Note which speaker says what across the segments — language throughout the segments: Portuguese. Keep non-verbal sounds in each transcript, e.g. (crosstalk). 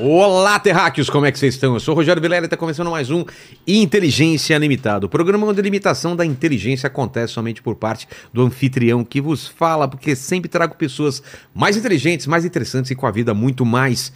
Speaker 1: Olá, terráqueos, como é que vocês estão? Eu sou o Rogério Vilela e está começando mais um Inteligência Limitada, o programa onde a limitação da inteligência acontece somente por parte do anfitrião que vos fala, porque sempre trago pessoas mais inteligentes, mais interessantes e com a vida muito mais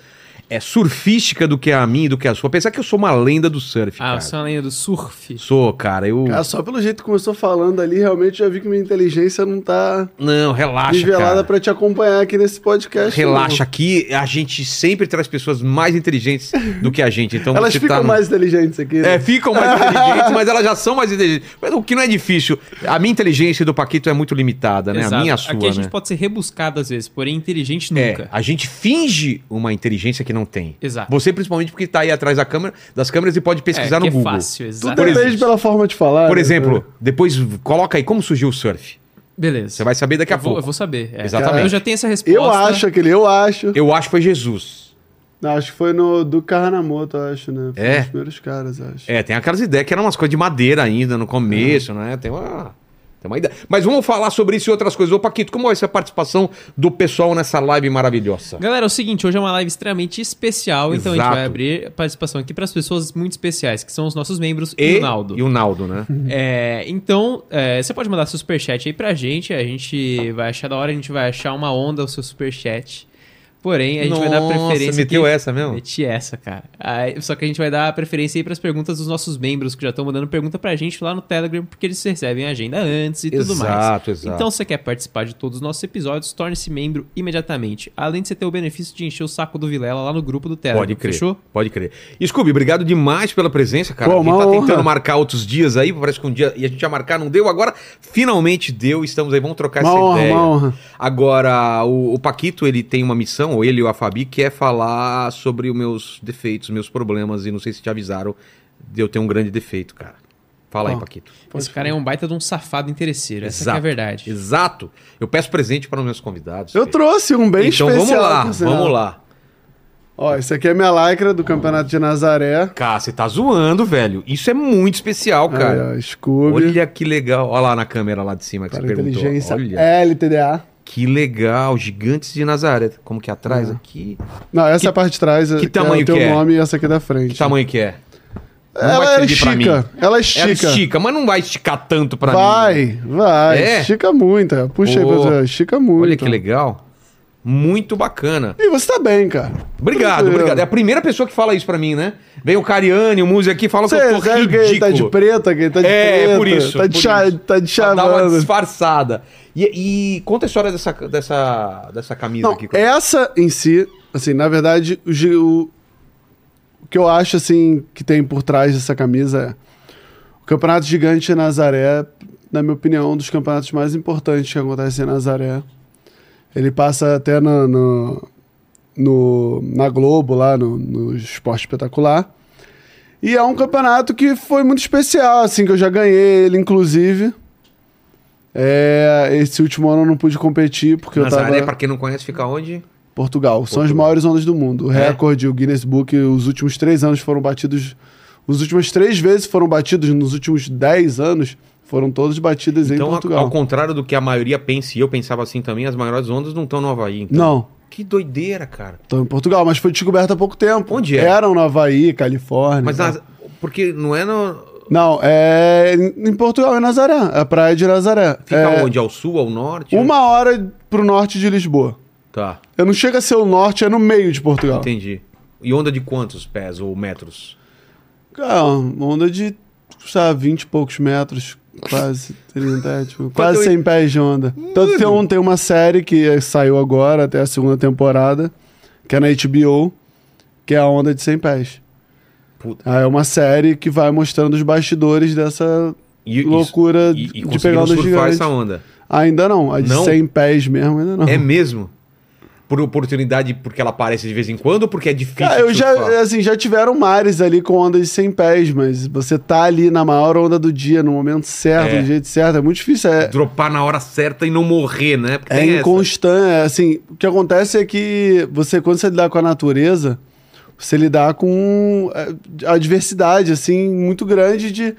Speaker 1: é, surfística do que a minha e do que a sua. Apesar que eu sou uma lenda do surf,
Speaker 2: Ah,
Speaker 1: cara.
Speaker 2: o Sonho Lenda do Surf.
Speaker 1: Sou, cara, eu...
Speaker 3: Cara, só pelo jeito que começou falando ali, realmente já vi que minha inteligência não tá
Speaker 1: Não, relaxa,
Speaker 3: nivelada
Speaker 1: cara.
Speaker 3: pra te acompanhar aqui nesse podcast.
Speaker 1: Relaxa aqui, a gente sempre traz pessoas mais inteligentes do que a gente. Então
Speaker 3: não. Elas
Speaker 1: você
Speaker 3: ficam
Speaker 1: tá no-
Speaker 3: mais inteligentes aqui. né?
Speaker 1: É, ficam
Speaker 2: (laughs)
Speaker 1: mais inteligentes, mas elas já são mais inteligentes. Mas o que não é difícil. A minha inteligência do Paquito é muito limitada, né? A minha, a sua,
Speaker 2: Aqui a gente
Speaker 1: né?
Speaker 2: pode ser rebuscado às vezes, porém inteligente
Speaker 1: É,
Speaker 2: nunca.
Speaker 1: a gente finge uma inteligência que não tem.
Speaker 2: Exato.
Speaker 1: Você, principalmente, porque tá aí atrás da câmera, das câmeras e pode pesquisar
Speaker 2: É,
Speaker 1: no
Speaker 2: que
Speaker 1: Google.
Speaker 2: É fácil,
Speaker 3: Tudo
Speaker 2: exato.
Speaker 1: Por
Speaker 3: depende
Speaker 1: exemplo-
Speaker 3: pela forma de falar.
Speaker 1: Por
Speaker 3: né?
Speaker 1: exemplo, depois coloca aí como surgiu o surf.
Speaker 2: Beleza.
Speaker 1: Você vai saber daqui a
Speaker 2: eu vou,
Speaker 1: pouco.
Speaker 2: eu vou saber. é.
Speaker 1: Exatamente.
Speaker 2: Eu já tenho essa resposta.
Speaker 3: Eu acho aquele, eu acho.
Speaker 1: Eu acho que foi Jesus.
Speaker 3: Acho que foi no do Carnamoto, eu acho, né? Foi
Speaker 1: É?
Speaker 3: um dos primeiros caras, acho.
Speaker 1: É, tem aquelas ideias que eram umas coisas de madeira ainda no começo, né? Tem uma. Tem uma ideia. Mas vamos falar sobre isso e outras coisas. Ô, Paquito, como vai ser a participação do pessoal nessa live maravilhosa?
Speaker 2: Galera, é o seguinte, hoje é uma live extremamente especial, então a
Speaker 1: Exato.
Speaker 2: gente vai abrir participação aqui para as pessoas muito especiais, que são os nossos membros
Speaker 1: E,
Speaker 2: o Naldo.
Speaker 1: E o Naldo,
Speaker 2: (laughs)
Speaker 1: né?
Speaker 2: É, então, é, você pode mandar seu superchat aí pra gente, a gente vai achar da hora, a gente vai achar uma onda o seu superchat. Porém, a gente vai dar
Speaker 1: Nossa,
Speaker 2: preferência.
Speaker 1: meteu
Speaker 2: aqui-
Speaker 1: essa mesmo?
Speaker 2: Meti essa, cara. Aí, só que a gente vai dar preferência aí pras perguntas dos nossos membros que já estão mandando pergunta pra gente lá no Telegram, porque eles recebem a agenda antes e tudo mais.
Speaker 1: Exato, exato.
Speaker 2: Então, se você quer participar de todos os nossos episódios, torne-se membro imediatamente. Além de você ter o benefício de encher o saco do Vilela lá no grupo do Telegram.
Speaker 1: Pode crer.
Speaker 2: Fechou?
Speaker 1: Pode crer. E, Scooby, obrigado demais pela presença, cara.
Speaker 3: Pô,
Speaker 1: a gente
Speaker 3: uma
Speaker 1: tá
Speaker 3: honra.
Speaker 1: tentando marcar outros dias aí, parece que um dia e a gente ia marcar, não deu. Agora, finalmente deu, estamos aí, vamos trocar
Speaker 3: Uma
Speaker 1: essa
Speaker 3: honra,
Speaker 1: ideia.
Speaker 3: uma honra.
Speaker 1: Agora, o, o Paquito, ele tem uma missão, ou ele ou a Fabi, que é falar sobre os meus defeitos, meus problemas, e não sei se te avisaram de eu ter um grande defeito, cara. Fala aí,
Speaker 3: Qual?
Speaker 1: Paquito.
Speaker 3: Pode
Speaker 2: Esse cara é um baita de um safado interesseiro. Essa que é a verdade.
Speaker 1: Exato. Eu peço presente para os meus convidados.
Speaker 3: Eu trouxe um bem
Speaker 1: Então
Speaker 3: especial. é.
Speaker 1: vamos lá,
Speaker 3: por sinal.
Speaker 1: vamos lá.
Speaker 3: Ó, isso aqui é minha lycra do Campeonato de Nazaré.
Speaker 1: Cara, você tá zoando, velho. Isso é muito especial, cara.
Speaker 3: Aí, ó, Scooby.
Speaker 1: Olha que legal. Olha lá na câmera lá de cima que
Speaker 3: para
Speaker 1: você perguntou.
Speaker 3: inteligência
Speaker 1: Olha
Speaker 3: LTDA.
Speaker 1: que legal. Gigantes de Nazaré. Como que é atrás
Speaker 3: É.
Speaker 1: aqui?
Speaker 3: Não, essa
Speaker 1: Que-
Speaker 3: é a parte de trás.
Speaker 1: que tamanho
Speaker 3: é o teu
Speaker 1: que é?
Speaker 3: nome e essa aqui é da
Speaker 1: Que
Speaker 3: frente.
Speaker 1: tamanho que é? Não vai
Speaker 3: Ela é
Speaker 1: servir pra mim.
Speaker 3: estica. Ela
Speaker 1: Ela
Speaker 3: estica.
Speaker 1: estica, mas não vai esticar tanto pra mim. né?
Speaker 3: Vai, vai.
Speaker 1: É?
Speaker 3: Estica muito. é. Puxa aí pra
Speaker 1: Pô.
Speaker 3: você. Estica muito.
Speaker 1: Olha que legal. Muito bacana.
Speaker 3: E você tá bem, cara.
Speaker 1: Obrigado,
Speaker 3: Tranquilo.
Speaker 1: obrigado. É a primeira pessoa que fala isso pra mim, né? Vem o Cariani, o Muzi aqui, fala que eu
Speaker 3: Você
Speaker 1: tô
Speaker 3: sabe que ele tá de
Speaker 1: ridículo.
Speaker 3: preta, que ele tá de
Speaker 1: É,
Speaker 3: preta.
Speaker 1: é por isso,
Speaker 3: Tá de,
Speaker 1: por
Speaker 3: cha-
Speaker 1: isso.
Speaker 3: Tá de
Speaker 1: Pra dar uma
Speaker 3: chamando.
Speaker 1: disfarçada. E, e conta a história dessa, dessa, dessa camisa
Speaker 3: Não, é
Speaker 1: aqui.
Speaker 3: essa em si, assim, na verdade, o, gi- o- o que eu acho, assim, que tem por trás dessa camisa é... O Campeonato Gigante de Nazaré, na minha opinião, é um dos campeonatos mais importantes que acontece em Nazaré. Ele passa até na, no- no- na Globo, lá no, no Esporte Espetacular. E é um campeonato que foi muito especial, assim, que eu já ganhei ele, inclusive. É, esse último ano eu não pude competir, porque eu
Speaker 1: Nazaré, é
Speaker 3: tava...
Speaker 1: pra quem não conhece, fica onde?
Speaker 3: Portugal. São as
Speaker 1: Portugal.
Speaker 3: maiores ondas do mundo. O
Speaker 1: É?
Speaker 3: recorde, o Guinness Book, os últimos três anos foram batidos. Os últimas três vezes foram batidos nos últimos dez anos. Foram todas batidas
Speaker 1: Então,
Speaker 3: em
Speaker 1: a-
Speaker 3: Portugal.
Speaker 1: ao contrário do que a maioria pensa, e eu pensava assim também, as maiores ondas não estão no Havaí. Então.
Speaker 3: Não,
Speaker 1: Que doideira, cara.
Speaker 3: estão em Portugal, mas foi descoberto há pouco tempo.
Speaker 1: Onde é?
Speaker 3: Eram no Havaí, Califórnia.
Speaker 1: Mas
Speaker 3: tá?
Speaker 1: nas- porque não é no.
Speaker 3: Não, é em em Portugal, é Nazaré. É a praia de Nazaré.
Speaker 1: Fica
Speaker 3: é
Speaker 1: onde? Ao sul, ao norte?
Speaker 3: Uma hora pro norte de Lisboa.
Speaker 1: Tá,
Speaker 3: Eu não chega a ser o norte, é no meio de Portugal.
Speaker 1: entendi. E onda de quantos pés ou metros?
Speaker 3: Cara, é uma onda de, sabe, 20 e poucos metros, quase 30, é, tipo, quase 100 pés de onda. Tanto tem, um, tem uma série que saiu agora, até a segunda temporada, que é na HBO, que é a onda de 100 pés.
Speaker 1: Puta.
Speaker 3: Ah, É uma série que vai mostrando os bastidores dessa
Speaker 1: E, isso- e,
Speaker 3: loucura
Speaker 1: e
Speaker 3: de
Speaker 1: conseguiram
Speaker 3: pegar onda
Speaker 1: surfar
Speaker 3: gigante.
Speaker 1: essa onda.
Speaker 3: Ainda não, a de
Speaker 1: Não?
Speaker 3: 100 pés mesmo, ainda não.
Speaker 1: É mesmo? Por oportunidade, porque ela aparece de vez em quando ou porque é difícil
Speaker 3: Cara, eu
Speaker 1: de
Speaker 3: já,
Speaker 1: surfar?
Speaker 3: assim, já tiveram mares ali com ondas de 100 pés, mas você tá ali na maior onda do dia, no momento certo,
Speaker 1: É.
Speaker 3: do jeito certo, é muito difícil. É,
Speaker 1: Dropar na hora certa e não morrer, né? Porque
Speaker 3: é
Speaker 1: tem essa.
Speaker 3: inconstante, é, assim, o que acontece é que você, quando você lidar com a natureza, você lidar com é, a diversidade, assim, muito grande de...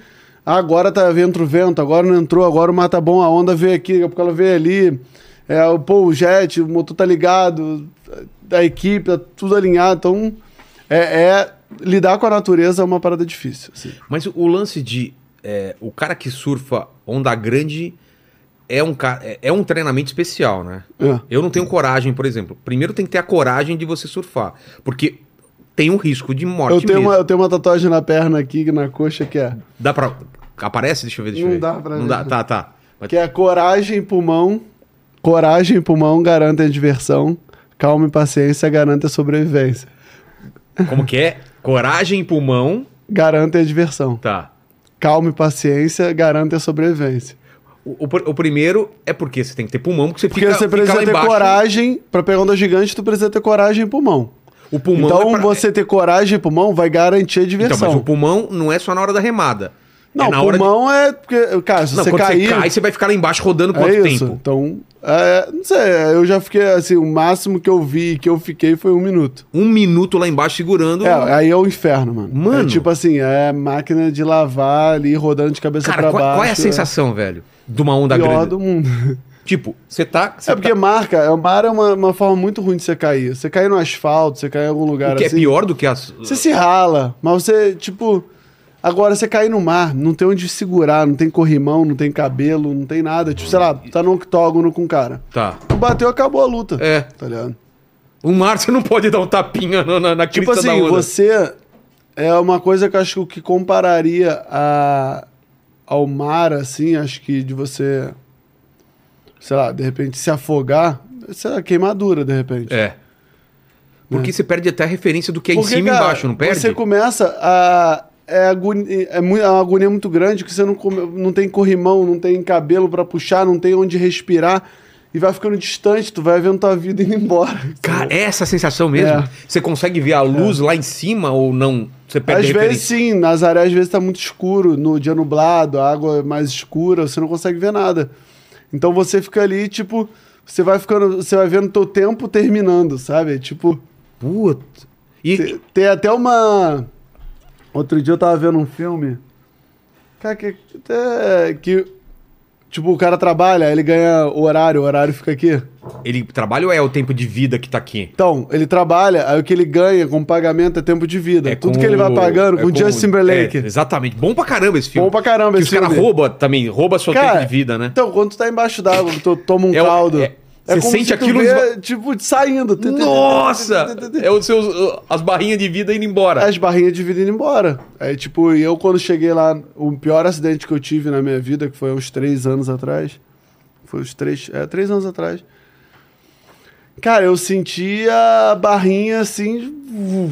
Speaker 3: ah, agora tá vento vento, agora não entrou, agora o mar tá bom, a onda veio aqui, daqui a pouco ela veio ali. É, o, pô, o jet, o motor tá ligado, a equipe, tá tudo alinhado, então... É, é- lidar com a natureza é uma parada difícil. assim.
Speaker 1: Mas o- o lance de é, o cara que surfa onda grande é um, ca- é- é um treinamento especial, né?
Speaker 3: É.
Speaker 1: Eu não tenho coragem, por exemplo. Primeiro tem que ter a coragem de você surfar, porque tem um risco de morte
Speaker 3: Eu tenho,
Speaker 1: mesmo.
Speaker 3: uma, eu tenho uma tatuagem na perna aqui, na coxa, que é,
Speaker 1: Dá pra... Aparece? Deixa eu ver, deixa eu
Speaker 3: Não
Speaker 1: ver.
Speaker 3: dá pra
Speaker 1: Não
Speaker 3: ver.
Speaker 1: dá, tá, tá. Mas-
Speaker 3: que é coragem, pulmão. Coragem, pulmão garantem a diversão. Calma e paciência garantem a sobrevivência.
Speaker 1: Como que é? Coragem e pulmão,
Speaker 3: Garantem a diversão.
Speaker 1: tá.
Speaker 3: Calma e paciência garantem a sobrevivência.
Speaker 1: O, o pr- o primeiro é porque você tem que ter pulmão, porque você
Speaker 3: Porque
Speaker 1: fica,
Speaker 3: você
Speaker 1: fica
Speaker 3: precisa
Speaker 1: lá
Speaker 3: ter
Speaker 1: embaixo.
Speaker 3: coragem, pra pegar onda gigante, tu precisa ter coragem e pulmão.
Speaker 1: O pulmão
Speaker 3: então,
Speaker 1: é pra-
Speaker 3: você ter coragem e pulmão vai garantir a
Speaker 1: Então,
Speaker 3: diversão.
Speaker 1: mas o pulmão não é só na hora da remada. é na
Speaker 3: Não,
Speaker 1: hora de-
Speaker 3: pulmão é. Porque, cara, se
Speaker 1: Não,
Speaker 3: você
Speaker 1: quando
Speaker 3: cair.
Speaker 1: você cai, você vai ficar lá embaixo rodando quanto
Speaker 3: é isso.
Speaker 1: tempo?
Speaker 3: Então, é, não sei, eu já fiquei assim, o máximo que eu vi e que eu fiquei foi um minuto.
Speaker 1: Um minuto lá embaixo segurando.
Speaker 3: É, aí é o inferno, mano.
Speaker 1: Mano.
Speaker 3: É tipo assim, é máquina de lavar ali, rodando de cabeça
Speaker 1: Cara,
Speaker 3: pra
Speaker 1: qual,
Speaker 3: baixo.
Speaker 1: qual é a sensação, velho? De uma onda
Speaker 3: é pior
Speaker 1: grande.
Speaker 3: do mundo.
Speaker 1: Tipo, você tá. (laughs) Você
Speaker 3: É porque marca, é- o mar é uma, uma forma muito ruim de você cair. Você cair no asfalto, você cair em algum
Speaker 1: tá...
Speaker 3: lugar
Speaker 1: o que é
Speaker 3: assim.
Speaker 1: pior do que as.
Speaker 3: Você se rala, mas você, tipo. Agora, você cair no mar, não tem onde segurar, não tem corrimão, não tem cabelo, não tem nada. Tipo, sei lá, tá no octógono com o cara.
Speaker 1: Tá.
Speaker 3: Tu bateu, acabou a luta.
Speaker 1: É.
Speaker 3: Tá ligado?
Speaker 1: O mar (laughs) você não pode dar um tapinha na, na, na
Speaker 3: Tipo
Speaker 1: crista da
Speaker 3: assim,
Speaker 1: onda.
Speaker 3: você. É uma coisa que eu acho que compararia a, ao mar, assim, acho que de você. Sei lá, de repente se afogar. Sei lá, queimadura, de repente.
Speaker 1: É. Porque você perde até a referência do que é
Speaker 3: É. Porque,
Speaker 1: em cima e
Speaker 3: cara,
Speaker 1: embaixo, não perde?
Speaker 3: Você começa a. É, agonia, é, mui- é uma agonia muito grande que você não, come- não tem corrimão, não tem cabelo pra puxar, não tem onde respirar. E vai ficando distante, tu vai vendo tua vida indo embora.
Speaker 1: Cara, é essa a sensação mesmo.
Speaker 3: É.
Speaker 1: Você consegue ver a luz lá em cima ou não? Você perde
Speaker 3: Às
Speaker 1: a
Speaker 3: vezes
Speaker 1: referência.
Speaker 3: sim, Nazaré às vezes tá muito escuro, no dia nublado, a água é mais escura, você não consegue ver nada. Então você fica ali, tipo, você vai ficando, você vai vendo teu tempo terminando, sabe? Tipo,
Speaker 1: Puta. E,
Speaker 3: te- tem até uma outro dia eu tava vendo um filme cara que até que tipo o cara trabalha, ele ganha horário, o horário fica aqui.
Speaker 1: Ele trabalha ou é o tempo de vida que tá aqui?
Speaker 3: Então, ele trabalha, aí o que ele ganha com pagamento é tempo de vida. Tudo
Speaker 1: com
Speaker 3: que ele vai
Speaker 1: o-
Speaker 3: pagando
Speaker 1: é
Speaker 3: com o Justin Timberlake.
Speaker 1: é, exatamente. Bom pra caramba esse filme.
Speaker 3: Bom pra caramba
Speaker 1: Que os
Speaker 3: esse
Speaker 1: caras
Speaker 3: filme.
Speaker 1: roubam também, rouba seu tempo de vida, né?
Speaker 3: Então, quando tu tá embaixo d'água, que tu toma um
Speaker 1: É o-
Speaker 3: caldo.
Speaker 1: é- você sente aquilo e
Speaker 3: vê, tipo, saindo.
Speaker 1: Nossa! é os seus, as barrinhas de vida indo embora.
Speaker 3: As barrinhas de vida indo embora. Aí, tipo, eu quando cheguei lá, o pior acidente que eu tive na minha vida, que foi uns três anos atrás. Foi uns três. É, três anos atrás. Cara, eu senti a barrinha assim. vu,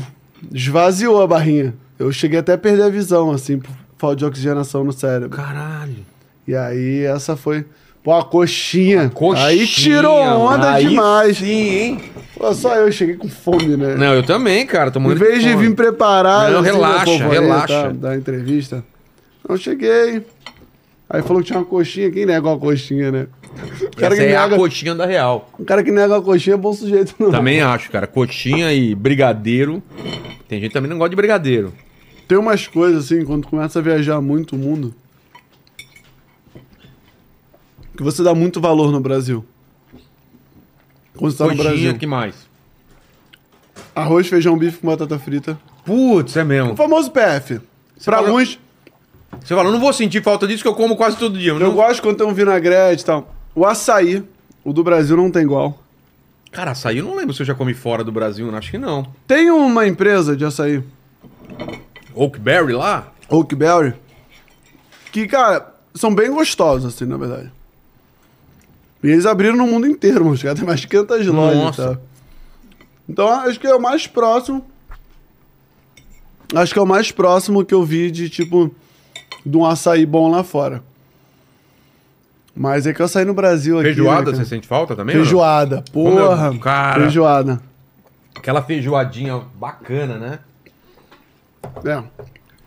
Speaker 3: Esvaziou a barrinha. Eu cheguei até a perder a visão, assim, por falta de oxigenação no cérebro.
Speaker 1: Caralho.
Speaker 3: E aí essa foi. Pô, a coxinha.
Speaker 1: Coxinha,
Speaker 3: Aí tirou onda
Speaker 1: aí
Speaker 3: demais.
Speaker 1: Sim, hein?
Speaker 3: Pô, só eu cheguei com fome, né?
Speaker 1: Não, eu também, cara. Tô
Speaker 3: em
Speaker 1: morrendo
Speaker 3: vez de
Speaker 1: fome.
Speaker 3: vir preparado.
Speaker 1: Não,
Speaker 3: assim,
Speaker 1: relaxa,
Speaker 3: pô, falei,
Speaker 1: relaxa.
Speaker 3: tá, da entrevista. Então cheguei. Aí falou que tinha uma coxinha. Quem nega uma coxinha, né? O cara,
Speaker 1: Essa
Speaker 3: que
Speaker 1: é a
Speaker 3: nega,
Speaker 1: coxinha da real.
Speaker 3: o cara que nega uma coxinha é bom sujeito, não.
Speaker 1: Também acho, cara. Coxinha e brigadeiro. Tem gente que também não gosta de brigadeiro.
Speaker 3: Tem umas coisas assim, quando tu começa a viajar muito o mundo, que você dá muito valor no Brasil. Quando você tá no Brasil.
Speaker 1: Coxinha, que mais?
Speaker 3: Arroz, feijão, bife com batata frita.
Speaker 1: Putz, é
Speaker 3: O
Speaker 1: mesmo.
Speaker 3: famoso PF. pra
Speaker 1: falou-
Speaker 3: alguns,
Speaker 1: Você fala, não vou sentir falta disso que eu como quase todo dia. mas
Speaker 3: eu
Speaker 1: não-
Speaker 3: gosto quando tem um vinagrete e tal. O açaí, o do Brasil não tem igual.
Speaker 1: Cara, açaí eu não lembro se eu já comi fora do Brasil, acho que não.
Speaker 3: Tem uma empresa de açaí,
Speaker 1: Oakberry lá?
Speaker 3: Oakberry, que, cara, são bem gostosos, assim, na verdade. E eles abriram no mundo inteiro, mano. Os caras têm mais de 500 lojas e
Speaker 1: Nossa.
Speaker 3: tal. Então, acho que é o mais próximo. Acho que é o mais próximo que eu vi de, tipo, de um açaí bom lá fora. Mas é que eu saí no Brasil aqui.
Speaker 1: Feijoada,
Speaker 3: né,
Speaker 1: você
Speaker 3: cara?
Speaker 1: sente falta também?
Speaker 3: Feijoada,
Speaker 1: Como eu-
Speaker 3: porra.
Speaker 1: cara.
Speaker 3: Feijoada.
Speaker 1: não? Aquela feijoadinha bacana, né?
Speaker 3: É.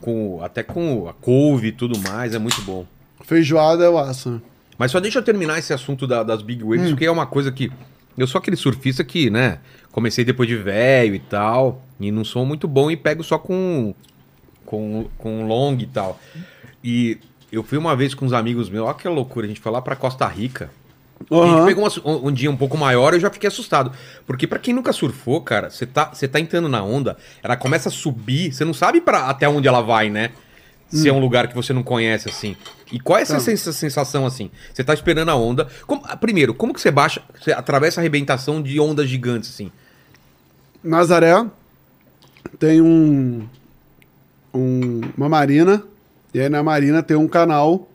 Speaker 1: Com, até com a couve e tudo mais, é muito bom.
Speaker 3: Feijoada é o aço. né?
Speaker 1: Mas só deixa eu terminar esse assunto da- das big
Speaker 3: Hum.
Speaker 1: waves, porque é uma coisa que. Eu sou aquele surfista que, né? Comecei depois de velho e tal. E não sou muito bom e pego só com. Com, com long e tal. E eu fui uma vez com uns amigos meus. Olha que loucura, a gente foi lá pra Costa Rica. A gente
Speaker 3: Aham.
Speaker 1: pegou uma su- um, um dia um pouco maior, eu já fiquei assustado. Porque pra quem nunca surfou, cara, você tá, você tá entrando na onda, ela começa a subir, você não sabe pra, até onde ela vai, né? Se é um lugar que você não conhece, assim. E qual é essa
Speaker 3: Hum. Tá.
Speaker 1: sensa- sensação, assim? Você tá esperando a onda. Como- ah, primeiro, como que você baixa, você atravessa a arrebentação de ondas gigantes, assim?
Speaker 3: Nazaré tem um, um- uma marina e aí na marina tem um canal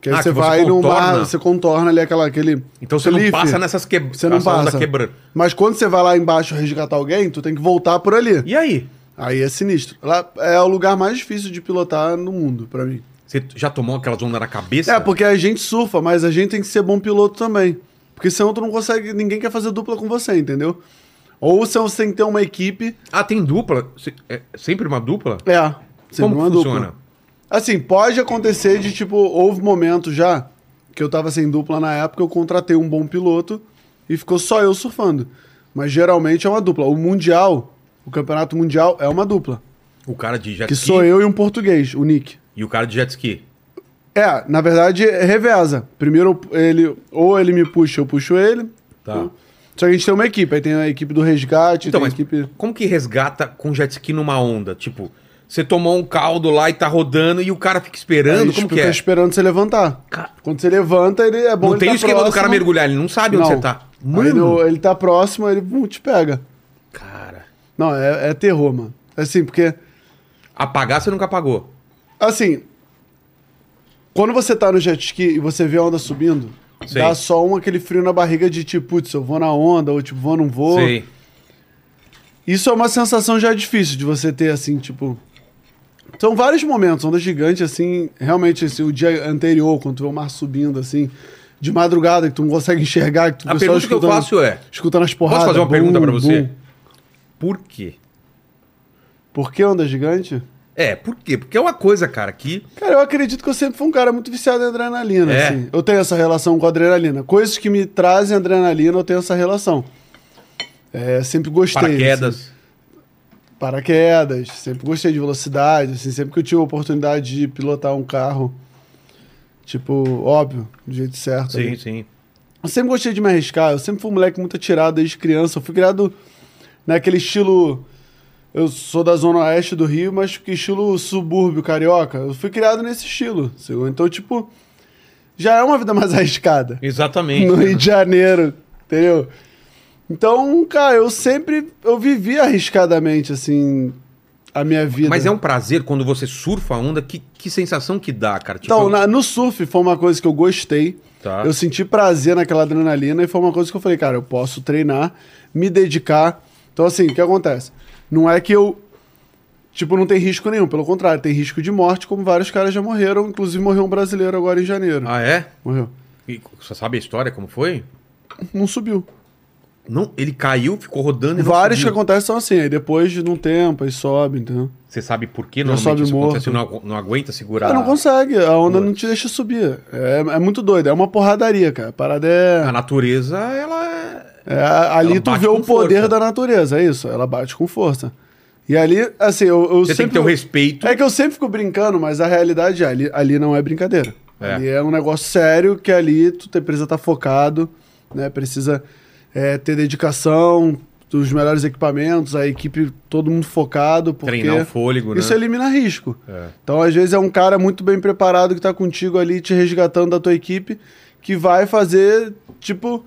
Speaker 3: que aí
Speaker 1: Ah,
Speaker 3: você
Speaker 1: que você
Speaker 3: vai num
Speaker 1: contorna.
Speaker 3: bar, você contorna ali aquela aquele
Speaker 1: Então você
Speaker 3: cliff.
Speaker 1: não passa nessas quebras.
Speaker 3: você não passa.
Speaker 1: quebrando.
Speaker 3: Mas quando você vai lá embaixo resgatar alguém, tu tem que voltar por ali.
Speaker 1: E aí?
Speaker 3: Aí é sinistro. Lá é o lugar mais difícil de pilotar no mundo pra mim.
Speaker 1: Você já tomou aquelas ondas na cabeça?
Speaker 3: É, porque a gente surfa, mas a gente tem que ser bom piloto também. Porque senão tu não consegue, ninguém quer fazer dupla com você, entendeu? Ou senão você tem que ter uma equipe.
Speaker 1: Ah, tem dupla? Se- é sempre uma dupla?
Speaker 3: É, sempre
Speaker 1: Como que
Speaker 3: uma
Speaker 1: funciona?
Speaker 3: dupla. Assim, pode acontecer de tipo, houve momento já que eu tava sem dupla na época, eu contratei um bom piloto e ficou só eu surfando. Mas geralmente é uma dupla. O Mundial, o Campeonato Mundial é uma dupla.
Speaker 1: O cara de jet
Speaker 3: Que
Speaker 1: ski
Speaker 3: sou eu e um português, o Nick.
Speaker 1: e o cara de jet ski.
Speaker 3: É, na verdade, reveza. Primeiro ele, ou ele me puxa, eu puxo ele.
Speaker 1: Tá.
Speaker 3: Só que a gente tem uma equipe, aí tem a equipe do resgate,
Speaker 1: Então,
Speaker 3: tem
Speaker 1: mas
Speaker 3: a equipe.
Speaker 1: como que resgata com jet ski numa onda? Tipo, você tomou um caldo lá e tá rodando e o cara fica esperando,
Speaker 3: Aí,
Speaker 1: como
Speaker 3: tipo,
Speaker 1: que
Speaker 3: tá
Speaker 1: é?
Speaker 3: esperando você levantar.
Speaker 1: Ca-
Speaker 3: Quando você levanta, ele é bom
Speaker 1: Não
Speaker 3: ele
Speaker 1: tem
Speaker 3: tá
Speaker 1: o esquema do cara
Speaker 3: próximo.
Speaker 1: mergulhar, ele não sabe onde
Speaker 3: Não.
Speaker 1: você tá.
Speaker 3: Aí no- ele tá próximo, ele pum, te pega.
Speaker 1: Cara,
Speaker 3: Não, é, é terror, mano. Assim, porque.
Speaker 1: apagar você nunca apagou.
Speaker 3: Assim. Quando você tá no jet ski e você vê a onda subindo,
Speaker 1: Sim.
Speaker 3: dá só um aquele frio na barriga de tipo, putz, eu vou na onda, ou tipo, vou, não vou.
Speaker 1: Sei.
Speaker 3: Isso é uma sensação já difícil de você ter, assim, tipo. São vários momentos, onda gigante, assim, realmente, assim, o dia anterior, quando tu vê o mar subindo, assim, de madrugada, que tu não consegue enxergar, que tu
Speaker 1: A pergunta que eu faço é,
Speaker 3: escutando as porradas.
Speaker 1: posso fazer uma
Speaker 3: bum,
Speaker 1: pergunta pra você?
Speaker 3: bum.
Speaker 1: Por quê?
Speaker 3: Por que onda gigante?
Speaker 1: É, por quê? Porque é uma coisa, cara, que...
Speaker 3: Cara, eu acredito que eu sempre fui um cara muito viciado em adrenalina,
Speaker 1: É.
Speaker 3: assim. Eu tenho essa relação com a adrenalina. Coisas que me trazem adrenalina, eu tenho essa relação. É, sempre gostei. assim.
Speaker 1: Paraquedas.
Speaker 3: Paraquedas, sempre gostei de velocidade, assim, sempre que eu tive a oportunidade de pilotar um carro, tipo, óbvio, do jeito certo.
Speaker 1: Sim,
Speaker 3: ali.
Speaker 1: sim.
Speaker 3: Eu sempre gostei de me arriscar, eu sempre fui um moleque muito atirado desde criança, eu fui criado naquele estilo, eu sou da zona oeste do Rio, mas que estilo subúrbio carioca, eu fui criado nesse estilo, sacou? então, tipo, já é uma vida mais (laughs) arriscada
Speaker 1: Exatamente.
Speaker 3: no Rio de Janeiro, entendeu? Então, cara, eu sempre eu vivi arriscadamente assim a minha vida.
Speaker 1: Mas é um prazer quando você surfa a onda, que, que sensação que dá, cara? Tipo,
Speaker 3: então, na- no surf foi uma coisa que eu gostei.
Speaker 1: Tá.
Speaker 3: Eu senti prazer naquela adrenalina e foi uma coisa que eu falei, cara, eu posso treinar, me dedicar. Então, assim, o que acontece? Não é que eu tipo não tem risco nenhum, pelo contrário, tem risco de morte, como vários caras já morreram, inclusive morreu um brasileiro agora em janeiro.
Speaker 1: Ah, é?
Speaker 3: Morreu.
Speaker 1: E você sabe a história, como foi?
Speaker 3: Não subiu.
Speaker 1: Não, ele caiu, ficou rodando e não
Speaker 3: Vários que
Speaker 1: subiu.
Speaker 3: acontecem são assim, aí depois de um tempo, aí sobe, entendeu?
Speaker 1: Você sabe por que
Speaker 3: Já
Speaker 1: normalmente
Speaker 3: sobe
Speaker 1: isso
Speaker 3: morto.
Speaker 1: acontece? Você não, agu- não aguenta segurar.
Speaker 3: Cara, não consegue. A onda não te deixa subir. É, é muito doido. É uma porradaria, cara. A parada
Speaker 1: A
Speaker 3: é.
Speaker 1: natureza, ela é.
Speaker 3: é, ali
Speaker 1: ela
Speaker 3: tu
Speaker 1: bate
Speaker 3: vê
Speaker 1: com
Speaker 3: o poder
Speaker 1: força.
Speaker 3: da natureza. É isso. Ela bate com força. E ali, assim, eu, eu
Speaker 1: Você tem que
Speaker 3: sempre.
Speaker 1: ter o respeito.
Speaker 3: É que eu sempre fico brincando, mas a realidade é: ali, ali não é brincadeira.
Speaker 1: É.
Speaker 3: Ali é um negócio sério que ali tu te- precisa estar focado, né? Precisa é, ter dedicação, os melhores equipamentos, a equipe, todo mundo focado. Porque
Speaker 1: treinar o fôlego, né?
Speaker 3: Isso elimina risco.
Speaker 1: É.
Speaker 3: Então, às vezes, é um cara muito bem preparado que tá contigo ali, te resgatando da tua equipe, que vai fazer, tipo,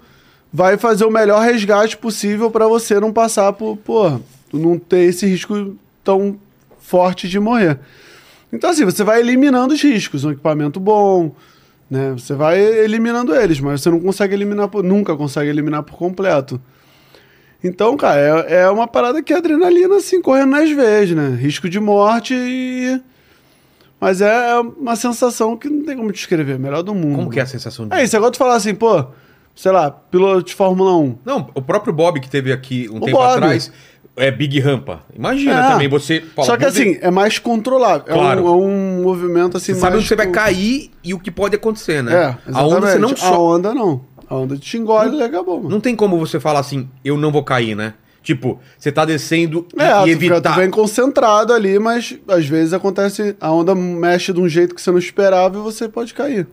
Speaker 3: vai fazer o melhor resgate possível pra você não passar por, porra, tu não ter esse risco tão forte de morrer. Então, assim, você vai eliminando os riscos, um equipamento bom, né? Você vai eliminando eles, mas você não consegue eliminar, por- nunca consegue eliminar por completo. Então, cara, é, é uma parada que a adrenalina, assim, correndo nas veias, né? Risco de morte e... Mas é uma sensação que não tem como descrever. Melhor do mundo.
Speaker 1: Como que é a sensação de.
Speaker 3: É isso, agora tu falar assim, pô, sei lá, piloto de Fórmula 1.
Speaker 1: Não, o próprio Bob que teve aqui um
Speaker 3: O
Speaker 1: tempo
Speaker 3: Bob.
Speaker 1: atrás é Big Rampa. Imagina
Speaker 3: É.
Speaker 1: também você. Fala,
Speaker 3: Só que
Speaker 1: vou
Speaker 3: assim,
Speaker 1: ver-
Speaker 3: é mais controlável.
Speaker 1: Claro.
Speaker 3: É, um, é um movimento assim
Speaker 1: Você sabe
Speaker 3: mais
Speaker 1: onde você vai
Speaker 3: pro-
Speaker 1: cair e o que pode acontecer, né?
Speaker 3: É,
Speaker 1: a onda você não
Speaker 3: exatamente. A
Speaker 1: só.
Speaker 3: onda não. A onda te engole, legal, bom. mano.
Speaker 1: Não tem como você falar assim, eu não vou cair, né? Tipo, você tá descendo e-
Speaker 3: É,
Speaker 1: e,
Speaker 3: tu, fica,
Speaker 1: evitar.
Speaker 3: tu vem concentrado ali, mas às vezes acontece, a onda mexe de um jeito que você não esperava e você pode cair.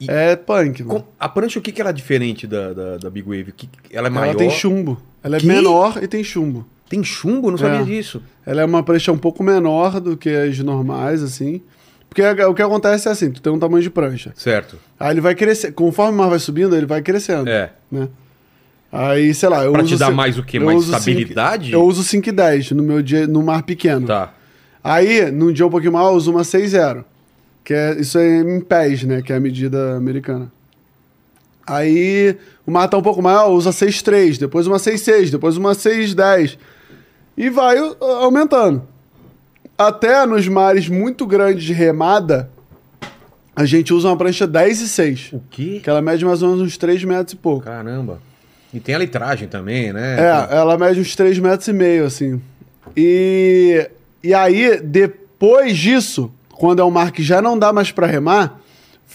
Speaker 1: E
Speaker 3: É punk, mano.
Speaker 1: com- a prancha, o que, que ela é diferente da, da, da Big Wave? O Que, que- ela é maior?
Speaker 3: Ela tem chumbo. Ela é
Speaker 1: Que?
Speaker 3: menor e tem chumbo.
Speaker 1: Tem chumbo? Eu Não sabia
Speaker 3: É.
Speaker 1: disso.
Speaker 3: Ela é uma prancha um pouco menor do que as normais, assim. Porque a- o que acontece é assim, tu tem um tamanho de prancha.
Speaker 1: Certo.
Speaker 3: Aí ele vai crescer. Conforme o mar vai subindo, ele vai crescendo.
Speaker 1: É.
Speaker 3: Né? Aí, sei lá, eu
Speaker 1: Pra
Speaker 3: uso
Speaker 1: te dar
Speaker 3: cin-
Speaker 1: mais o quê?
Speaker 3: eu
Speaker 1: Mais
Speaker 3: uso cinco-
Speaker 1: estabilidade?
Speaker 3: eu uso 5,10 no meu dia no mar pequeno.
Speaker 1: Tá.
Speaker 3: Aí, num dia um pouquinho maior, eu uso uma 6,0. Que é, isso é em pés, né? Que é a medida americana. Aí, o mar tá um pouco maior, eu uso a 6,3, depois uma 6,6, depois uma 6,10. E vai uh, aumentando. Até nos mares muito grandes de remada, a gente usa uma prancha 10 e 6.
Speaker 1: O quê?
Speaker 3: Que ela mede mais ou menos uns 3 metros e pouco.
Speaker 1: Caramba. E tem a litragem também, né?
Speaker 3: É, ela mede uns 3 metros e meio, assim. E, e aí, depois disso, quando é um mar que já não dá mais pra remar,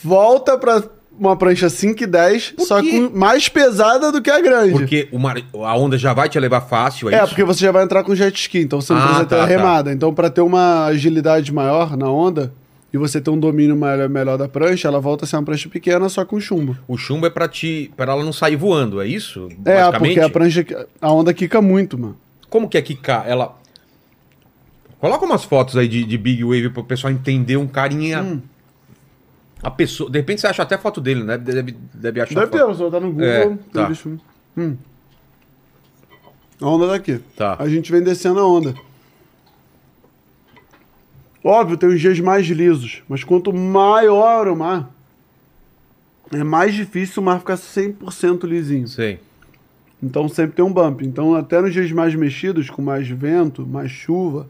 Speaker 3: volta pra uma prancha 5 e 10,
Speaker 1: Por
Speaker 3: só
Speaker 1: quê?
Speaker 3: que mais pesada do que a grande.
Speaker 1: Porque o mar- a onda já vai te levar fácil, é,
Speaker 3: é,
Speaker 1: isso?
Speaker 3: porque você já vai entrar com jet ski, então você não
Speaker 1: Ah,
Speaker 3: precisa ter
Speaker 1: tá,
Speaker 3: a
Speaker 1: tá.
Speaker 3: remada. Então, pra ter uma agilidade maior na onda e você ter um domínio maior- melhor da prancha, ela volta a ser uma prancha pequena, só com chumbo.
Speaker 1: O chumbo é pra, te, pra ela não sair voando, é isso?
Speaker 3: É, porque a prancha. A onda quica muito, mano.
Speaker 1: Como que é que ca- ela... Coloca umas fotos aí de, de Big Wave pro pessoal entender um carinha...
Speaker 3: Hum.
Speaker 1: A pessoa... De repente você acha até foto dele, né? Deve, deve achar
Speaker 3: Deve ter,
Speaker 1: foto.
Speaker 3: você tá no Google.
Speaker 1: É,
Speaker 3: tem
Speaker 1: tá.
Speaker 3: bicho. Hum. A onda daqui.
Speaker 1: Tá.
Speaker 3: A gente vem descendo a onda. Óbvio, tem os dias mais lisos, mas quanto maior o mar, é mais difícil o mar ficar 100% lisinho.
Speaker 1: Sei.
Speaker 3: Então sempre tem um bump. Então até nos dias mais mexidos, com mais vento, mais chuva.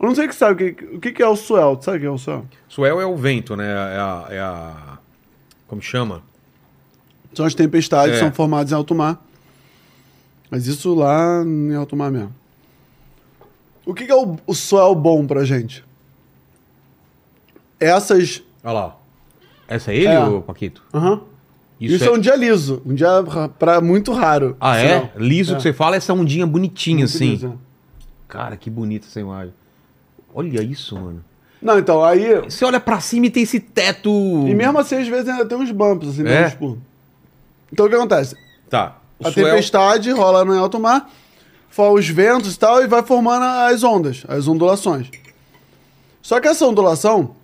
Speaker 3: Eu não sei que sabe o que, o que que é o swell. Tu sabe o que é o swell?
Speaker 1: Suel é o vento, né? É a... é a- Como chama?
Speaker 3: São as tempestades
Speaker 1: É.
Speaker 3: são formadas em alto mar. Mas isso lá em alto mar mesmo. O que, que é o, o swell bom pra gente? Essas.
Speaker 1: Olha lá. ó. Essa é ele,
Speaker 3: É.
Speaker 1: ô Paquito?
Speaker 3: Aham. Isso,
Speaker 1: Isso,
Speaker 3: é...
Speaker 1: é...
Speaker 3: um dia liso. Um dia ra- pra, muito raro.
Speaker 1: Ah,
Speaker 3: sinal.
Speaker 1: é? Liso
Speaker 3: É.
Speaker 1: que você fala, essa ondinha bonitinha,
Speaker 3: Muito
Speaker 1: assim.
Speaker 3: liso, é.
Speaker 1: Cara, que bonita essa imagem. Olha isso, mano.
Speaker 3: Não, então, aí.
Speaker 1: Você olha pra cima e tem esse teto.
Speaker 3: E mesmo assim, às vezes ainda tem uns bumps, assim,
Speaker 1: É?
Speaker 3: então, tipo. Então o que acontece?
Speaker 1: Tá. O
Speaker 3: a
Speaker 1: Suel-
Speaker 3: tempestade rola no alto mar, fora os ventos e tal, e vai formando as ondas, as ondulações. Só que essa ondulação,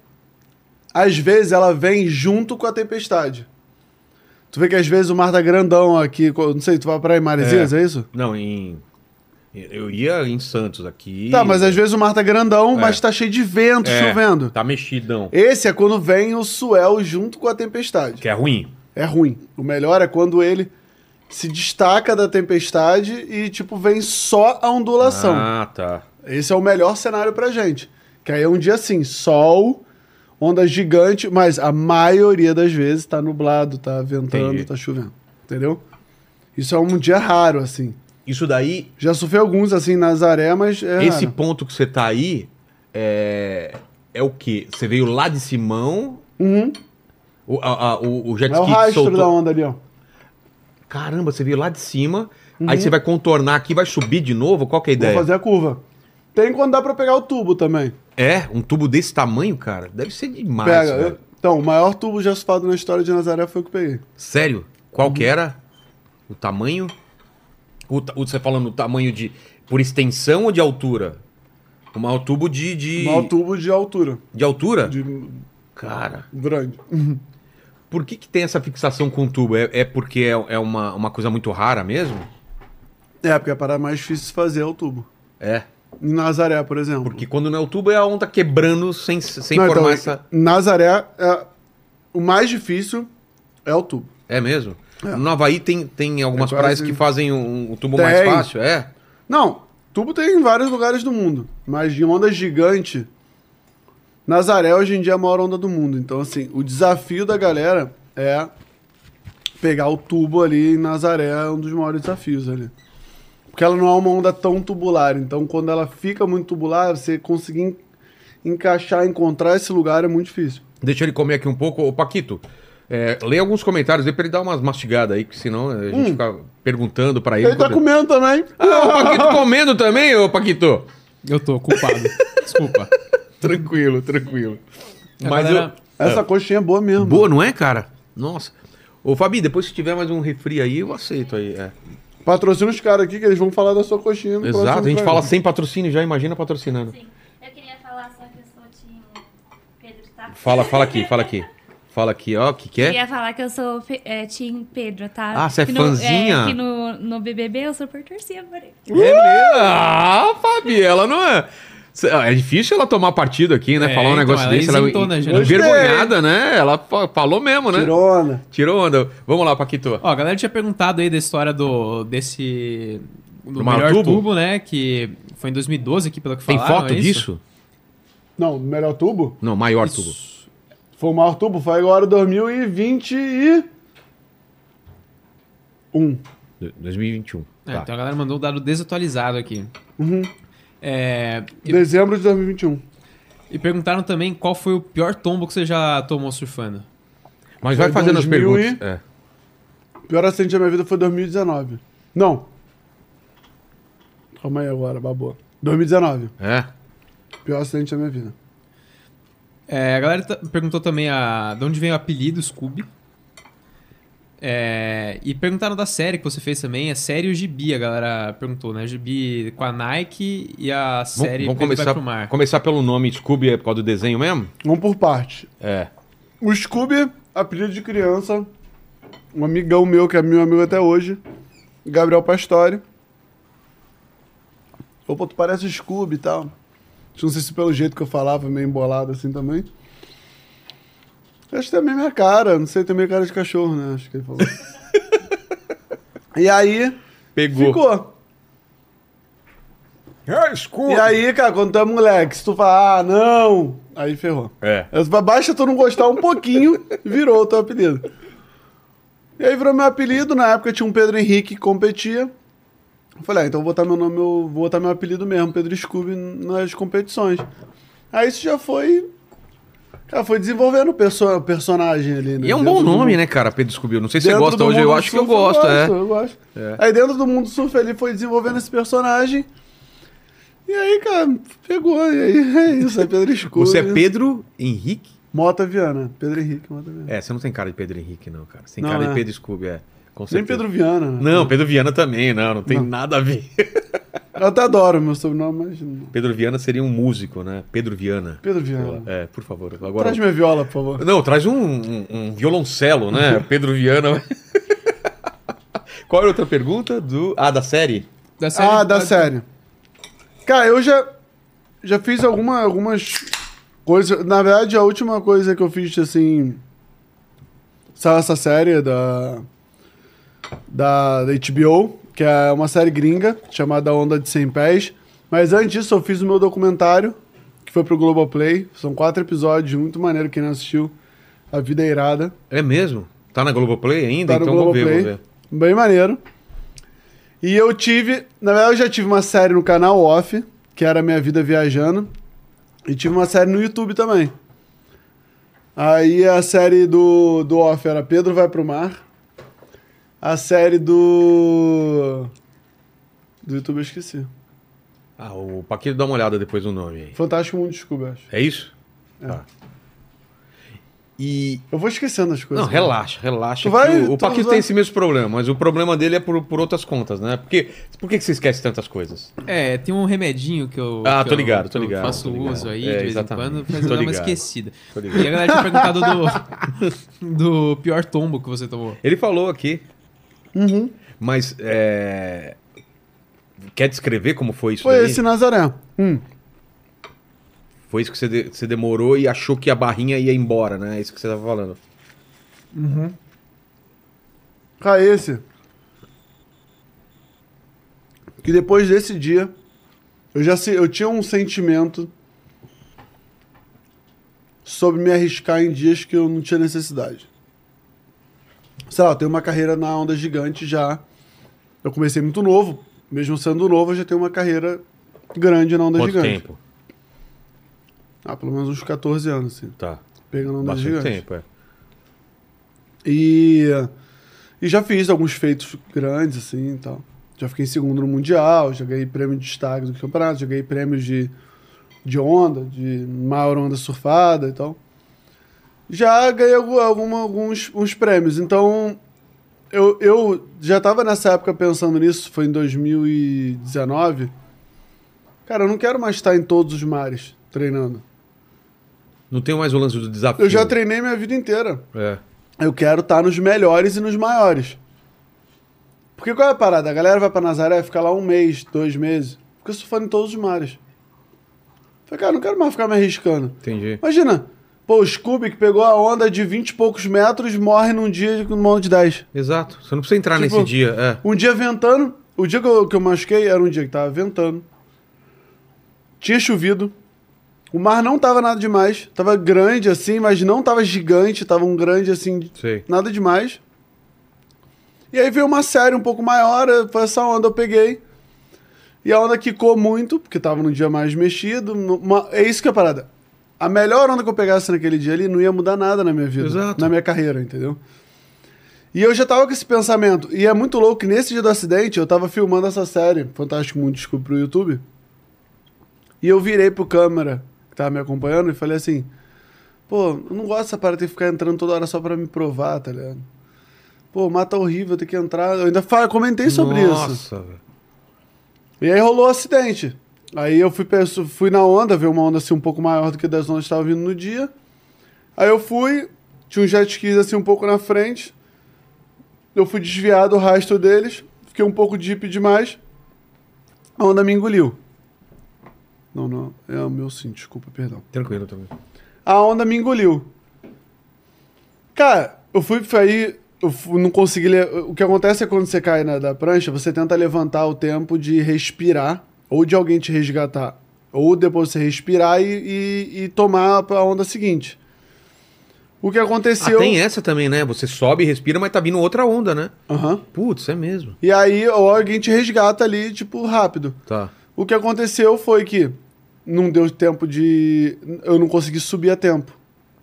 Speaker 3: às vezes, ela vem junto com a tempestade. Tu vê que às vezes o mar tá grandão aqui, co- não sei, tu vai pra Maresias, é. isso?
Speaker 1: Não, em. Eu ia em Santos aqui.
Speaker 3: Tá, mas às vezes o mar tá grandão,
Speaker 1: É.
Speaker 3: mas tá cheio de vento,
Speaker 1: É,
Speaker 3: chovendo.
Speaker 1: Tá mexidão.
Speaker 3: Esse é quando vem o suel junto com a tempestade.
Speaker 1: Que é ruim.
Speaker 3: É ruim. O melhor é quando ele se destaca da tempestade e, tipo, vem só a ondulação.
Speaker 1: Ah, tá.
Speaker 3: Esse é o melhor cenário pra gente. Que aí é um dia assim, sol, onda gigante, mas a maioria das vezes tá nublado, tá ventando,
Speaker 1: Entendi.
Speaker 3: tá chovendo. Entendeu? Isso é um dia raro, assim.
Speaker 1: Isso daí,
Speaker 3: Já sofri alguns, assim, em Nazaré, mas é
Speaker 1: esse
Speaker 3: raro.
Speaker 1: ponto que você tá aí é. É o quê? Você veio lá de Simão.
Speaker 3: Uhum.
Speaker 1: O, a- a- o, o jet
Speaker 3: É o
Speaker 1: ski
Speaker 3: rastro
Speaker 1: soltou.
Speaker 3: da onda ali, ó.
Speaker 1: Caramba, você veio lá de cima. Aí você vai contornar aqui, vai subir de novo. Qual que é a
Speaker 3: Uhum. Vou
Speaker 1: ideia?
Speaker 3: fazer a curva. Tem quando dá pra pegar o tubo também.
Speaker 1: É, um tubo desse tamanho, cara, deve ser demais.
Speaker 3: Pega.
Speaker 1: velho.
Speaker 3: eu- Então, o maior tubo já surfado na história de Nazaré foi o que eu peguei.
Speaker 1: Sério? Qual que
Speaker 3: Uhum.
Speaker 1: era? O tamanho? O, ta- o- você falando o tamanho de. por extensão ou de altura? O maior tubo de. de,
Speaker 3: O maior Um tubo de altura.
Speaker 1: de altura?
Speaker 3: De
Speaker 1: Cara.
Speaker 3: grande.
Speaker 1: Por que, que tem essa fixação com tubo? É, é porque é, é uma, uma coisa muito rara mesmo?
Speaker 3: É, porque a parada mais difícil de fazer é o tubo.
Speaker 1: É.
Speaker 3: Em Nazaré, por exemplo.
Speaker 1: Porque quando não é o tubo é a onda quebrando sem, sem
Speaker 3: Não,
Speaker 1: formar
Speaker 3: então,
Speaker 1: essa.
Speaker 3: Nazaré, é- o mais difícil é o tubo.
Speaker 1: É mesmo? No Havaí tem, tem algumas
Speaker 3: É quase-
Speaker 1: praias que fazem um, um tubo mais
Speaker 3: Tem.
Speaker 1: fácil, é?
Speaker 3: Não, tubo tem em vários lugares do mundo, mas de onda gigante, Nazaré hoje em dia é a maior onda do mundo. Então, assim, o desafio da galera é pegar o tubo ali em Nazaré, é um dos maiores desafios ali. Porque ela não é uma onda tão tubular, então quando ela fica muito tubular, você conseguir en- encaixar, encontrar esse lugar é muito difícil.
Speaker 1: Deixa ele comer aqui um pouco. Ô, Paquito, é, lê alguns comentários aí pra ele dar umas mastigadas aí, que senão é, a gente fica perguntando pra ele.
Speaker 3: Hum. Ele tá comendo também.
Speaker 1: Ah, o Paquito comendo também, ô Paquito? (laughs)
Speaker 2: Eu tô culpado. Desculpa.
Speaker 1: Tranquilo, tranquilo.
Speaker 2: A
Speaker 1: Mas
Speaker 2: galera-
Speaker 1: eu...
Speaker 3: Essa coxinha é boa mesmo.
Speaker 1: Boa, não é, cara? Nossa. Ô, Fabi, depois se tiver mais um refri aí, eu aceito aí. é.
Speaker 3: Patrocina os caras aqui que eles vão falar da sua coxinha. no
Speaker 1: Exato,
Speaker 3: próximo
Speaker 1: a gente fala assim,
Speaker 3: programa.
Speaker 1: sem patrocínio já, imagina patrocinando.
Speaker 4: Sim. Eu queria falar só que eu sou o time um Pedro, tá?
Speaker 1: Fala, fala aqui, fala aqui. Fala aqui, ó, o que que
Speaker 4: Eu
Speaker 1: é?
Speaker 4: queria falar que eu sou fe- é, Tim Pedro, tá?
Speaker 1: Ah, você é
Speaker 4: Que no-
Speaker 1: fãzinha?
Speaker 4: é, que no, no BBB eu super torcia por ele.
Speaker 1: É mesmo? Ah, Fabi, ela não é... Cê- É difícil ela tomar partido aqui, né?
Speaker 2: É,
Speaker 1: falar um
Speaker 2: então,
Speaker 1: negócio
Speaker 2: ela
Speaker 1: desse, ela
Speaker 2: isentona, já,
Speaker 1: é
Speaker 2: né?
Speaker 1: envergonhada, né? Ela fa- falou mesmo, né? Tirou,
Speaker 3: Tirona.
Speaker 1: onda. Vamos lá, Paquito.
Speaker 2: Ó, a galera tinha perguntado aí da história do. desse.
Speaker 1: Do
Speaker 2: Do
Speaker 1: maior
Speaker 2: melhor
Speaker 1: tubo?
Speaker 2: tubo? né? Que foi em 2012 aqui, pelo que
Speaker 1: Tem
Speaker 2: falaram.
Speaker 1: foto
Speaker 2: é isso?
Speaker 1: disso?
Speaker 3: Não, o melhor tubo?
Speaker 1: Não, maior
Speaker 2: Isso.
Speaker 1: tubo.
Speaker 3: Foi o maior tubo, foi agora 2021.
Speaker 1: Do- 2021.
Speaker 2: É,
Speaker 1: tá.
Speaker 2: Então a galera mandou um dado desatualizado aqui.
Speaker 3: Uhum.
Speaker 2: É, e,
Speaker 3: Dezembro de 2021.
Speaker 2: e perguntaram também qual foi o pior tombo que você já tomou surfando.
Speaker 1: Mas vai
Speaker 3: Foi
Speaker 1: fazendo as
Speaker 3: 2000 e-
Speaker 1: perguntas. É.
Speaker 3: O pior acidente da minha vida foi 2019. Não. Calma aí agora, babou. 2019.
Speaker 1: É.
Speaker 3: Pior acidente da minha vida.
Speaker 2: É, a galera ta- perguntou também a, de onde vem o apelido Scooby. É, e perguntaram da série que você fez também, a série e o Gibi, a galera perguntou, né? O Gibi com a Nike e a série
Speaker 1: Vamos, vamos
Speaker 2: Pedro vai pro
Speaker 1: começar,
Speaker 2: mar.
Speaker 1: começar pelo nome Scooby, é por causa do desenho mesmo?
Speaker 3: Vamos Um por parte.
Speaker 1: É.
Speaker 3: O Scooby, apelido de criança, um amigão meu, que é meu amigo até hoje, Gabriel Pastore. Ô, pô, tu parece o Scooby e tal. Não sei se pelo jeito que eu falava, meio embolado assim também. Eu Acho que também é minha cara, não sei, também cara de cachorro, né? Acho que ele falou. e aí,
Speaker 1: Pegou.
Speaker 3: ficou. Ah,
Speaker 1: É, Scooby.
Speaker 3: E aí, cara, quando tu é moleque, se tu fala, ah, não, aí ferrou.
Speaker 1: É.
Speaker 3: Aí você fala, Basta tu não gostar um pouquinho, virou o teu apelido. E aí virou meu apelido, na época tinha um Pedro Henrique que competia. Eu falei, ah, então vou botar meu nome, eu vou botar meu apelido mesmo, Pedro Scooby, nas competições. Aí isso já foi. Cara, foi desenvolvendo o perso- personagem ali, né?
Speaker 1: E é um
Speaker 3: Dentro
Speaker 1: bom
Speaker 3: do
Speaker 1: nome,
Speaker 3: mundo-
Speaker 1: né, cara? Pedro Scooby. Eu não sei se
Speaker 3: dentro
Speaker 1: você gosta
Speaker 3: do
Speaker 1: hoje, eu
Speaker 3: mundo
Speaker 1: acho que eu
Speaker 3: surf,
Speaker 1: gosto, é.
Speaker 3: Eu gosto. Aí dentro do mundo surf ele foi desenvolvendo esse personagem. E aí, cara, pegou. E aí (laughs) é isso, é Pedro Escuro.
Speaker 1: Você é Pedro Henrique?
Speaker 3: Mota Viana. Pedro Henrique, Mota Viana.
Speaker 1: É, você não tem cara de Pedro Henrique, não, cara. Você tem
Speaker 3: Não,
Speaker 1: cara de
Speaker 3: é.
Speaker 1: Pedro Scooby, é. Com
Speaker 3: Nem
Speaker 1: certeza.
Speaker 3: Pedro Viana. né?
Speaker 1: Não, Pedro Viana também, não. Não tem nada a ver. (laughs)
Speaker 3: Eu até adoro meu sobrenome, mas. não.
Speaker 1: Pedro Viana seria um músico, né? Pedro Viana.
Speaker 3: Pedro
Speaker 1: Sei lá.
Speaker 3: Viana.
Speaker 1: É, por favor. Agora.
Speaker 3: Traz minha viola, por favor.
Speaker 1: Não, traz um, um- um violoncelo,
Speaker 3: (laughs)
Speaker 1: né? Pedro Viana. Qual era a outra pergunta? Do... Ah, da série?
Speaker 2: Da
Speaker 3: ah, da
Speaker 2: pode-
Speaker 3: série. Cara, eu já, já fiz alguma, algumas coisas. Na verdade, a última coisa que eu fiz, assim. Sabe essa série da. Da, da HBO, que é uma série gringa, chamada Onda de 100 Pés. Mas antes disso, eu fiz o meu documentário, que foi pro Globoplay. São quatro episódios, muito maneiro quem não assistiu. A Vida é Irada.
Speaker 1: É mesmo? Tá na Globoplay ainda?
Speaker 3: Tá no
Speaker 1: então vou ver, vou
Speaker 3: Globoplay.
Speaker 1: ver.
Speaker 3: Bem maneiro. E eu tive. Na verdade, eu já tive uma série no canal Off, que era Minha Vida Viajando. E tive uma série no YouTube também. Aí a série do, do Off era Pedro Vai Pro Mar. A série do. Do YouTube eu esqueci.
Speaker 1: Ah, o Paquito dá uma olhada depois no nome aí.
Speaker 3: Fantástico Mundo Desculpa, eu acho.
Speaker 1: É isso? Tá. E.
Speaker 3: Eu vou esquecendo as coisas.
Speaker 1: Não, relaxa, relaxa.
Speaker 3: né? Tu
Speaker 1: que
Speaker 3: vai-
Speaker 1: o o
Speaker 3: tu
Speaker 1: Paquito
Speaker 3: vai-
Speaker 1: tem esse mesmo problema, mas o problema dele é por, por outras contas, né? Porque, por que que você esquece tantas coisas?
Speaker 2: É, tem um remedinho que eu.
Speaker 1: Ah,
Speaker 2: que
Speaker 1: tô
Speaker 2: eu-
Speaker 1: ligado,
Speaker 2: que
Speaker 1: tô
Speaker 2: eu
Speaker 1: ligado,
Speaker 2: Faço
Speaker 1: tô ligado.
Speaker 2: uso aí
Speaker 1: É,
Speaker 2: de vez em
Speaker 1: exatamente.
Speaker 2: quando,
Speaker 1: Tô
Speaker 2: mas eu dou uma
Speaker 1: ligado.
Speaker 2: esquecida.
Speaker 1: Tô
Speaker 2: E a
Speaker 1: ligado.
Speaker 2: galera
Speaker 3: (laughs)
Speaker 2: tinha perguntado do, do pior tombo que você tomou.
Speaker 1: Ele falou aqui,
Speaker 3: Uhum.
Speaker 1: mas. é, Quer descrever como foi isso?
Speaker 3: Foi
Speaker 1: daí?
Speaker 3: esse Nazaré. Hum.
Speaker 1: Foi isso que você, de- você demorou e achou que a barrinha ia embora, né? É isso que você tava falando.
Speaker 3: Pra esse. Que depois desse dia, eu já se- eu tinha um sentimento sobre me arriscar em dias que eu não tinha necessidade. Sei lá, eu tenho uma carreira na onda gigante já. Eu comecei muito novo, mesmo sendo novo, eu já tenho uma carreira grande na onda
Speaker 1: Quanto
Speaker 3: gigante.
Speaker 1: tempo?
Speaker 3: Ah, pelo menos uns 14 anos, assim,
Speaker 1: Tá.
Speaker 3: pegando a onda
Speaker 1: Bastante
Speaker 3: gigante.
Speaker 1: tempo, é.
Speaker 3: E, e já fiz alguns feitos grandes, assim, e tal. Já fiquei em segundo no Mundial, já ganhei prêmio de destaque do campeonato, já ganhei prêmios de, de onda, de maior onda surfada e tal. já ganhei algu- alguma- alguns uns prêmios. Então, eu, eu já tava nessa época pensando nisso, foi em 2019. Cara, eu não quero mais estar em todos os mares treinando.
Speaker 1: Não tem mais o lance do desafio.
Speaker 3: Eu já treinei minha vida inteira.
Speaker 1: É.
Speaker 3: Eu quero estar nos melhores e nos maiores. Porque qual é a parada? A galera vai pra Nazaré, fica lá um mês, dois meses. Fica surfando em todos os mares. Falei, cara, eu não quero mais ficar me arriscando.
Speaker 1: Entendi.
Speaker 3: Imagina, pô, o Scooby que pegou a onda de 20 e poucos metros morre num dia com uma onda de 10.
Speaker 1: Exato. Você não precisa entrar
Speaker 3: Tipo,
Speaker 1: nesse dia. É.
Speaker 3: Um dia ventando, o dia que eu, que eu machuquei era um dia que tava ventando. Tinha chovido. O mar não tava nada demais. Tava grande assim, mas não tava gigante. Tava um grande assim,
Speaker 1: Sei.
Speaker 3: nada demais. E aí veio uma série um pouco maior, foi essa onda eu peguei. E a onda quicou muito, porque tava num dia mais mexido. numa- é isso que é a parada. A melhor onda que eu pegasse naquele dia ali não ia mudar nada na minha vida,
Speaker 1: Exato.
Speaker 3: na minha carreira, entendeu? E eu já tava com esse pensamento. E é muito louco que nesse dia do acidente eu tava filmando essa série, Fantástico Mundo Desculpa pro YouTube. E eu virei pro câmera que tava me acompanhando e falei assim: Pô, eu não gosto dessa parada de ficar entrando toda hora só pra me provar, tá ligado? Pô, mata horrível, tem que entrar. Eu ainda fa- comentei sobre
Speaker 1: Nossa,
Speaker 3: isso.
Speaker 1: velho.
Speaker 3: E aí rolou o acidente. Aí eu fui, perso- fui na onda, ver uma onda assim um pouco maior do que das ondas que tava vindo no dia. Aí eu fui, tinha um jet ski assim um pouco na frente. Eu fui desviar do rastro deles, fiquei um pouco deep demais. A onda me engoliu. Não, não, é o meu sim, desculpa, perdão.
Speaker 1: Tranquilo também.
Speaker 3: A onda me engoliu. Cara, eu fui fui aí. Eu fu- não consegui. le- O que acontece é quando você cai na, da prancha, você tenta levantar o tempo de respirar, ou de alguém te resgatar, ou depois você respirar e, e- e tomar a onda seguinte. O que
Speaker 1: Ah,
Speaker 3: aconteceu.
Speaker 1: tem essa também, né? Você sobe, respira, mas tá vindo outra onda, né?
Speaker 3: Aham.
Speaker 1: Putz, é mesmo.
Speaker 3: E aí, ou alguém te resgata ali, tipo, rápido.
Speaker 1: Tá.
Speaker 3: O que aconteceu foi que não deu tempo de. Eu não consegui subir a tempo.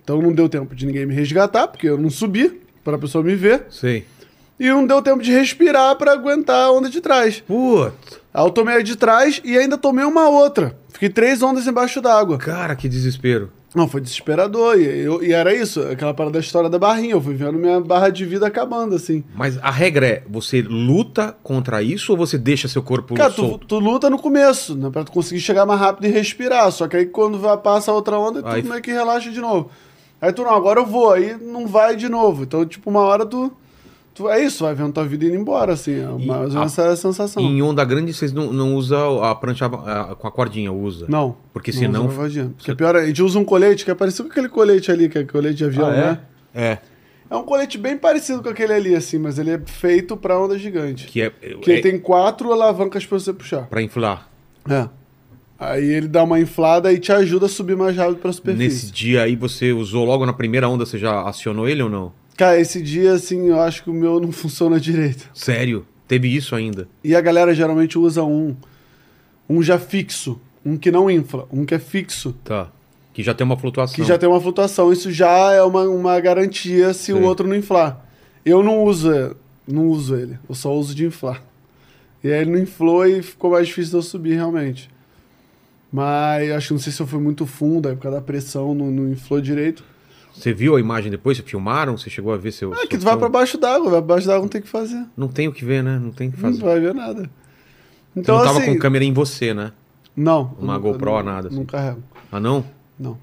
Speaker 3: Então não deu tempo de ninguém me resgatar, porque eu não subi pra pessoa me ver.
Speaker 1: Sei.
Speaker 3: E não deu tempo de respirar pra aguentar a onda de trás.
Speaker 1: Putz.
Speaker 3: Aí eu tomei a de trás e ainda tomei uma outra. Fiquei três ondas embaixo d'água.
Speaker 1: Cara, que desespero.
Speaker 3: Não, foi desesperador. E, eu- e era isso, aquela parada da história da barrinha. Eu fui vendo minha barra de vida acabando, assim.
Speaker 1: Mas a regra é, você luta contra isso ou você deixa seu corpo
Speaker 3: Cara, tu,
Speaker 1: solto?
Speaker 3: tu luta no começo, né? Pra tu conseguir chegar mais rápido e respirar. Só que aí quando vai, passa a outra onda,
Speaker 1: Aí-
Speaker 3: tu meio que relaxa de novo. Aí tu, não, agora eu vou, aí não vai de novo. Então, tipo, uma hora tu. tu é isso, vai vendo tua vida indo embora, assim. É
Speaker 1: E
Speaker 3: mais
Speaker 1: a-
Speaker 3: ou menos essa sensação.
Speaker 1: Em onda grande, vocês não, não usam a prancha a- com a cordinha, usa.
Speaker 3: Não.
Speaker 1: Porque
Speaker 3: não
Speaker 1: senão-
Speaker 3: usa gravadinha. Porque pior, é, a gente usa um colete que é parecido com aquele colete ali, que é colete de avião,
Speaker 1: Ah, é?
Speaker 3: né?
Speaker 1: É.
Speaker 3: É um colete bem parecido com aquele ali, assim, mas ele é feito pra onda gigante.
Speaker 1: Que é,
Speaker 3: Que
Speaker 1: é
Speaker 3: tem quatro alavancas pra você puxar.
Speaker 1: pra inflar.
Speaker 3: É. Aí ele dá uma inflada e te ajuda a subir mais rápido pra superfície.
Speaker 1: Nesse dia aí, você usou logo na primeira onda, você já acionou ele ou não?
Speaker 3: Cara, esse dia, assim, eu acho que o meu não (laughs) funciona direito.
Speaker 1: Sério? Teve isso ainda?
Speaker 3: E a galera geralmente usa um. Um já fixo. Um que não infla. Um que é fixo.
Speaker 1: Tá. Que já tem uma flutuação.
Speaker 3: Que já tem uma flutuação. Isso já é uma, uma garantia se
Speaker 1: Sim.
Speaker 3: o outro não inflar. Eu não uso, é, não uso ele. Eu só uso de inflar. E aí ele não inflou e ficou mais difícil de eu subir, realmente. Mas acho que não sei se eu fui muito fundo, aí por causa da pressão não, não inflou direito.
Speaker 1: Você viu a imagem depois? Você filmaram? Você chegou a ver seu.
Speaker 3: Ah, que
Speaker 1: seu
Speaker 3: tu vai pra
Speaker 1: filme?
Speaker 3: baixo d'água, vai pra baixo d'água não tem o que fazer.
Speaker 1: Não tem o que ver, né? Não tem o que fazer.
Speaker 3: Não vai ver nada.
Speaker 1: Você
Speaker 3: Então,
Speaker 1: não tava
Speaker 3: assim.
Speaker 1: com câmera em você, né?
Speaker 3: Não.
Speaker 1: uma
Speaker 3: eu não-
Speaker 1: GoPro,
Speaker 3: eu não-
Speaker 1: nada, assim.
Speaker 3: Não carrego.
Speaker 1: Ah, não?
Speaker 3: Não.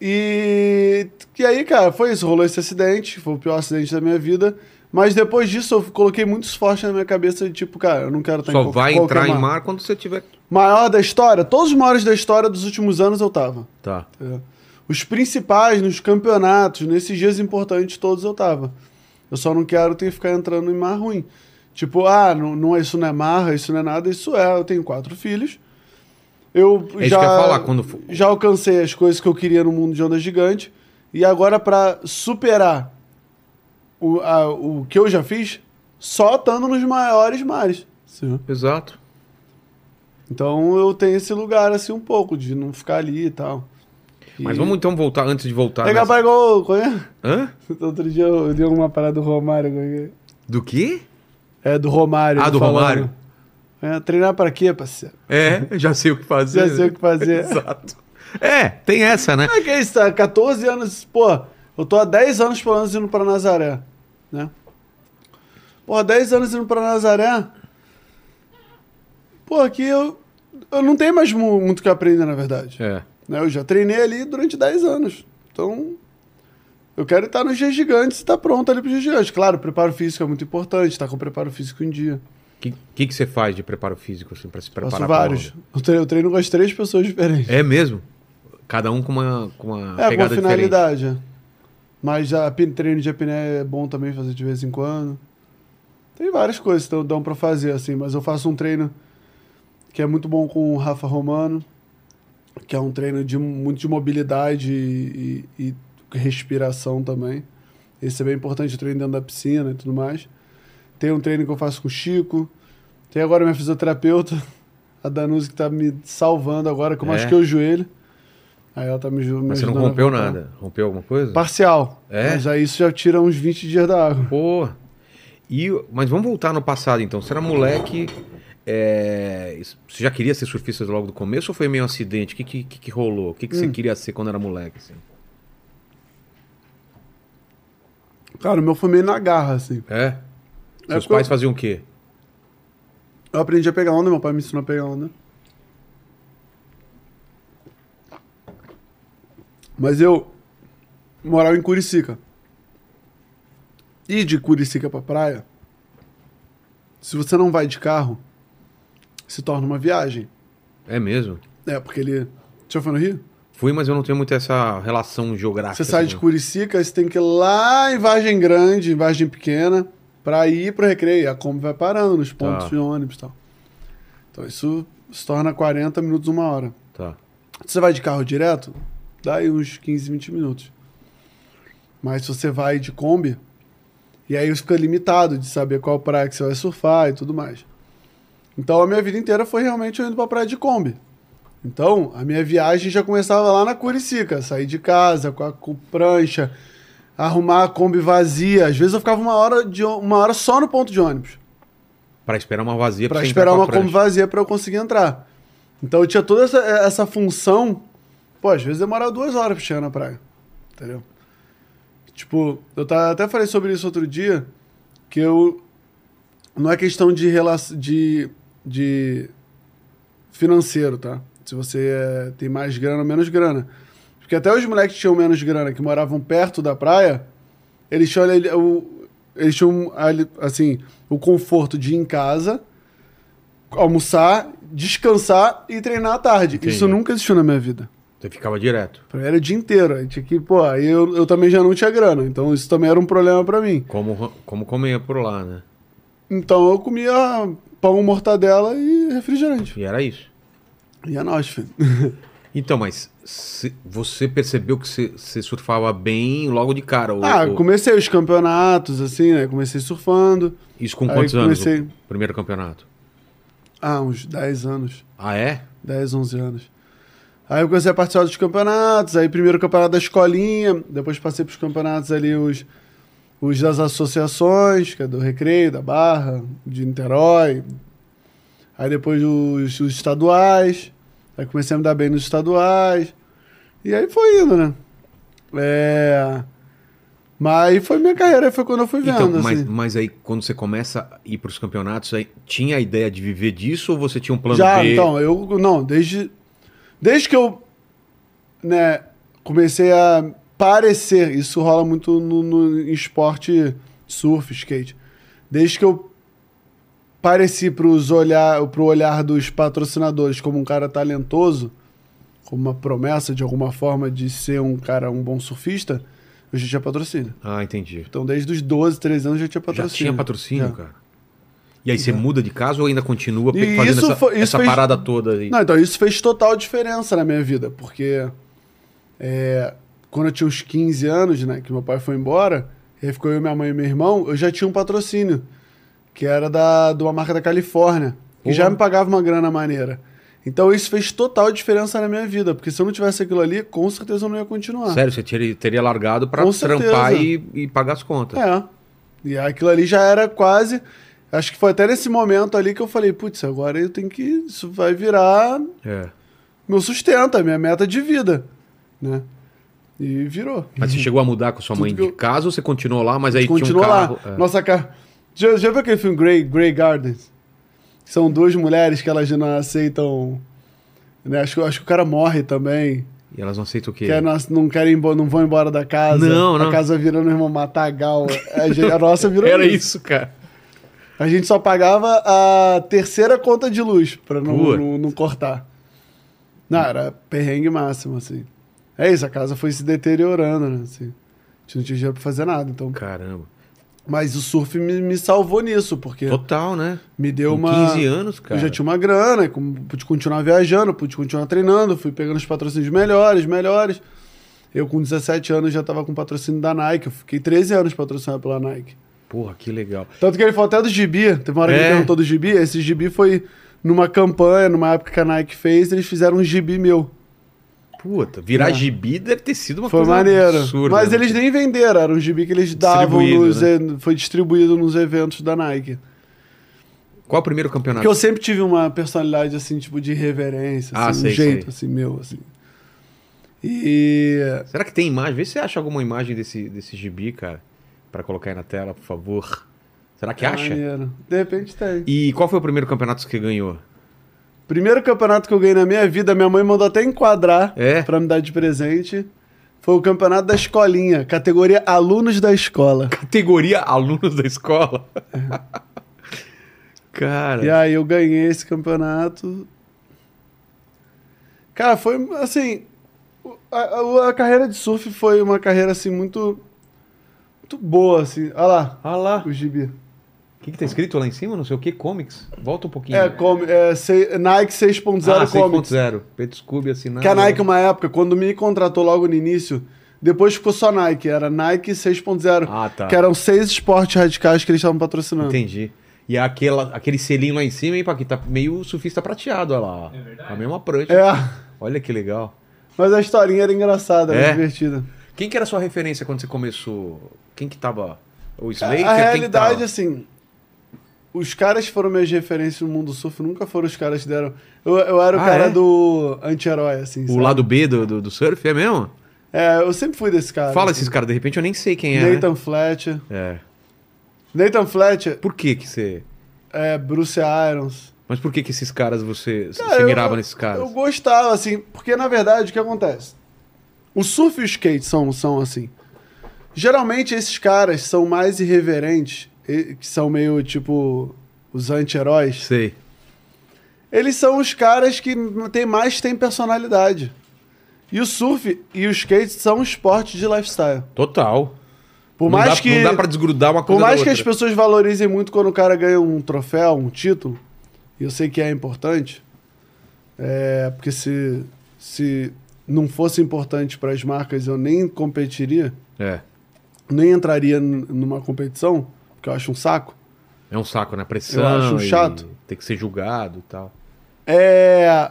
Speaker 3: E, e aí, cara, foi isso. Rolou esse acidente, foi o pior acidente da minha vida. Mas depois disso, eu coloquei muito esforço na minha cabeça de tipo, cara, eu não quero estar
Speaker 1: Só
Speaker 3: em qual- é
Speaker 1: vai
Speaker 3: qualquer
Speaker 1: entrar em mar quando você tiver.
Speaker 3: Maior da história, todos os maiores da história dos últimos anos eu tava.
Speaker 1: Tá.
Speaker 3: entendeu? Os principais, nos campeonatos, nesses dias importantes todos eu tava. Eu só não quero ter que ficar entrando em mar ruim. Tipo, ah, não, não, é- isso não é marra, isso não é nada, isso é. Eu tenho quatro filhos. Eu
Speaker 1: É isso
Speaker 3: já
Speaker 1: que eu ia falar, quando for-
Speaker 3: já alcancei as coisas que eu queria no mundo de onda gigante. E agora, pra superar o, a- o que eu já fiz, só estando nos maiores mares.
Speaker 1: Exato.
Speaker 3: Então eu tenho esse lugar, assim, um pouco, de não ficar ali e tal.
Speaker 1: Mas
Speaker 3: E-
Speaker 1: vamos então voltar antes de voltar.
Speaker 3: é
Speaker 1: nessa-
Speaker 3: capaz igual. Qual é?
Speaker 1: Hã?
Speaker 3: (laughs) Outro dia eu li alguma parada do Romário. qual é que
Speaker 1: Do quê?
Speaker 3: É É, do Romário.
Speaker 1: Ah,
Speaker 3: ele
Speaker 1: do
Speaker 3: falando.
Speaker 1: Romário?
Speaker 3: É, treinar pra quê, parceiro? (laughs)
Speaker 1: É, já sei o que fazer. (laughs)
Speaker 3: Já sei o que fazer.
Speaker 1: Exato. É, tem essa, né?
Speaker 3: Como é que é isso? tá? 14 anos, pô. Eu tô há 10 anos pelo menos indo pra Nazaré, né? Porra, 10 anos indo pra Nazaré. Pô, aqui eu, eu não tenho mais mu- muito o que aprender, na verdade.
Speaker 1: É.
Speaker 3: né? Eu já treinei ali durante 10 anos. Então, eu quero estar nos dias gigantes e estar pronto ali para os dias gigantes. Claro, o preparo físico é muito importante, estar com o preparo físico em dia.
Speaker 1: O que, que, que você faz de preparo físico, assim, pra se preparar?
Speaker 3: Faço
Speaker 1: pra
Speaker 3: vários.
Speaker 1: aula?
Speaker 3: Eu treino, eu treino com as três pessoas diferentes.
Speaker 1: É mesmo? Cada um com uma, com uma
Speaker 3: É, com a
Speaker 1: pegada diferente.
Speaker 3: finalidade. é. Mas a pi- treino de apneia é bom também fazer de vez em quando. Tem várias coisas que dão para fazer, assim. Mas eu faço um treino que é muito bom com o Rafa Romano, que é um treino de, muito de mobilidade e, e- e respiração também. Esse é bem importante, o treino dentro da piscina e tudo mais. Tem um treino que eu faço com o Chico. Tem agora minha fisioterapeuta, (laughs) a Danuse, que tá me salvando agora, que eu
Speaker 1: É?
Speaker 3: machuquei o joelho. Aí ela tá me, ju- me
Speaker 1: Mas você não
Speaker 3: ajudando a
Speaker 1: rompeu
Speaker 3: voltar.
Speaker 1: nada? Rompeu alguma coisa?
Speaker 3: Parcial.
Speaker 1: É?
Speaker 3: Mas aí isso já tira uns 20 dias da água.
Speaker 1: Pô. E, o- mas vamos voltar no passado, então. Você era moleque. é, isso- você já queria ser surfista logo do começo ou foi meio um acidente? O que, que, que, que rolou? O que, que
Speaker 3: Hum.
Speaker 1: você queria ser quando era moleque? assim?
Speaker 3: Cara, o meu foi meio na garra, assim.
Speaker 1: É? Seus
Speaker 3: porque eu-
Speaker 1: pais faziam o quê?
Speaker 3: Eu aprendi a pegar onda, meu pai me ensinou a pegar onda. Mas eu morava em Curicica. E de Curicica pra praia, se você não vai de carro, se torna uma viagem.
Speaker 1: É mesmo?
Speaker 3: É, porque ele. Você já foi no Rio?
Speaker 1: Fui, mas eu não tenho muito essa relação geográfica.
Speaker 3: Você sai de
Speaker 1: assim.
Speaker 3: Curicica, você tem que ir lá em Vargem Grande, em Vargem Pequena, pra ir pro recreio. E A Kombi vai parando nos pontos
Speaker 1: Tá.
Speaker 3: de ônibus e tal. Então isso se torna 40 minutos, uma hora.
Speaker 1: Tá.
Speaker 3: Se você vai de carro direto, dá aí uns 15, 20 minutos. Mas se você vai de Kombi, e aí você fica limitado de saber qual praia que você vai surfar e tudo mais. Então a minha vida inteira foi realmente eu indo pra praia de Kombi. Então, a minha viagem já começava lá na Curicica, sair de casa com a com prancha, arrumar a Kombi vazia. Às vezes eu ficava uma hora, de, ô- uma hora só no ponto de ônibus.
Speaker 1: Pra esperar uma vazia
Speaker 3: Pra
Speaker 1: você entrar
Speaker 3: esperar
Speaker 1: com a
Speaker 3: uma Kombi
Speaker 1: prancha.
Speaker 3: vazia pra eu conseguir entrar. Então eu tinha toda essa, essa função. Pô, às vezes demorava duas horas pra chegar na praia. Entendeu? Tipo, eu tá- até falei sobre isso outro dia, que eu. Não é questão de relação. De, de financeiro, tá? Se você é, tem mais grana ou menos grana. Porque até os moleques que tinham menos grana, que moravam perto da praia, eles tinham, ali- o, eles tinham ali- assim, o conforto de ir em casa, almoçar, descansar e treinar à tarde.
Speaker 1: Entendi.
Speaker 3: Isso nunca existiu na minha vida.
Speaker 1: Você ficava direto.
Speaker 3: Pra mim era o dia inteiro. Aí tinha que, pô, aí eu, eu também já não tinha grana. Então isso também era um problema pra mim.
Speaker 1: Como, como comia por lá, né?
Speaker 3: Então eu comia pão, mortadela e refrigerante.
Speaker 1: E era isso.
Speaker 3: E é nóis, filho.
Speaker 1: Então, mas se- você percebeu que você, você surfava bem logo de cara? Ou,
Speaker 3: Ah,
Speaker 1: ou-
Speaker 3: comecei os campeonatos, assim, né? Comecei surfando.
Speaker 1: Isso com
Speaker 3: aí
Speaker 1: quantos anos?
Speaker 3: comecei-
Speaker 1: O primeiro campeonato.
Speaker 3: Ah, uns 10 anos.
Speaker 1: Ah, é?
Speaker 3: 10, 11 anos. Aí eu comecei a participar dos campeonatos, aí primeiro o campeonato da escolinha, depois passei pros campeonatos ali, os, os das associações, que é do Recreio, da Barra, de Niterói. Aí depois os, os estaduais, aí comecei a me dar bem nos estaduais. E aí foi indo, né? É... Mas aí foi minha carreira, aí foi quando eu fui vendo,
Speaker 1: Então, mas,
Speaker 3: assim.
Speaker 1: mas aí quando você começa a ir para os campeonatos, aí tinha a ideia de viver disso ou você tinha um plano
Speaker 3: Já,
Speaker 1: B?
Speaker 3: então, eu não, desde desde que eu né, comecei a parecer, isso rola muito no, no- em esporte surf, skate. Desde que eu pareci pros olhar, pro olhar dos patrocinadores como um cara talentoso, como uma promessa de alguma forma de ser um cara um bom surfista, eu já tinha patrocínio.
Speaker 1: Ah, entendi.
Speaker 3: Então, desde os 12, 13 anos eu já tinha
Speaker 1: Já
Speaker 3: patrocínio. É.
Speaker 1: tinha patrocínio,
Speaker 3: Já.
Speaker 1: cara. E aí você muda de casa ou ainda continua
Speaker 3: E
Speaker 1: fazendo
Speaker 3: isso
Speaker 1: essa,
Speaker 3: foi- isso
Speaker 1: essa
Speaker 3: fez-
Speaker 1: parada toda aí?
Speaker 3: Não, então isso fez total diferença na minha vida, porque é, quando eu tinha uns 15 anos, né, que meu pai foi embora, e aí ficou eu, minha mãe e meu irmão, eu já tinha um patrocínio, que era da, de uma marca da Califórnia, que
Speaker 1: Porra.
Speaker 3: já me pagava uma grana maneira. Então isso fez total diferença na minha vida, porque se eu não tivesse aquilo ali, com certeza eu não ia continuar.
Speaker 1: Sério, você teria, teria largado para
Speaker 3: Com
Speaker 1: trampar e,
Speaker 3: certeza.
Speaker 1: e pagar as contas.
Speaker 3: É. E aquilo ali já era quase. Acho que foi até nesse momento ali que eu falei, putz, agora eu tenho que. Isso vai virar
Speaker 1: É.
Speaker 3: meu sustento, a minha meta de vida, né? E virou.
Speaker 1: Mas você chegou a mudar com sua mãe
Speaker 3: que eu-
Speaker 1: de casa ou você continuou lá, mas aí
Speaker 3: Continua
Speaker 1: tinha um carro...
Speaker 3: lá.
Speaker 1: é.
Speaker 3: Nossa cara. Já, já viu aquele filme Grey, Grey Gardens? São duas mulheres que elas não aceitam. né, Acho, que- acho que o cara morre também.
Speaker 1: E elas não aceitam o quê?
Speaker 3: Que é, não, não querem embo- não vão embora da casa.
Speaker 1: Não, não.
Speaker 3: A casa virou meu irmão Matagal. A, gente- a nossa virou
Speaker 1: Era isso, cara.
Speaker 3: A gente só pagava a terceira conta de luz pra não,
Speaker 1: Putz.
Speaker 3: não, não cortar. Não, era perrengue máximo, assim. É isso, a casa foi se deteriorando, né? Assim. A gente não tinha dinheiro pra fazer nada, então.
Speaker 1: Caramba.
Speaker 3: Mas o surf me, me salvou nisso, porque
Speaker 1: Total, né?
Speaker 3: me deu
Speaker 1: Com
Speaker 3: uma.
Speaker 1: 15 anos, cara.
Speaker 3: Eu já tinha uma grana, com- pude continuar viajando, pude continuar treinando, fui pegando os patrocínios melhores, melhores. Eu, com 17 anos, já tava com patrocínio da Nike. Eu fiquei 13 anos patrocinado pela Nike.
Speaker 1: Porra, que legal.
Speaker 3: Tanto que ele falou até do gibi. Teve uma hora que
Speaker 1: É.
Speaker 3: ele perguntou do gibi. Esse gibi foi numa campanha, numa época que a Nike fez, eles fizeram um gibi meu.
Speaker 1: Puta, virar
Speaker 3: É.
Speaker 1: gibi deve ter sido uma
Speaker 3: Foi
Speaker 1: coisa
Speaker 3: maneiro.
Speaker 1: absurda.
Speaker 3: Mas
Speaker 1: né?
Speaker 3: eles nem venderam, era um gibi que eles davam
Speaker 1: Distribuído, né?
Speaker 3: nos. e- Foi distribuído nos eventos da Nike.
Speaker 1: Qual o primeiro
Speaker 3: Porque
Speaker 1: campeonato?
Speaker 3: eu sempre tive uma personalidade, assim, tipo, de reverência,
Speaker 1: Ah,
Speaker 3: assim, um
Speaker 1: sei,
Speaker 3: jeito,
Speaker 1: sei.
Speaker 3: assim, meu, assim. E.
Speaker 1: Será que tem imagem? Vê se você acha alguma imagem desse, desse gibi, cara, pra colocar aí na tela, por favor. Será que
Speaker 3: é
Speaker 1: acha?
Speaker 3: maneiro. De repente tem.
Speaker 1: E qual foi o primeiro campeonato que você ganhou?
Speaker 3: Primeiro campeonato que eu ganhei na minha vida, minha mãe mandou até enquadrar
Speaker 1: É?
Speaker 3: pra me dar de presente. Foi o campeonato da escolinha, categoria alunos da escola.
Speaker 1: Categoria alunos da escola. (laughs) cara,
Speaker 3: E aí eu ganhei esse campeonato. Cara, foi assim. o- A, a- a carreira de surf foi uma carreira assim muito. Muito boa, assim. Olha lá,
Speaker 1: olha lá.
Speaker 3: o gibi.
Speaker 1: O que, que tá escrito lá em cima? Não sei o que, comics. Volta um pouquinho.
Speaker 3: É, com, é sei- Nike 6.0
Speaker 1: ah,
Speaker 3: Comics. é
Speaker 1: 6.0. Preto Scooby assinado.
Speaker 3: Que a Nike, uma época, quando me contratou logo no início, depois ficou só Nike, era Nike 6.0.
Speaker 1: Ah, tá.
Speaker 3: Que eram seis esportes radicais que eles estavam patrocinando.
Speaker 1: Entendi. E aquela, aquele selinho lá em cima, hein, Paquita? Tá meio surfista prateado, olha lá. É verdade. A mesma prancha.
Speaker 3: É,
Speaker 1: Olha que legal.
Speaker 3: mas a historinha era engraçada, era
Speaker 1: É?
Speaker 3: divertida.
Speaker 1: Quem que era a sua referência quando você começou? Quem que tava? O
Speaker 3: A-
Speaker 1: Slater?
Speaker 3: a
Speaker 1: Quem que
Speaker 3: realidade,
Speaker 1: tava?
Speaker 3: assim, os caras que foram minhas referências no mundo surf, nunca foram os caras que deram. Eu, eu era o
Speaker 1: Ah,
Speaker 3: cara
Speaker 1: é?
Speaker 3: do anti-herói, assim.
Speaker 1: O
Speaker 3: sabe?
Speaker 1: lado B do, do, do surf, é mesmo?
Speaker 3: É, eu sempre fui desse cara.
Speaker 1: Fala
Speaker 3: assim.
Speaker 1: esses caras, de repente eu nem sei quem é.
Speaker 3: Nathan Fletcher.
Speaker 1: Né? É.
Speaker 3: Nathan Fletcher
Speaker 1: Por que que você...
Speaker 3: é Bruce Irons.
Speaker 1: Mas por que que esses caras, você,
Speaker 3: Cara,
Speaker 1: você
Speaker 3: eu-
Speaker 1: mirava nesses caras?
Speaker 3: Eu gostava, assim, porque na verdade o que acontece? O surf e o skate são, são assim. Geralmente esses caras são mais irreverentes, e- que são meio tipo os anti-heróis.
Speaker 1: Sei.
Speaker 3: Eles são os caras que tem mais tem personalidade. E o surf e o skate são esportes de lifestyle.
Speaker 1: Total.
Speaker 3: Por
Speaker 1: não,
Speaker 3: mais
Speaker 1: dá,
Speaker 3: que
Speaker 1: não dá pra desgrudar uma
Speaker 3: por
Speaker 1: coisa
Speaker 3: mais
Speaker 1: da
Speaker 3: que as
Speaker 1: outra.
Speaker 3: pessoas valorizem muito quando o cara ganha um troféu, um título, e eu sei que é importante, é, porque se, se não fosse importante para as marcas, eu nem competiria,
Speaker 1: É.
Speaker 3: nem entraria n- numa competição, porque eu acho um saco.
Speaker 1: É um saco, né? Pressão.
Speaker 3: Eu acho
Speaker 1: e
Speaker 3: chato.
Speaker 1: Tem que ser julgado e tal.
Speaker 3: É,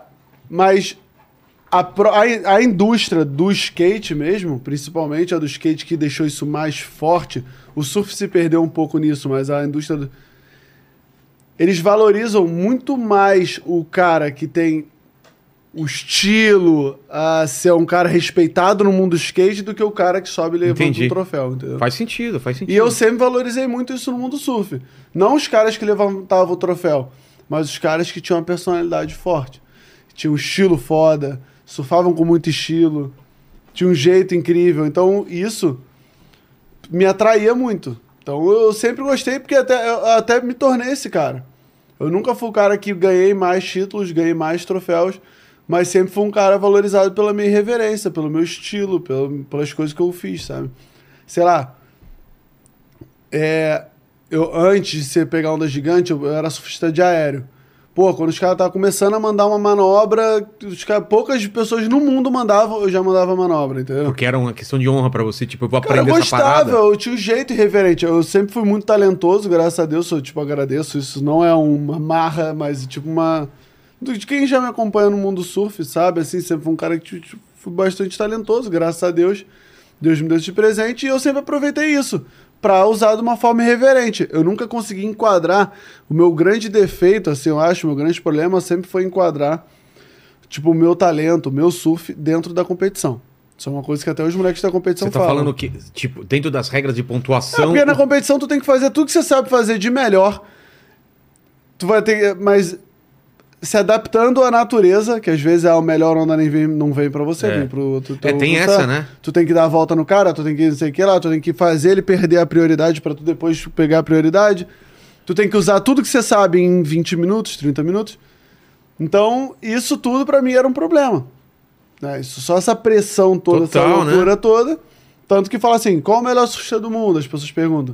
Speaker 3: mas a, pro- a, in- a indústria do skate mesmo, principalmente a do skate que deixou isso mais forte, o surf se perdeu um pouco nisso, mas a indústria do- eles valorizam muito mais o cara que tem o estilo a ser um cara respeitado no mundo do skate do que o cara que sobe e levanta
Speaker 1: Entendi.
Speaker 3: um troféu, entendeu?
Speaker 1: Faz sentido, faz sentido.
Speaker 3: E eu sempre valorizei muito isso no mundo surf. Não os caras que levantavam o troféu, mas os caras que tinham uma personalidade forte. Tinham um estilo foda, surfavam com muito estilo, tinham um jeito incrível. Então isso me atraía muito. Então eu sempre gostei, porque até, eu até me tornei esse cara. Eu nunca fui o cara que ganhei mais títulos, ganhei mais troféus, mas sempre fui um cara valorizado pela minha irreverência, pelo meu estilo, pelo- pelas coisas que eu fiz, sabe? Sei lá, é, eu, antes de você pegar onda gigante, eu, eu era surfista de aéreo. Pô, quando os caras estavam começando a mandar uma manobra, os cara, poucas pessoas no mundo mandavam, eu já mandava manobra, entendeu?
Speaker 1: Porque era uma questão de honra pra você, tipo, eu vou
Speaker 3: Cara, eu
Speaker 1: aprender essa
Speaker 3: gostava,
Speaker 1: parada.
Speaker 3: eu tinha um jeito irreverente. Eu sempre fui muito talentoso, graças a Deus, eu, tipo, agradeço. Isso não é uma marra, mas tipo uma. do- De quem já me acompanha no mundo surf, sabe? Assim, sempre fui um cara que tipo, fui bastante talentoso, graças a Deus. Deus me deu esse presente e eu sempre aproveitei isso pra usar de uma forma irreverente. Eu nunca consegui enquadrar. O meu grande defeito, assim, eu acho, o meu grande problema sempre foi enquadrar, tipo, o meu talento, o meu surf dentro da competição. Isso é uma coisa que até os moleques da competição
Speaker 1: Você tá
Speaker 3: falam.
Speaker 1: falando que, tipo, dentro das regras de
Speaker 3: É,
Speaker 1: pontuação.
Speaker 3: porque na competição tu tem que fazer tudo que você sabe fazer de melhor. Tu vai ter. Mas se adaptando à natureza, que às vezes é o melhor onda nem vem, não vem pra você,
Speaker 1: É.
Speaker 3: vem pro outro. Então,
Speaker 1: É, tem
Speaker 3: tu tá
Speaker 1: essa, né?
Speaker 3: Tu tem que dar a volta no cara, tu tem que não sei o que lá, tu tem que fazer ele perder a prioridade pra tu depois pegar a prioridade. Tu tem que usar tudo que você sabe em 20 minutos, 30 minutos. Então, isso tudo pra mim era um problema. né? Isso, só essa pressão toda, essa
Speaker 1: Total, né?
Speaker 3: loucura toda. Tanto que fala assim, qual o melhor surfista do mundo? As pessoas perguntam.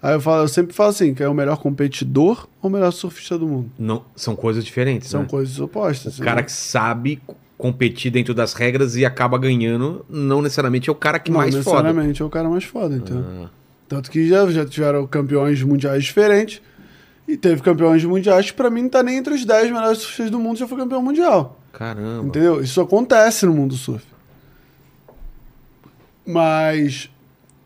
Speaker 3: Aí eu, falo, eu sempre falo assim, que é o melhor competidor ou o melhor surfista do mundo?
Speaker 1: Não, são coisas diferentes.
Speaker 3: São
Speaker 1: né?
Speaker 3: coisas né? opostas.
Speaker 1: O cara que sabe c- competir dentro das regras e acaba ganhando, não necessariamente é o cara que
Speaker 3: não
Speaker 1: mais foda.
Speaker 3: necessariamente é o cara mais foda, então.
Speaker 1: Ah,
Speaker 3: Tanto que já, já tiveram campeões mundiais diferentes. E teve campeões mundiais que pra mim não tá nem entre os 10 melhores surfistas do mundo, já foi campeão mundial.
Speaker 1: caramba.
Speaker 3: Entendeu? Isso acontece no mundo do surf. Mas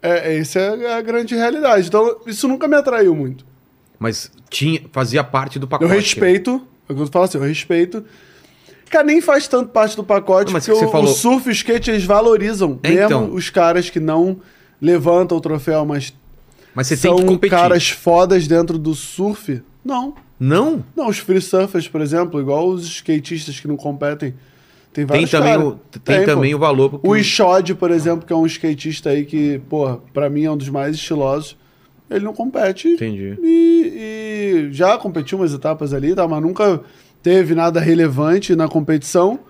Speaker 3: é, essa é a grande realidade. Então, isso nunca me atraiu muito.
Speaker 1: Mas tinha, fazia parte do
Speaker 3: Eu
Speaker 1: pacote. né?
Speaker 3: respeito, é quando eu falo assim, eu respeito. Cara, nem faz tanto parte do pacote,
Speaker 1: Não, mas
Speaker 3: porque
Speaker 1: que você
Speaker 3: o,
Speaker 1: falou-
Speaker 3: o surf e o skate, eles valorizam
Speaker 1: É,
Speaker 3: mesmo
Speaker 1: então.
Speaker 3: os caras que não levantam o troféu, mas
Speaker 1: Mas você
Speaker 3: são
Speaker 1: tem que competir.
Speaker 3: caras fodas dentro do surf? Não.
Speaker 1: Não?
Speaker 3: Não, os free surfers, por exemplo, igual os skatistas que não competem,
Speaker 1: Tem
Speaker 3: tem vários
Speaker 1: também,
Speaker 3: caras.
Speaker 1: o, tem
Speaker 3: pô.
Speaker 1: também o valor. porque
Speaker 3: O Ixode, por exemplo, que é um skatista aí que, porra, pra mim é um dos mais estilosos, ele não compete
Speaker 1: Entendi.
Speaker 3: e, e já competiu umas etapas ali, tá? mas nunca teve nada relevante na competição.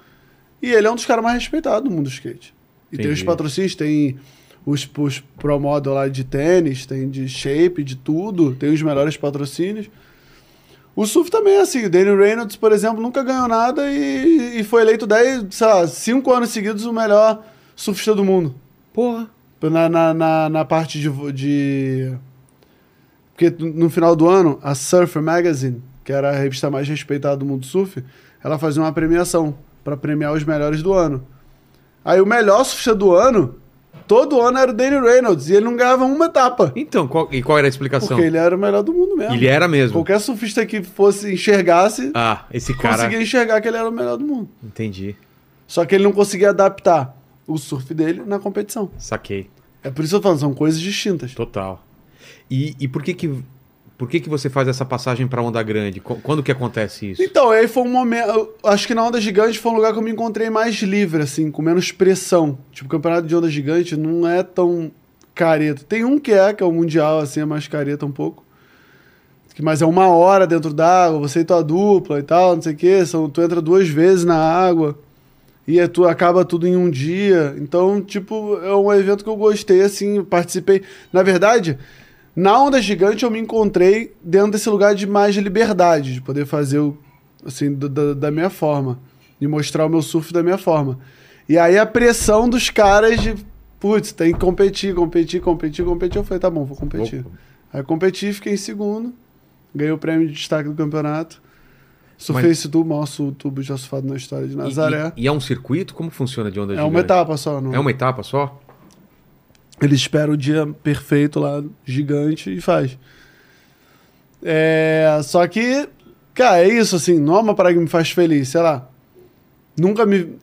Speaker 3: E ele é um dos caras mais respeitados do mundo do skate. E tem
Speaker 1: Entendi.
Speaker 3: os patrocínios, tem os, os pro model lá de tênis, tem de shape, de tudo, tem os melhores patrocínios. O surf também é assim, o Danny Reynolds, por exemplo, nunca ganhou nada e, e foi eleito 10, sei lá, 5 anos seguidos o melhor surfista do mundo.
Speaker 1: Porra.
Speaker 3: Na, na, na, na parte de, vo- de. Porque no final do ano, a Surfer Magazine, que era a revista mais respeitada do mundo do surf, ela fazia uma premiação pra premiar os melhores do ano. Aí o melhor surfista do ano, todo ano era o Danny Reynolds, e ele não ganhava uma etapa.
Speaker 1: Então, qual- e qual era a explicação?
Speaker 3: Porque ele era o melhor do mundo mesmo.
Speaker 1: Ele é era mesmo.
Speaker 3: Qualquer surfista que fosse enxergasse,
Speaker 1: Ah, esse cara.
Speaker 3: conseguia enxergar que ele era o melhor do mundo.
Speaker 1: Entendi.
Speaker 3: Só que ele não conseguia adaptar o surf dele na competição.
Speaker 1: Saquei.
Speaker 3: É por isso que eu tô falando, são coisas distintas.
Speaker 1: Total. E, e por que que por que que você faz essa passagem pra onda grande? Qu- Quando que acontece isso?
Speaker 3: Então, aí foi um momento. eu Acho que na Onda Gigante foi um lugar que eu me encontrei mais livre, assim, com menos pressão. Tipo, o campeonato de Onda Gigante não é tão careta. Tem um que é, que é o Mundial, assim, é mais careta um pouco. Que- Mas é uma hora dentro d'água, você e tua dupla e tal, não sei o quê. São, tu entra duas vezes na água e é tu acaba tudo em um dia. Então, tipo, é um evento que eu gostei, assim, participei. Na verdade, na Onda Gigante eu me encontrei dentro desse lugar de mais liberdade, de poder fazer o, assim, do- da, da minha forma. E mostrar o meu surf da minha forma. E aí a pressão dos caras de, putz, tem que competir, competir, competir, competir. Eu falei, tá bom, vou competir.
Speaker 1: Vou-
Speaker 3: Aí competi, fiquei em segundo. Ganhei o prêmio de destaque do campeonato. Surfei
Speaker 1: Mas-
Speaker 3: esse tubo, o maior su- tubo já surfado na história de
Speaker 1: E-
Speaker 3: Nazaré.
Speaker 1: E, e é um circuito? Como funciona de onda
Speaker 3: é
Speaker 1: gigante?
Speaker 3: uma etapa só, não. é?
Speaker 1: É uma etapa só?
Speaker 3: Ele espera o dia perfeito lá, gigante, e faz. É, só que, cara, é isso, assim, não é uma parada que me faz feliz, sei lá. Nunca me.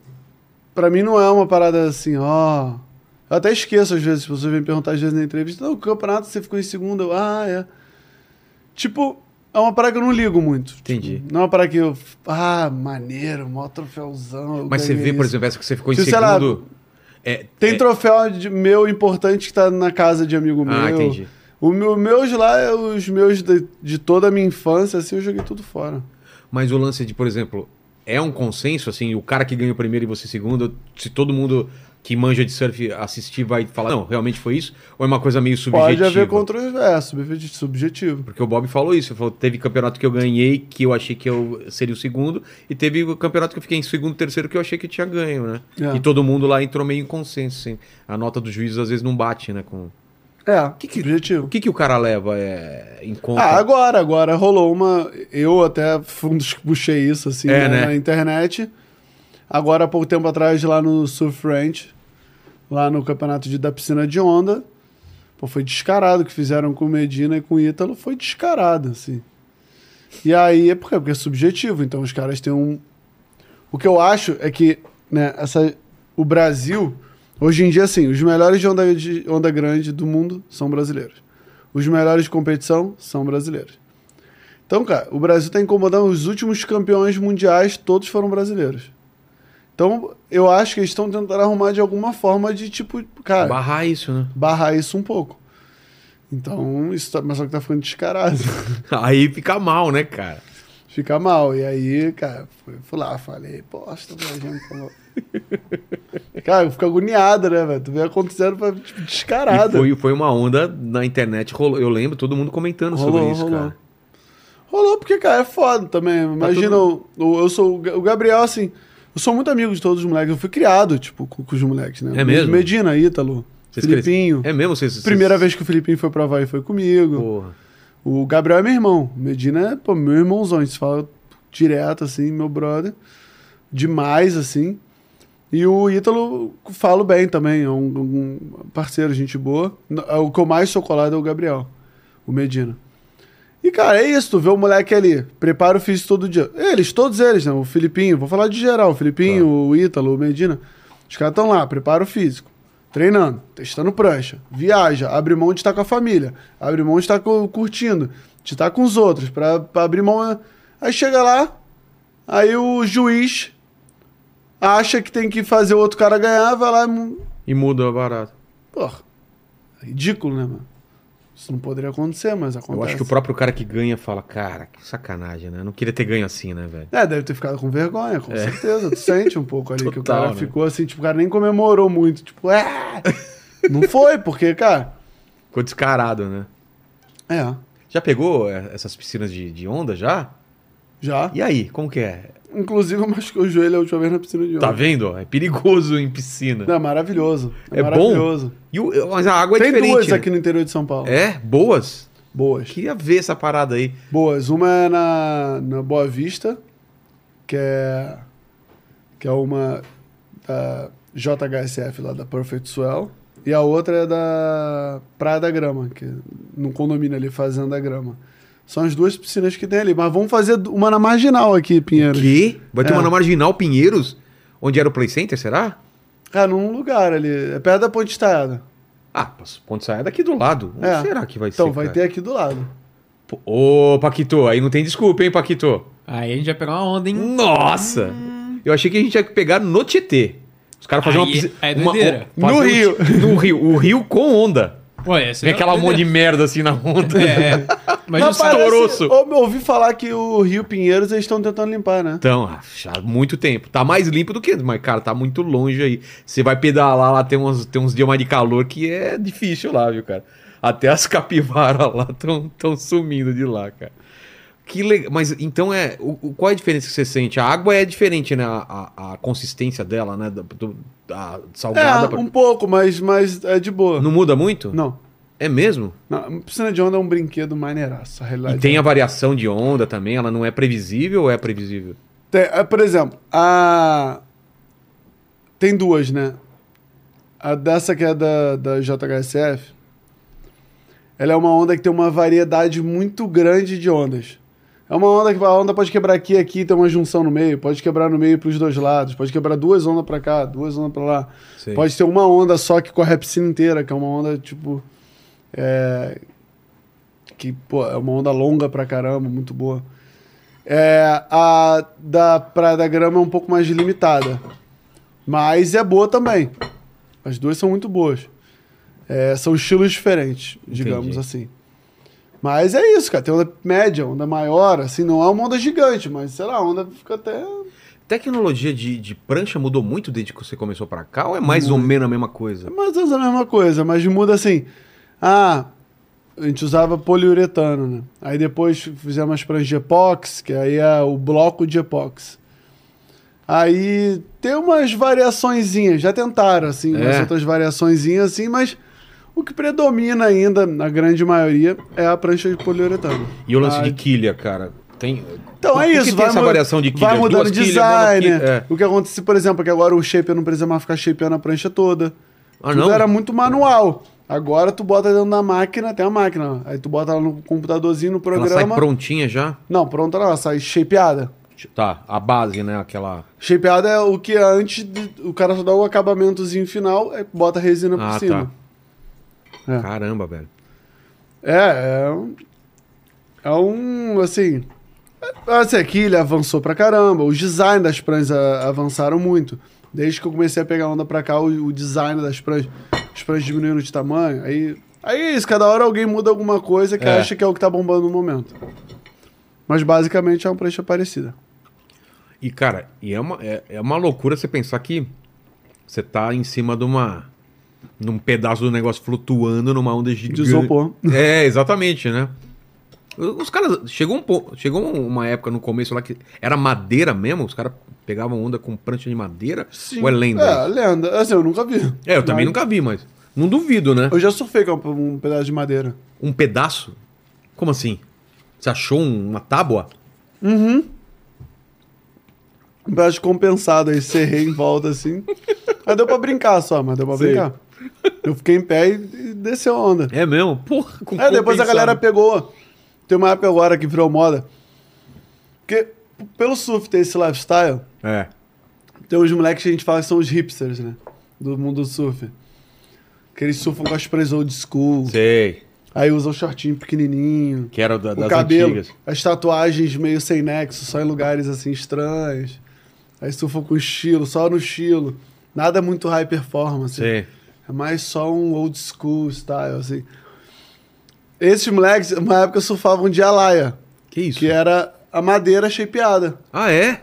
Speaker 3: Pra mim não é uma parada assim, ó. Eu até esqueço às vezes, as pessoas vêm me perguntar às vezes na entrevista, não, o campeonato você ficou em segundo, eu, ah, é. Tipo, é uma parada que eu não ligo muito.
Speaker 1: Entendi.
Speaker 3: Tipo, não é uma parada que eu. Ah, maneiro, mó troféuzão. eu
Speaker 1: Mas você
Speaker 3: ganhei
Speaker 1: vê, por
Speaker 3: isso.
Speaker 1: exemplo, essa que você ficou em
Speaker 3: Se, sei lá,
Speaker 1: segundo. é,
Speaker 3: Tem
Speaker 1: é-
Speaker 3: troféu de- meu importante que tá na casa de amigo meu.
Speaker 1: Ah, entendi.
Speaker 3: O meu, meus lá, os meus de, de toda a minha infância, assim, eu joguei tudo fora.
Speaker 1: Mas o lance de, por exemplo, é um consenso, assim, o cara que ganha o primeiro e você segundo, se todo mundo que manja de surf assistir vai falar, não, realmente foi isso? Ou é uma coisa meio subjetiva?
Speaker 3: Pode haver controvérsia, é, subjetivo.
Speaker 1: Porque o Bob falou isso, ele falou, teve campeonato que eu ganhei que eu achei que eu seria o segundo, e teve o campeonato que eu fiquei em segundo, terceiro que eu achei que eu tinha ganho, né?
Speaker 3: É.
Speaker 1: E todo mundo lá entrou meio em consenso, assim. A nota dos juízes às vezes não bate, né? Com...
Speaker 3: É,
Speaker 1: Que que- O
Speaker 3: subjetivo.
Speaker 1: que, que o cara leva é, em conta?
Speaker 3: Ah, agora, agora rolou uma. Eu até fui um dos que puxei isso, assim,
Speaker 1: É,
Speaker 3: né,
Speaker 1: né?
Speaker 3: na internet. Agora, há pouco tempo atrás, lá no Surf Ranch, lá no campeonato de, da piscina de onda. Pô, foi descarado o que fizeram com o Medina e com o Ítalo, foi descarado, assim. E aí, é porque, porque é subjetivo, então os caras têm um. O que eu acho é que, né, essa, o Brasil Hoje em dia, assim, os melhores de onda, de onda grande do mundo são brasileiros. Os melhores de competição são brasileiros. Então, cara, o Brasil tá incomodando. Os últimos campeões mundiais, todos foram brasileiros. Então, eu acho que eles estão tentando arrumar de alguma forma de tipo, cara,
Speaker 1: Barrar isso, né? (laughs)
Speaker 3: barrar isso um pouco. Então, isso tá, mas só que tá ficando descarado.
Speaker 1: Aí fica mal, né, cara?
Speaker 3: Fica mal. E aí, cara, fui, fui lá, falei, posta pra gente. como-"
Speaker 1: (laughs)
Speaker 3: cara, eu fico agoniado, né, velho? Tu vê acontecendo pra, tipo,
Speaker 1: E
Speaker 3: descarado.
Speaker 1: foi, foi uma onda na internet, rolou, eu lembro todo mundo comentando sobre
Speaker 3: Rolou,
Speaker 1: isso,
Speaker 3: rolou.
Speaker 1: cara.
Speaker 3: Rolou porque, cara, é foda também. Imagina, o, o- eu sou o Ga- o Gabriel, assim, eu sou muito amigo de todos os moleques. Eu fui criado, tipo, com, com os moleques, né?
Speaker 1: É mesmo?
Speaker 3: Medina, Ítalo,
Speaker 1: Vocês
Speaker 3: Filipinho.
Speaker 1: cresceram- É mesmo? Vocês, vocês-
Speaker 3: Primeira vez que o Filipinho foi pra Havaí foi comigo.
Speaker 1: Porra.
Speaker 3: O Gabriel é meu irmão. Medina é pô, meu irmãozão. A gente se fala direto, assim, meu brother. Demais, assim. E o Ítalo, falo bem também. É um, um parceiro, gente boa. N- é O que eu mais sou colado é o Gabriel, o Medina. E, cara, é isso. Tu vê o moleque ali. Prepara o físico todo dia. Eles, todos eles, né? O Filipinho. Vou falar de geral. O
Speaker 1: Tá.
Speaker 3: Filipinho, o Ítalo, o Medina. Os caras estão lá. Prepara o físico. Treinando. Testando prancha. Viaja. Abre mão de estar com a família. Abre mão de estar co- curtindo. De estar com os outros. Pra, pra abrir mão... né? Aí chega lá. Aí o juiz acha que tem que fazer o outro cara ganhar. Vai lá e... mu-
Speaker 1: E muda barato.
Speaker 3: Porra. Ridículo, né, mano? Isso não poderia acontecer, mas acontece.
Speaker 1: Eu acho que o próprio cara que ganha fala, cara, que sacanagem, né? Eu Não queria ter ganho assim, né, velho?
Speaker 3: É, deve ter ficado com vergonha, com certeza. Tu sente um pouco ali que o
Speaker 1: É. Total,
Speaker 3: cara
Speaker 1: né?
Speaker 3: ficou assim, tipo, o cara nem comemorou muito. Tipo, é! Não foi, porque, cara.
Speaker 1: Ficou descarado, né?
Speaker 3: É,
Speaker 1: Já pegou é, essas piscinas de, de onda já?
Speaker 3: já.
Speaker 1: E aí, como que é?
Speaker 3: Inclusive, eu machuquei o joelho a última vez na piscina de
Speaker 1: Tá
Speaker 3: ontem.
Speaker 1: vendo? É perigoso em piscina.
Speaker 3: Não, é maravilhoso. É,
Speaker 1: É bom?
Speaker 3: maravilhoso.
Speaker 1: E o- mas a água é
Speaker 3: Tem
Speaker 1: diferente.
Speaker 3: duas
Speaker 1: né?
Speaker 3: aqui no interior de São Paulo.
Speaker 1: É? Boas?
Speaker 3: Boas.
Speaker 1: Queria ver essa parada aí.
Speaker 3: Boas. Uma é na, na Boa Vista, que é, que é uma da JHSF lá da Perfect Swell. E a outra é da Praia da Grama, que é num condomínio ali, Fazenda Grama. São as duas piscinas que tem ali. Mas vamos fazer uma na marginal aqui, Pinheiro.
Speaker 1: Que? Vai ter
Speaker 3: É.
Speaker 1: uma na Marginal Pinheiros? Onde era o Play Center, será?
Speaker 3: Cara, Ah, num lugar ali. É perto da Ponte Estaiada.
Speaker 1: Ah, mas Ponte Saia é daqui do lado. Onde
Speaker 3: É.
Speaker 1: será que vai
Speaker 3: Então,
Speaker 1: ser?
Speaker 3: vai
Speaker 1: cara?
Speaker 3: ter aqui do lado.
Speaker 1: Pô, Ô, Paquito, aí não tem desculpa, hein, Paquito?
Speaker 2: Aí a gente vai pegar uma onda, hein?
Speaker 1: Nossa! Eu achei que a gente ia pegar no Tietê. Os caras faziam uma
Speaker 2: Aí-
Speaker 1: piscina.
Speaker 2: aí é
Speaker 1: uma-
Speaker 2: doideira.
Speaker 1: um- fazer
Speaker 3: No
Speaker 1: um-
Speaker 3: Rio.
Speaker 1: (laughs) No Rio. O Rio com onda.
Speaker 2: Ué, essa
Speaker 1: Tem aquela mão de merda assim na onda. (laughs)
Speaker 2: É, é. Mas
Speaker 1: Não,
Speaker 2: não sabe-
Speaker 1: pai- Toroço.
Speaker 3: assim, Eu ouvi falar que o Rio Pinheiros eles estão tentando limpar, né?
Speaker 1: Então, ah, já há muito tempo. Tá mais limpo do que, mas, cara, tá muito longe aí. Você vai pedalar lá, tem uns, tem uns dias mais de calor que é difícil lá, viu, cara? Até as (laughs) capivaras lá estão tão sumindo de lá, cara. Que legal. Mas então é. O, o- qual é a diferença que você sente? A água é diferente, né? A, a- a consistência dela, né? Da, do- da salgada.
Speaker 3: É,
Speaker 1: pra-
Speaker 3: um pouco, mas, mas é de boa.
Speaker 1: Tá, Não muda muito?
Speaker 3: Não.
Speaker 1: É mesmo?
Speaker 3: Não, piscina de onda é um brinquedo maneiraço. A realidade
Speaker 1: E tem
Speaker 3: é.
Speaker 1: a variação de onda também, ela não é previsível ou é previsível?
Speaker 3: Tem, é, por exemplo, a. Tem duas, né? A dessa que é da, da JHSF. Ela é uma onda que tem uma variedade muito grande de ondas. É uma onda que a onda pode quebrar aqui e aqui, tem uma junção no meio, pode quebrar no meio pros dois lados, pode quebrar duas ondas pra cá, duas ondas pra lá.
Speaker 1: Sei.
Speaker 3: Pode ter uma onda só que corre a piscina inteira, que é uma onda, tipo. é, Que, pô, é uma onda longa pra caramba, muito boa. É, a da Praia da Grama é um pouco mais limitada. Mas é boa também. As duas são muito boas. É, são estilos diferentes, digamos
Speaker 1: Entendi.
Speaker 3: assim. Mas é isso, cara. Tem onda média, onda maior, assim, não é uma onda gigante, mas sei lá, a onda fica até.
Speaker 1: Tecnologia de, de prancha mudou muito desde que você começou pra cá ou é mais ou menos a mesma coisa?
Speaker 3: É mais ou menos a mesma coisa, mas muda assim. Ah, a gente usava poliuretano, né? Aí depois fizemos as pranchas de epox, que aí é o bloco de epox. Aí tem umas variaçõezinhas, já tentaram, assim,
Speaker 1: É.
Speaker 3: umas outras variaçõezinhas, assim, mas o que predomina ainda, na grande maioria, é a prancha de poliuretano.
Speaker 1: E o lance
Speaker 3: Ah,
Speaker 1: de quilha, cara? Tem.
Speaker 3: Então
Speaker 1: Por
Speaker 3: é
Speaker 1: que
Speaker 3: isso,
Speaker 1: que tem essa
Speaker 3: mu-
Speaker 1: variação de quilha?
Speaker 3: vai mudando
Speaker 1: Duas
Speaker 3: o
Speaker 1: quilhas,
Speaker 3: design.
Speaker 1: monoquilha, é.
Speaker 3: O que acontece, por exemplo, é que agora o shaper não precisa mais ficar shapeando a prancha toda.
Speaker 1: Ah,
Speaker 3: Tudo
Speaker 1: não?
Speaker 3: era muito manual. Agora tu bota dentro da máquina, tem a máquina. Aí tu bota ela no computadorzinho, no
Speaker 1: Ela sai
Speaker 3: programa.
Speaker 1: prontinha já?
Speaker 3: Não, pronta não, ela sai shapeada.
Speaker 1: Tá, a base, né? Aquela.
Speaker 3: Shapeada é o que é antes, de- o cara só dá o acabamentozinho final e bota a resina por
Speaker 1: Ah,
Speaker 3: cima. É.
Speaker 1: Caramba, velho.
Speaker 3: É, é um, é um, assim, a sequilha avançou pra caramba, os design das pranchas a- avançaram muito. Desde que eu comecei a pegar onda pra cá, o, o design das pranchas, as pranchas diminuindo de tamanho, aí, aí é isso, cada hora alguém muda alguma coisa que
Speaker 1: É.
Speaker 3: acha que é o que tá bombando no momento. Mas basicamente é uma prancha parecida.
Speaker 1: E, cara, e é, uma, é, é uma loucura você pensar que você tá em cima de uma. num pedaço do negócio flutuando numa onda
Speaker 3: De
Speaker 1: gigante.
Speaker 3: isopor.
Speaker 1: É, exatamente, né? Os caras. Chegou, um po... Chegou uma época no começo lá que era madeira mesmo? Os caras pegavam onda com prancha de madeira? Ou é
Speaker 3: É,
Speaker 1: lenda?
Speaker 3: lenda. Assim, eu nunca vi.
Speaker 1: É, eu também nunca vi, mas. Não duvido, né?
Speaker 3: Eu já surfei com um pedaço de madeira.
Speaker 1: Um pedaço? Como assim? Você achou um- uma tábua?
Speaker 3: Um pedaço de compensado, aí serrei em volta assim. Mas deu pra brincar só, mas deu pra
Speaker 1: Sei.
Speaker 3: brincar. Eu fiquei em pé e e desceu a onda.
Speaker 1: É mesmo? Porra, com
Speaker 3: É, depois a
Speaker 1: compensado.
Speaker 3: galera pegou. Tem uma época agora que virou moda. Porque p- pelo surf ter esse lifestyle,
Speaker 1: É.
Speaker 3: tem uns moleques que a gente fala que são os hipsters, né? Do mundo do surf. Que eles surfam com as presas old school.
Speaker 1: Sei.
Speaker 3: Aí usam shortinho pequenininho.
Speaker 1: Que era da-
Speaker 3: o
Speaker 1: das
Speaker 3: cabelo,
Speaker 1: antigas.
Speaker 3: as tatuagens meio sem nexo, só em lugares assim estranhos. Aí surfam com estilo, só no estilo. Nada muito high performance.
Speaker 1: Sei.
Speaker 3: É mais só um old school style, assim. Esses moleques, uma época, surfavam de alaia,
Speaker 1: Que isso?
Speaker 3: que é- Uhum. era a madeira shapeada.
Speaker 1: Ah, é?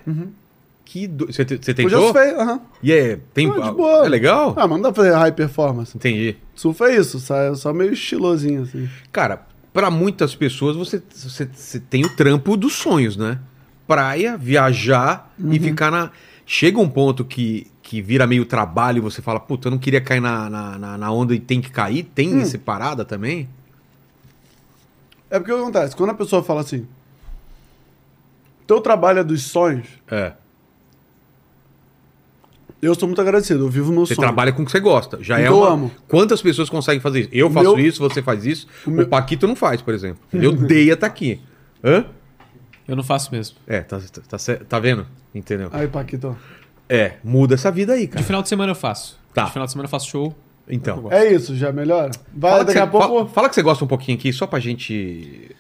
Speaker 1: Que do... Você te- você
Speaker 3: Eu já
Speaker 1: tentou?
Speaker 3: surfei, aham.
Speaker 1: E é, tem...
Speaker 3: Ah, de boa.
Speaker 1: é legal?
Speaker 3: Ah, mas não dá pra fazer high performance.
Speaker 1: Entendi.
Speaker 3: Surf é isso, só, só meio estilosinho, assim.
Speaker 1: Cara, pra muitas pessoas você, você, você tem o trampo dos sonhos, né? Praia, viajar
Speaker 3: Uhum.
Speaker 1: e ficar na. Chega um ponto que, que vira meio trabalho e você fala, puta, eu não queria cair na, na, na- na onda e tem que cair? Tem
Speaker 3: Hum.
Speaker 1: essa parada também?
Speaker 3: É porque o que acontece? Quando a pessoa fala assim, teu trabalho é dos sonhos,
Speaker 1: É.
Speaker 3: eu sou muito agradecido, eu vivo meu
Speaker 1: Você
Speaker 3: sonho.
Speaker 1: trabalha com o que você gosta. Já é
Speaker 3: Eu
Speaker 1: uma...
Speaker 3: amo.
Speaker 1: Quantas pessoas conseguem fazer isso? Eu faço
Speaker 3: meu-
Speaker 1: isso, você faz isso. O,
Speaker 3: meu-
Speaker 1: Paquito não faz, por exemplo. Ele odeia estar aqui. Hã?
Speaker 2: Eu não faço mesmo.
Speaker 1: É, tá, tá, tá cer- tá vendo? Entendeu?
Speaker 3: Aí, Paquito.
Speaker 1: É, muda essa vida aí,
Speaker 2: De
Speaker 1: cara.
Speaker 2: final de semana eu faço.
Speaker 1: Tá.
Speaker 2: De final de semana eu faço show.
Speaker 1: Então.
Speaker 3: É isso, já melhora? Vai,
Speaker 1: Fala que, você,
Speaker 3: daqui a pouco.
Speaker 1: fala, fala que você gosta um pouquinho aqui, só pra gente.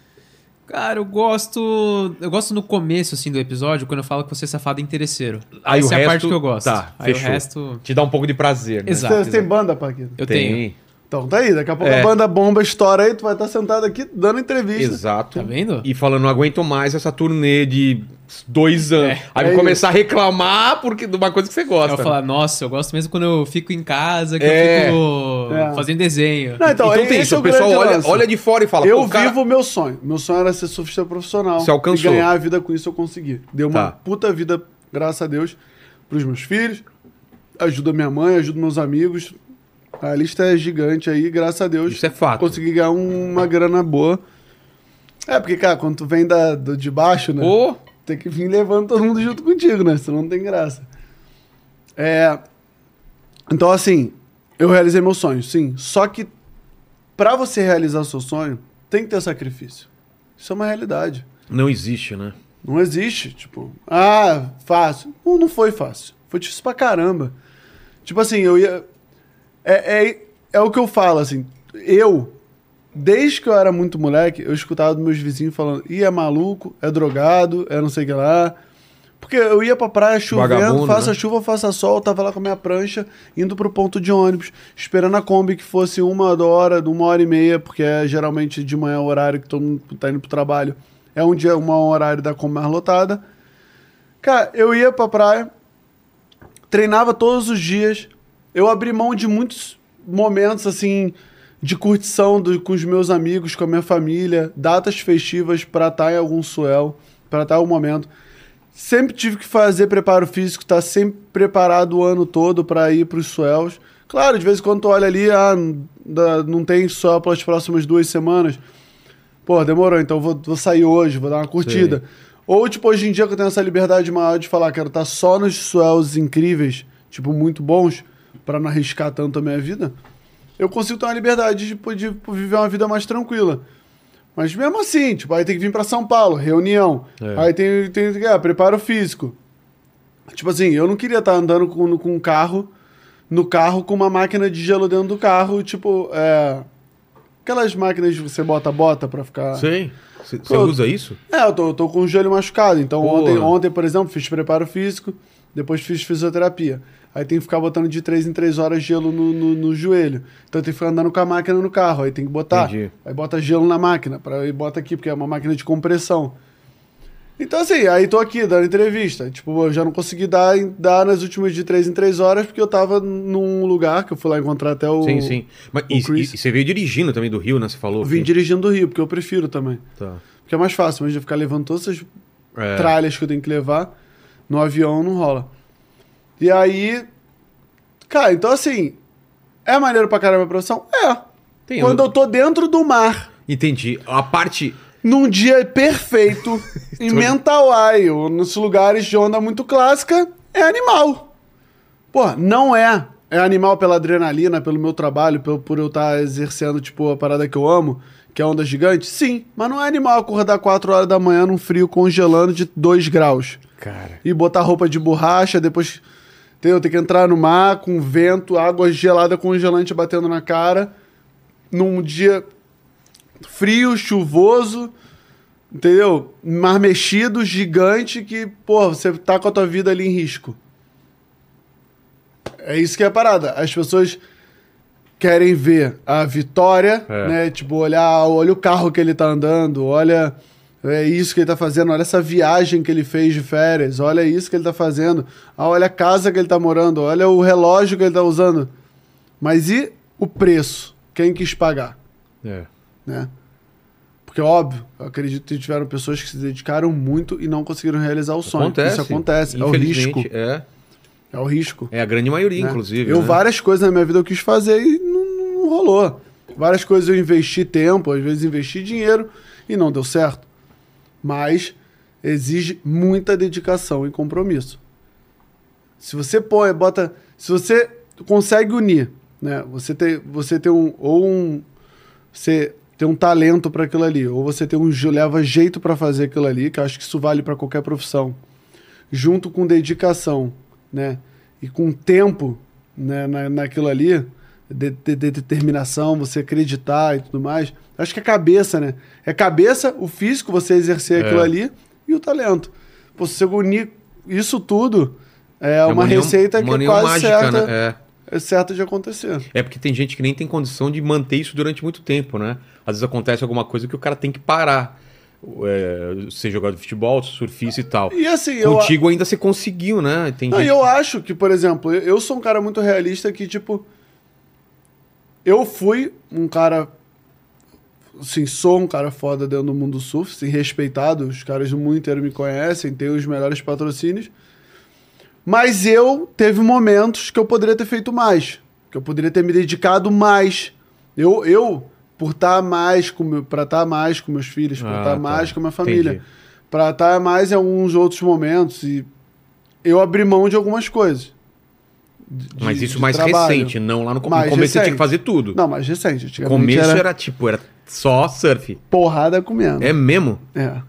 Speaker 2: Cara, eu gosto. Eu gosto no começo, assim, do episódio, quando eu falo que você é safado e interesseiro.
Speaker 1: Aí
Speaker 2: Essa
Speaker 1: o
Speaker 2: é a
Speaker 1: resto-
Speaker 2: parte que eu gosto.
Speaker 1: tá,
Speaker 2: Aí
Speaker 1: fechou.
Speaker 2: o resto.
Speaker 1: Te dar um pouco de prazer, né?
Speaker 2: Exato.
Speaker 3: Você você tem banda, Paquito?
Speaker 2: Eu
Speaker 1: Tem.
Speaker 2: tenho.
Speaker 3: Então tá aí, daqui a pouco
Speaker 1: É.
Speaker 3: a banda bomba estoura aí, tu vai estar sentado aqui dando entrevista.
Speaker 1: Exato.
Speaker 2: Tá vendo?
Speaker 1: E falando, não aguento mais essa turnê de dois anos.
Speaker 2: É.
Speaker 1: Aí
Speaker 3: É
Speaker 1: vou começar a reclamar porque de uma coisa que você
Speaker 2: Aí
Speaker 1: gosta.
Speaker 2: eu falar, nossa, eu gosto mesmo quando eu fico em casa, que
Speaker 1: É.
Speaker 2: eu fico
Speaker 3: É.
Speaker 2: fazendo desenho.
Speaker 3: Não, então,
Speaker 1: Então,
Speaker 3: esse
Speaker 1: tem isso,
Speaker 3: é
Speaker 1: o pessoal
Speaker 3: grande
Speaker 1: olha,
Speaker 3: lance.
Speaker 1: olha de fora e fala,
Speaker 3: Eu
Speaker 1: "Pô, cara,
Speaker 3: vivo o meu sonho. Meu sonho era ser surfista profissional.
Speaker 1: Você alcançou.
Speaker 3: E ganhar a vida com isso eu consegui. Deu uma
Speaker 1: Tá.
Speaker 3: puta vida, graças a Deus, pros meus filhos. Ajuda minha mãe, ajuda meus amigos. A lista é gigante aí, graças a Deus.
Speaker 1: Isso é fato.
Speaker 3: Consegui ganhar um- uma grana boa. É, porque, cara, quando tu vem da, do- de baixo, né?
Speaker 1: Ô,
Speaker 3: Tem que vir levando todo mundo junto contigo, né? Senão não tem graça. É. Então, assim, eu realizei meu sonho, sim. Só que pra você realizar seu sonho, tem que ter sacrifício. Isso é uma realidade.
Speaker 1: Não existe, né?
Speaker 3: Não existe, tipo, ah, fácil. Não, não foi fácil. Foi difícil pra caramba. Tipo assim, eu ia. É, é, é o que eu falo, assim. Eu, desde que eu era muito moleque, eu escutava dos meus vizinhos falando: ih, é maluco, é drogado, é não sei o que lá. Porque eu ia pra praia chovendo,
Speaker 1: Vagabundo,
Speaker 3: faça
Speaker 1: né?
Speaker 3: chuva, faça sol, eu tava lá com a minha prancha, indo pro ponto de ônibus, esperando a Kombi que fosse uma hora, de uma hora e meia, porque é geralmente de manhã o horário que todo mundo tá indo pro trabalho. É um dia, uma horário da Kombi mais lotada. Cara, eu ia pra praia, treinava todos os dias. Eu abri mão de muitos momentos, assim, de curtição do- com os meus amigos, com a minha família, datas festivas pra estar em algum suel, pra estar em algum momento. Sempre tive que fazer preparo físico, tá sempre preparado o ano todo pra ir pros suels. Claro, de vez em quando tu olha ali, ah, n- da- não tem suel pelas próximas duas semanas. Pô, demorou, então vou, vou sair hoje, vou dar uma curtida. Ou, tipo, hoje em dia que eu tenho essa liberdade maior de falar, quero estar só nos swells incríveis, tipo, muito bons, pra não arriscar tanto a minha vida, eu consigo ter uma liberdade de, tipo, de viver uma vida mais tranquila. Mas mesmo assim, tipo, aí tem que vir pra São Paulo, reunião.
Speaker 1: É.
Speaker 3: Aí tem, tem que, ah, preparo físico. Tipo assim, eu não queria estar andando com, com um carro, no carro com uma máquina de gelo dentro do carro, tipo, é, aquelas máquinas que você bota bota pra ficar...
Speaker 1: Sei. C- Você
Speaker 3: Ah. Pô,
Speaker 1: usa isso?
Speaker 3: É, eu tô, eu tô com o joelho machucado. Então,
Speaker 1: Porra.
Speaker 3: ontem, ontem, por exemplo, fiz preparo físico, depois fiz fisioterapia. Aí tem que ficar botando de 3 em 3 horas gelo no, no, no joelho. Então tem que ficar andando com a máquina no carro. Aí tem que botar.
Speaker 1: Entendi.
Speaker 3: Aí bota gelo na máquina. Pra, aí bota aqui, porque é uma máquina de compressão. Então, assim, aí tô aqui dando entrevista. Tipo, eu já não consegui dar, em- dar nas últimas de 3 em 3 horas, porque eu tava num lugar que eu fui lá encontrar até o.
Speaker 1: sim, sim. Mas e,
Speaker 3: Chris-
Speaker 1: e- e você veio dirigindo também do Rio, né? Você falou.
Speaker 3: Vim
Speaker 1: que-
Speaker 3: dirigindo do Rio, porque eu prefiro também.
Speaker 1: Tá.
Speaker 3: Porque é mais fácil, mas de ficar levantando essas
Speaker 1: É.
Speaker 3: tralhas que eu tenho que levar no avião não rola. E aí. Cara, então assim. É maneiro pra caramba a profissão? É.
Speaker 1: Tem
Speaker 3: Quando
Speaker 1: um-
Speaker 3: eu tô dentro do mar,
Speaker 1: Entendi. A parte.
Speaker 3: num dia perfeito, em Mentawai, ou nos lugares de onda muito clássica, é animal. Pô, não é. É animal pela adrenalina, pelo meu trabalho, pelo, por eu estar exercendo, tipo, a parada que eu amo, que é onda gigante? Sim, mas não é animal acordar 4 horas da manhã num frio congelando de 2 graus
Speaker 1: Cara.
Speaker 3: e botar roupa de borracha, depois entendeu? tem que entrar no mar com vento, água gelada congelante batendo na cara, num dia frio, chuvoso, entendeu? Mar mexido, gigante, que, pô, você tá com a tua vida ali em risco. É isso que é a parada. As pessoas querem ver a vitória,
Speaker 1: É.
Speaker 3: né? Tipo, olhar, olha o carro que ele tá andando, olha é isso que ele tá fazendo, olha essa viagem que ele fez de férias, olha isso que ele tá fazendo, ah, olha a casa que ele tá morando, olha o relógio que ele tá usando. Mas e o preço? Quem quis pagar?
Speaker 1: É.
Speaker 3: né? Porque, óbvio, eu acredito que tiveram pessoas que se dedicaram muito e não conseguiram realizar o sonho.
Speaker 1: Acontece.
Speaker 3: Isso acontece, é o
Speaker 1: Infelizmente,
Speaker 3: risco.
Speaker 1: É.
Speaker 3: É o risco.
Speaker 1: É a grande maioria,
Speaker 3: né?
Speaker 1: inclusive.
Speaker 3: Eu
Speaker 1: né?
Speaker 3: várias coisas na minha vida eu quis fazer e não, não rolou. Várias coisas eu investi tempo, às vezes investi dinheiro e não deu certo. Mas exige muita dedicação e compromisso. Se você põe, bota, se você consegue unir, né? Você tem, você tem um ou um você tem um talento para aquilo ali, ou você tem um je- leva jeito para fazer aquilo ali, que eu acho que isso vale para qualquer profissão junto com dedicação, né? E com tempo né? Na, naquilo ali, de, de- de- determinação, você acreditar e tudo mais. Acho que é cabeça, né? É cabeça, o físico, você exercer
Speaker 1: É.
Speaker 3: aquilo ali e o talento. Pô, se você unir isso tudo, é, uma,
Speaker 1: união-
Speaker 3: receita que é
Speaker 1: união
Speaker 3: quase
Speaker 1: né?
Speaker 3: certa,
Speaker 1: É.
Speaker 3: é certa de acontecer.
Speaker 1: É porque tem gente que nem tem condição de manter isso durante muito tempo, né? Às vezes acontece alguma coisa que o cara tem que parar. É, ser jogador de futebol, surfista e tal.
Speaker 3: E assim, eu,
Speaker 1: Contigo ainda você conseguiu, né? Tem
Speaker 3: Não,
Speaker 1: gente-
Speaker 3: e eu acho que, por exemplo, eu- eu sou um cara muito realista que, tipo. Eu fui um cara. Assim, sou um cara foda dentro do mundo do surf, assim, respeitado. Os caras do mundo inteiro me conhecem, tenho os melhores patrocínios. Mas eu teve momentos que eu poderia ter feito mais. Que eu poderia ter me dedicado mais. Eu, eu por estar mais com meu, pra estar mais com meus filhos, por
Speaker 1: Ah,
Speaker 3: estar
Speaker 1: tá.
Speaker 3: mais com minha família.
Speaker 1: Entendi.
Speaker 3: Pra estar mais em alguns outros momentos e eu abri mão de algumas coisas. De-
Speaker 1: Mas
Speaker 3: de-
Speaker 1: isso
Speaker 3: de
Speaker 1: mais
Speaker 3: trabalho.
Speaker 1: recente, não lá no, com- no
Speaker 3: Mais
Speaker 1: começo você tinha
Speaker 3: recente.
Speaker 1: que fazer tudo.
Speaker 3: Não, mais recente.
Speaker 1: no
Speaker 3: Antigamente
Speaker 1: começo era...
Speaker 3: era,
Speaker 1: tipo, era só surf.
Speaker 3: porrada comendo.
Speaker 1: É mesmo?
Speaker 3: É. (laughs)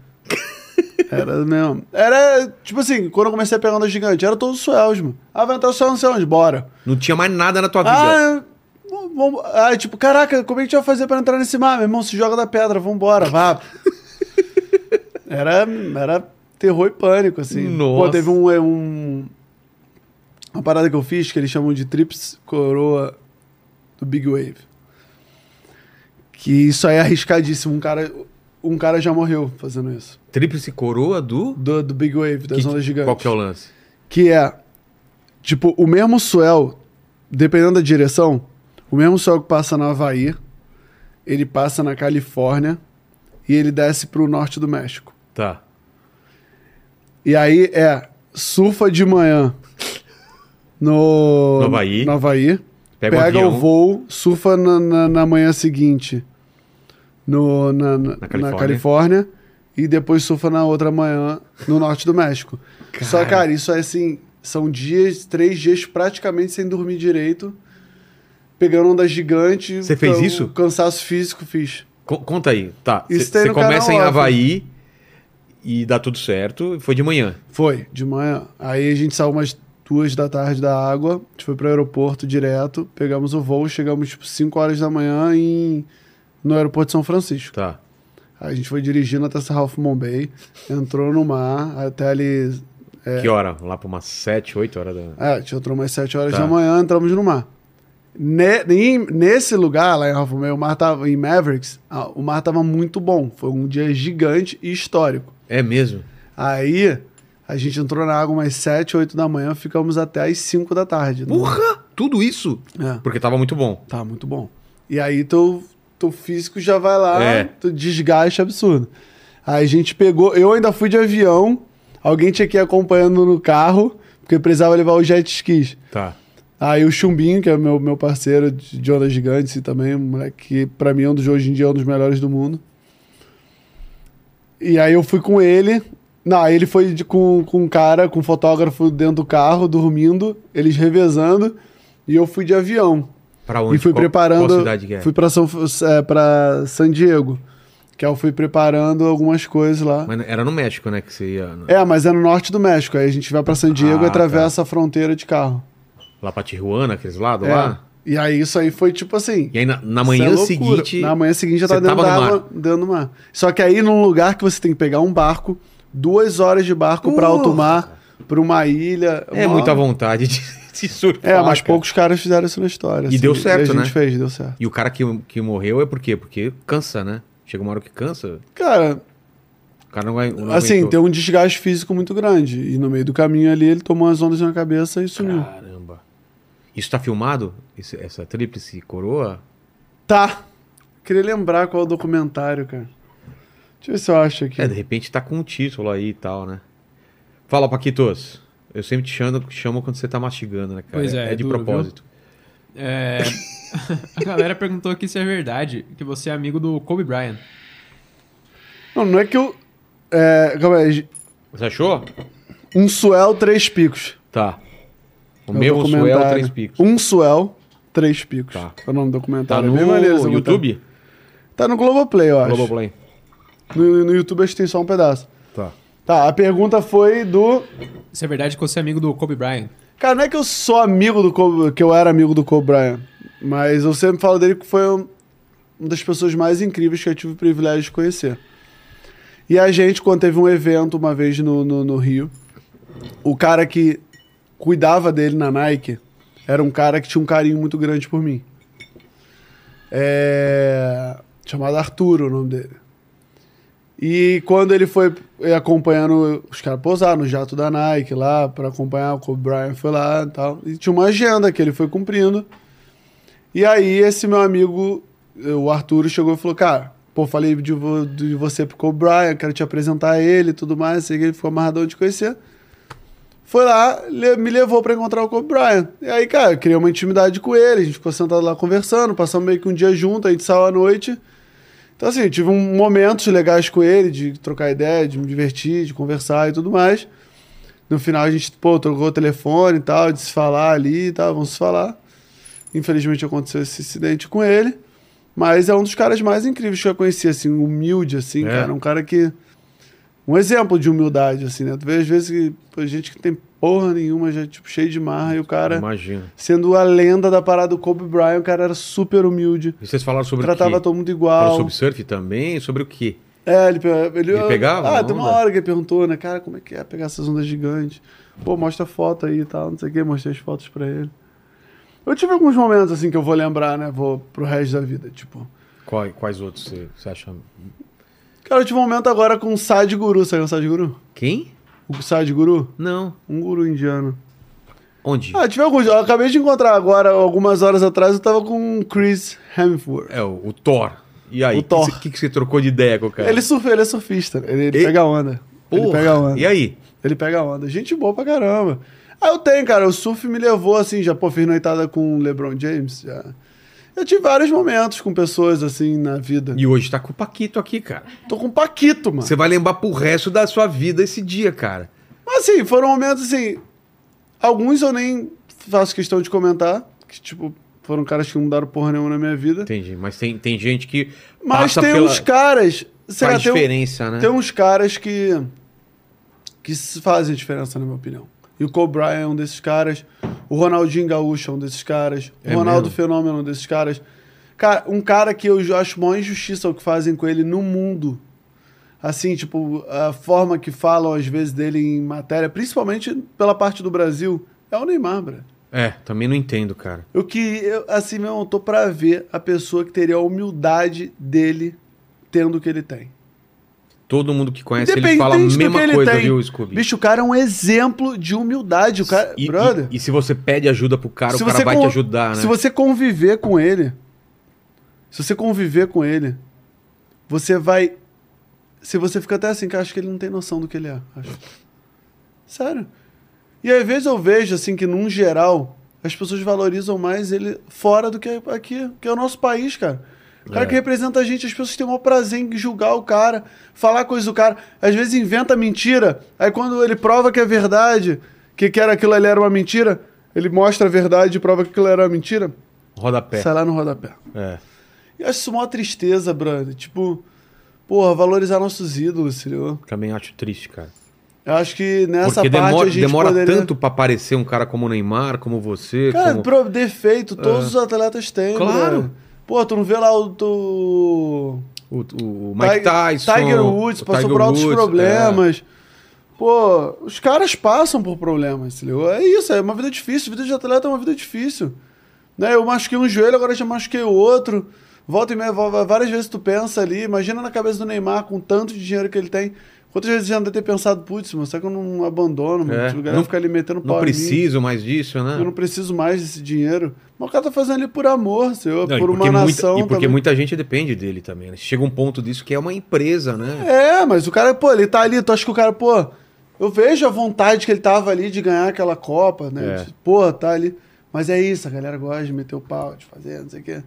Speaker 3: Era mesmo. Era, tipo assim, quando eu comecei a pegar onda gigante, era todos os swells, mano. Ah, vai entrar o swell, não sei onde, bora.
Speaker 1: Não tinha mais nada na tua vida.
Speaker 3: Ah, vamos, vamos- ah, tipo, caraca, como é que a gente vai fazer pra entrar nesse mar? Meu irmão, se joga da pedra,
Speaker 1: (laughs)
Speaker 3: vambora, vá. era, era terror e pânico, assim.
Speaker 1: Nossa.
Speaker 3: Pô, teve um, é, um- Uma parada que eu fiz que eles chamam de trips coroa do Big Wave. Que isso aí é arriscadíssimo. Um cara, um cara já morreu fazendo isso.
Speaker 1: Tríplice coroa do.
Speaker 3: Do, do Big Wave, das
Speaker 1: Que-
Speaker 3: ondas gigantes
Speaker 1: Qual que é o lance?
Speaker 3: que é tipo o mesmo swell, dependendo da direção, o mesmo swell que passa na Havaí, ele passa na Califórnia e ele desce pro norte do México.
Speaker 1: Tá.
Speaker 3: E aí é surfa de manhã no
Speaker 1: No Havaí.
Speaker 3: no Havaí,
Speaker 1: Pega
Speaker 3: pega,
Speaker 1: o avião.
Speaker 3: o voo, surfa na, na, na manhã seguinte no, na, na- na Califórnia.
Speaker 1: Califórnia.
Speaker 3: e depois surfa na outra manhã no norte do México. Só,
Speaker 1: Cara.
Speaker 3: cara, isso é assim, são dias, três dias praticamente sem dormir direito, pegando onda gigante.
Speaker 1: Você fez
Speaker 3: ca-
Speaker 1: isso?
Speaker 3: Cansaço físico, fiz.
Speaker 1: Co- conta aí, tá.
Speaker 3: Isso tem
Speaker 1: Você
Speaker 3: no
Speaker 1: começa
Speaker 3: canal
Speaker 1: em
Speaker 3: off.
Speaker 1: Havaí e dá tudo certo. Foi de manhã.
Speaker 3: Foi, de manhã. Aí a gente saiu umas duas da tarde da água, a gente foi pro aeroporto direto, pegamos o voo, chegamos tipo 5 horas da manhã em... no aeroporto de São Francisco.
Speaker 1: Tá.
Speaker 3: Aí a gente foi dirigindo até essa Ralph Bombay, entrou no mar, até ali.
Speaker 1: Que hora? Lá pra umas 7, 8 horas da.
Speaker 3: É, a gente entrou umas 7 horas
Speaker 1: Tá.
Speaker 3: da manhã, entramos no mar. Ne- em- nesse lugar, lá em Ralph Bombay, o mar tava, em Mavericks, a- o mar tava muito bom. Foi um dia gigante e histórico.
Speaker 1: É mesmo?
Speaker 3: Aí a gente entrou na água umas 7, 8 da manhã, ficamos até às 5 da tarde. né?
Speaker 1: Porra! Tudo isso?
Speaker 3: É,
Speaker 1: Porque tava muito bom.
Speaker 3: tá muito bom. E aí teu, teu físico já vai lá,
Speaker 1: É.
Speaker 3: tu desgaste absurdo. Aí a gente pegou, eu ainda fui de avião, alguém tinha que ir acompanhando no carro, porque precisava levar os jet skis.
Speaker 1: Tá.
Speaker 3: Aí o Chumbinho, que é meu, meu parceiro de de Ondas Gigantes e também um moleque que pra mim é um dos, hoje em dia é um dos melhores do mundo. E aí eu fui com ele. Não, aí ele foi de- com, com um cara, com um fotógrafo dentro do carro, dormindo, eles revezando. E eu fui de avião.
Speaker 1: Pra onde?
Speaker 3: E fui
Speaker 1: Qual-
Speaker 3: preparando.
Speaker 1: é Qual cidade que é?
Speaker 3: Fui pra São, F- é, pra San Diego. Que aí eu fui preparando algumas coisas lá.
Speaker 1: Mas era no México, né? Que você ia.
Speaker 3: É, mas é no norte do México. Aí a gente vai pra San Diego
Speaker 1: Ah,
Speaker 3: e atravessa a fronteira de carro.
Speaker 1: Lá pra Tijuana, aqueles lados
Speaker 3: É.
Speaker 1: lá.
Speaker 3: E aí isso aí foi tipo assim.
Speaker 1: E aí na, na
Speaker 3: Isso
Speaker 1: manhã
Speaker 3: é loucura.
Speaker 1: seguinte.
Speaker 3: Na manhã seguinte já
Speaker 1: você
Speaker 3: tá dentro
Speaker 1: tava
Speaker 3: da
Speaker 1: no mar.
Speaker 3: água, dentro do mar. Só que aí num lugar que você tem que pegar um barco, duas horas de barco pra alto mar, pra uma ilha.
Speaker 1: É
Speaker 3: uma-
Speaker 1: muito à vontade de, (laughs) de surfar.
Speaker 3: É, mas
Speaker 1: cara.
Speaker 3: poucos caras fizeram isso na história. assim.
Speaker 1: E deu certo,
Speaker 3: A gente
Speaker 1: né?
Speaker 3: fez, deu certo.
Speaker 1: E o cara que, que morreu é por quê? Porque cansa, né? Chega uma hora que cansa,
Speaker 3: Cara,
Speaker 1: o cara não vai. não
Speaker 3: assim,
Speaker 1: aguentou.
Speaker 3: tem um desgaste físico muito grande. E no meio do caminho ali, ele tomou as ondas na cabeça e sumiu.
Speaker 1: Caramba. Isso tá filmado? Esse- essa tríplice coroa?
Speaker 3: Tá. Queria lembrar qual é o documentário, cara. Deixa eu ver se eu acho aqui.
Speaker 1: É, de repente tá com um título aí e tal, né? Fala, Paquitos. Eu sempre te chamo, chamo quando você tá mastigando, né, cara?
Speaker 2: Pois é, é
Speaker 1: de
Speaker 2: duro,
Speaker 1: propósito.
Speaker 2: É, (laughs) a galera perguntou aqui se é verdade que você é amigo do Kobe Bryant.
Speaker 3: Não, não é que eu. É, calma aí.
Speaker 1: Você achou?
Speaker 3: Um suel, três picos.
Speaker 1: Tá. O
Speaker 3: É
Speaker 1: meu um suel,
Speaker 3: documentário.
Speaker 1: três picos.
Speaker 3: Um suel, três picos.
Speaker 1: Tá.
Speaker 3: É o nome do
Speaker 1: Tá
Speaker 3: documentário.
Speaker 1: no
Speaker 3: é bem maneiro esse documentário.
Speaker 1: YouTube?
Speaker 3: Tá no Globoplay, eu acho.
Speaker 1: Globoplay.
Speaker 3: No, no YouTube acho que tem só um pedaço.
Speaker 1: Tá.
Speaker 3: Tá, a pergunta foi do.
Speaker 2: Se é verdade que você é amigo do Kobe Bryant.
Speaker 3: Cara, não é que eu sou amigo do Kobe, que eu era amigo do Kobe Bryant, mas eu sempre falo dele que foi um- uma das pessoas mais incríveis que eu tive o privilégio de conhecer. E a gente, quando teve um evento uma vez no, no, no Rio, o cara que cuidava dele na Nike era um cara que tinha um carinho muito grande por mim. É... Chamado Arturo, o nome dele. E quando ele foi acompanhando os caras pousaram no jato da Nike lá pra acompanhar, o Kobe Bryant foi lá e tal. E tinha uma agenda que ele foi cumprindo. E aí esse meu amigo, o Arturo, chegou e falou, cara, pô, falei de, vo- de você pro Kobe Bryant, quero te apresentar ele e tudo mais. Sei que ele ficou amarradão de conhecer. Foi lá, le- me levou pra encontrar o Kobe Bryant. E aí, cara, eu criei uma intimidade com ele, a gente ficou sentado lá conversando, passamos meio que um dia junto, a gente saiu à noite... Então, assim, eu tive um momentos legais com ele, de trocar ideia, de me divertir, de conversar e tudo mais. No final, a gente, pô, trocou o telefone e tal, de se falar ali e tal, vamos se falar. Infelizmente, aconteceu esse incidente com ele. Mas é um dos caras mais incríveis que eu conheci, assim, humilde, assim,
Speaker 1: É.
Speaker 3: cara. Um cara que... Um exemplo de humildade, assim, né? Tu vê, às vezes, que, pô, gente que tem porra nenhuma, já, tipo, cheio de marra, e o cara...
Speaker 1: Imagina.
Speaker 3: Sendo a lenda da parada do Kobe Bryant, o cara era super humilde.
Speaker 1: E vocês falaram sobre
Speaker 3: tratava
Speaker 1: o quê?
Speaker 3: todo mundo
Speaker 1: Falaram
Speaker 3: igual.
Speaker 1: sobre surf também? Sobre o quê?
Speaker 3: É, ele, pe- ele,
Speaker 1: Ele pegava
Speaker 3: Ah,
Speaker 1: a
Speaker 3: tem uma
Speaker 1: onda?
Speaker 3: hora que ele perguntou, né? Cara, como é que é pegar essas ondas gigantes? Pô, mostra a foto aí e tal, não sei o quê. Mostrei as fotos pra ele. Eu tive alguns momentos, assim, que eu vou lembrar, né? Vou pro resto da vida, tipo...
Speaker 1: Quais, quais outros você, você acha?
Speaker 3: Cara, eu tive um momento agora com o Sadhguru. Sabe o Sadhguru?
Speaker 1: Quem?
Speaker 3: O Sadhguru?
Speaker 1: Não.
Speaker 3: Um guru indiano.
Speaker 1: Onde?
Speaker 3: Ah, tive alguns. Eu acabei de encontrar agora, algumas horas atrás, eu tava com o Chris Hemsworth.
Speaker 1: É, o, o Thor. E aí?
Speaker 3: O Thor.
Speaker 1: O que, que você trocou de ideia com o cara?
Speaker 3: Ele, surfa, ele é surfista, né? ele, ele
Speaker 1: E-
Speaker 3: pega onda. Ele
Speaker 1: Porra,
Speaker 3: pega onda.
Speaker 1: E é- aí?
Speaker 3: Ele pega onda. Gente boa pra caramba. Ah, eu tenho, cara. O surf me levou, assim, já, pô, fiz noitada com o LeBron James, já. Eu tive vários momentos com pessoas, assim, na vida.
Speaker 1: E hoje tá com o Paquito aqui, cara.
Speaker 3: Tô com o Paquito, mano.
Speaker 1: Você vai lembrar pro resto da sua vida esse dia, cara.
Speaker 3: Mas, assim, foram momentos, assim... Alguns eu nem faço questão de comentar. Que, tipo, foram caras que não mudaram porra nenhuma na minha vida.
Speaker 1: Entendi. Mas tem, tem gente que.
Speaker 3: Mas
Speaker 1: passa
Speaker 3: tem
Speaker 1: pela-
Speaker 3: uns caras. sei lá,
Speaker 1: Faz
Speaker 3: tem, um-
Speaker 1: diferença, né?
Speaker 3: tem uns caras que. que se fazem diferença, na minha opinião. E o Kobe Bryant é um desses caras. O Ronaldinho Gaúcho é um desses caras. O
Speaker 1: É
Speaker 3: Ronaldo
Speaker 1: mesmo?
Speaker 3: Fenômeno é um desses caras. Cara, um cara que eu acho maior injustiça o que fazem com ele no mundo. Assim, tipo, a forma que falam às vezes dele em matéria, principalmente pela parte do Brasil, é o Neymar, bro.
Speaker 1: É, também não entendo, cara.
Speaker 3: Eu que, eu, assim, meu irmão, tô pra ver a pessoa que teria a humildade dele tendo o que ele tem.
Speaker 1: Todo mundo que conhece ele
Speaker 3: Independente
Speaker 1: fala a
Speaker 3: do que
Speaker 1: mesma
Speaker 3: ele
Speaker 1: coisa,
Speaker 3: tem.
Speaker 1: viu, Scooby?
Speaker 3: Bicho, o cara é um exemplo de humildade. O cara,
Speaker 1: e,
Speaker 3: brother,
Speaker 1: e- e se você pede ajuda pro cara,
Speaker 3: Se
Speaker 1: o cara
Speaker 3: você
Speaker 1: vai
Speaker 3: con-
Speaker 1: te ajudar, né?
Speaker 3: se você conviver com ele, se você conviver com ele, você vai. Se você fica até assim, cara, acho que ele não tem noção do que ele é. acho. Sério. E às vezes eu vejo, assim, que num geral, as pessoas valorizam mais ele fora do que aqui, que é o nosso país, cara. O cara
Speaker 1: É.
Speaker 3: que representa a gente, as pessoas têm o maior prazer em julgar o cara, falar coisa do cara. Às vezes inventa mentira, aí quando ele prova que é verdade, que, que era aquilo ali era uma mentira, ele mostra a verdade e prova que aquilo era uma mentira,
Speaker 1: Rodapé.
Speaker 3: sai lá no rodapé.
Speaker 1: É.
Speaker 3: Eu acho isso uma tristeza, brother. Tipo, porra, valorizar nossos ídolos, entendeu?
Speaker 1: Também acho triste, cara.
Speaker 3: Eu acho que nessa
Speaker 1: Porque
Speaker 3: parte
Speaker 1: demora,
Speaker 3: a gente
Speaker 1: demora
Speaker 3: poderia...
Speaker 1: tanto pra aparecer um cara como o Neymar, como você.
Speaker 3: Cara,
Speaker 1: como... É.
Speaker 3: pro defeito, todos os atletas têm.
Speaker 1: Claro.
Speaker 3: brother. Pô, tu não vê lá o. Tu...
Speaker 1: O, o- o Mike
Speaker 3: Ti-
Speaker 1: Tyson.
Speaker 3: Tiger Woods
Speaker 1: o
Speaker 3: passou
Speaker 1: Tiger
Speaker 3: por altos
Speaker 1: Woods, é.
Speaker 3: problemas. Pô, os caras passam por problemas, se ligou? É isso, é uma vida difícil. Vida de atleta é uma vida difícil. Né? Eu machuquei um joelho, agora já machuquei o outro. Volta e meia, va- va- várias vezes tu pensa ali. Imagina na cabeça do Neymar, com tanto de dinheiro que ele tem. Quantas vezes já deve ter pensado, putz, mano, será que eu não abandono? Mano?
Speaker 1: É.
Speaker 3: Se O galera
Speaker 1: Não-
Speaker 3: fica ali metendo
Speaker 1: É. Não
Speaker 3: pau em mim.
Speaker 1: preciso mais disso, né?
Speaker 3: Eu não preciso mais desse dinheiro. Mas o cara tá fazendo ali por amor, senhor,
Speaker 1: Não, e
Speaker 3: por uma
Speaker 1: porque muita-
Speaker 3: nação.
Speaker 1: E porque
Speaker 3: também.
Speaker 1: muita gente depende dele também, né? Chega um ponto disso que é uma empresa, né?
Speaker 3: É, mas o cara, pô, ele tá ali, tu acha que o cara, pô, eu vejo a vontade que ele tava ali de ganhar aquela Copa, né?
Speaker 1: É.
Speaker 3: De, Pô, tá ali. Mas é isso, a galera gosta de meter o pau, de fazer, não sei o quê.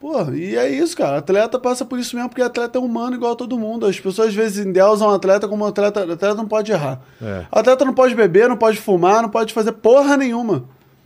Speaker 3: Pô, e é isso, cara. Atleta passa por isso mesmo, porque atleta é humano igual a todo mundo. As pessoas às vezes endeusam um atleta como um atleta. Atleta não pode errar.
Speaker 1: É.
Speaker 3: Atleta não pode beber, não pode fumar, não pode fazer porra nenhuma.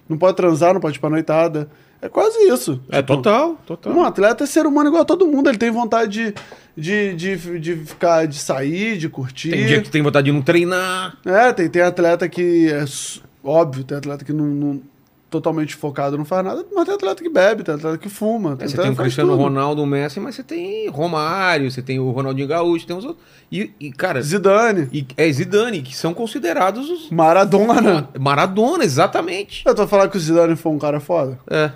Speaker 3: Não pode transar, não pode ir pra noitada. É quase isso.
Speaker 1: É, total, total.
Speaker 3: Um atleta é ser humano igual a todo mundo, ele tem vontade de, de, de, de ficar, de sair, de curtir.
Speaker 1: Tem dia que tem vontade de não treinar.
Speaker 3: É, tem, tem atleta que é s- óbvio, tem atleta que não, não- totalmente focado não faz nada, mas tem atleta que bebe, tem atleta que fuma.
Speaker 1: É, você
Speaker 3: atleta
Speaker 1: tem o
Speaker 3: que faz
Speaker 1: Cristiano
Speaker 3: tudo.
Speaker 1: Ronaldo, o Messi, mas você tem Romário, você tem o Ronaldinho Gaúcho, tem os outros. E, e, cara,
Speaker 3: Zidane,
Speaker 1: e, é Zidane, que são considerados os.
Speaker 3: Maradona.
Speaker 1: Maradona, exatamente.
Speaker 3: Eu tô falando que o Zidane foi um cara foda?
Speaker 1: É,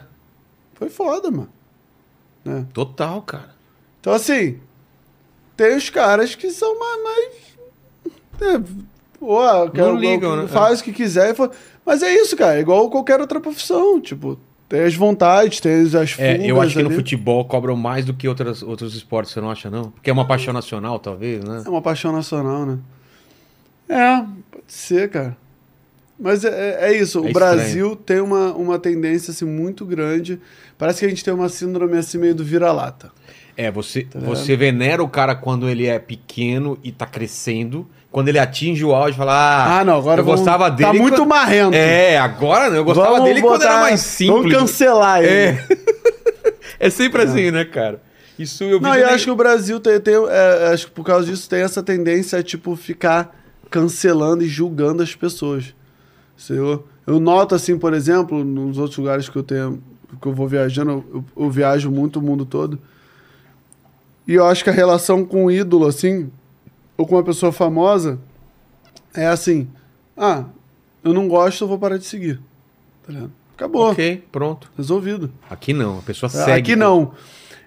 Speaker 3: Foi foda, mano. Né?
Speaker 1: total, cara.
Speaker 3: Então, assim, tem os caras que são ma- mais. É, pô, eu quero,
Speaker 1: ligam,
Speaker 3: eu-
Speaker 1: né?
Speaker 3: Faz o que quiser. e fa- Mas é isso, cara. É igual qualquer outra profissão. Tipo, tem as vontades, tem as fugas
Speaker 1: É, eu acho que no
Speaker 3: ali.
Speaker 1: futebol cobram mais do que outras, outros esportes, você não acha, não? Porque é uma paixão nacional, talvez, né?
Speaker 3: É uma paixão nacional, né? É, pode ser, cara. Mas é, é- é isso. o
Speaker 1: É estranho.
Speaker 3: Brasil tem uma, uma tendência assim, muito grande. Parece que a gente tem uma síndrome assim meio do vira-lata.
Speaker 1: É, você,
Speaker 3: vendo?
Speaker 1: você venera o cara quando ele é pequeno e tá crescendo. Quando ele atinge o auge, fala. Ah,
Speaker 3: Ah, não, agora
Speaker 1: eu
Speaker 3: vamos-
Speaker 1: gostava dele.
Speaker 3: Tá muito
Speaker 1: quando...
Speaker 3: marrento.
Speaker 1: É, agora não. Eu gostava
Speaker 3: Vamos
Speaker 1: dele quando era
Speaker 3: botar-
Speaker 1: mais
Speaker 3: Vamos
Speaker 1: simples.
Speaker 3: cancelar ele.
Speaker 1: É.
Speaker 3: (laughs)
Speaker 1: É sempre assim, né, cara? Isso eu vi.
Speaker 3: Não, eu acho que o Brasil tem, tem, é, acho que por causa disso tem essa tendência a, tipo, ficar cancelando e julgando as pessoas. Senhor, eu noto, assim, por exemplo, nos outros lugares que eu tenho, que eu vou viajando, eu, eu viajo muito o mundo todo. E eu acho que a relação com o ídolo, assim, ou com uma pessoa famosa, é assim: ah, eu não gosto, eu vou parar de seguir. Tá ligado? Acabou,
Speaker 1: Ok, pronto.
Speaker 3: resolvido.
Speaker 1: Aqui não, a pessoa
Speaker 3: Ah,
Speaker 1: segue.
Speaker 3: Aqui não.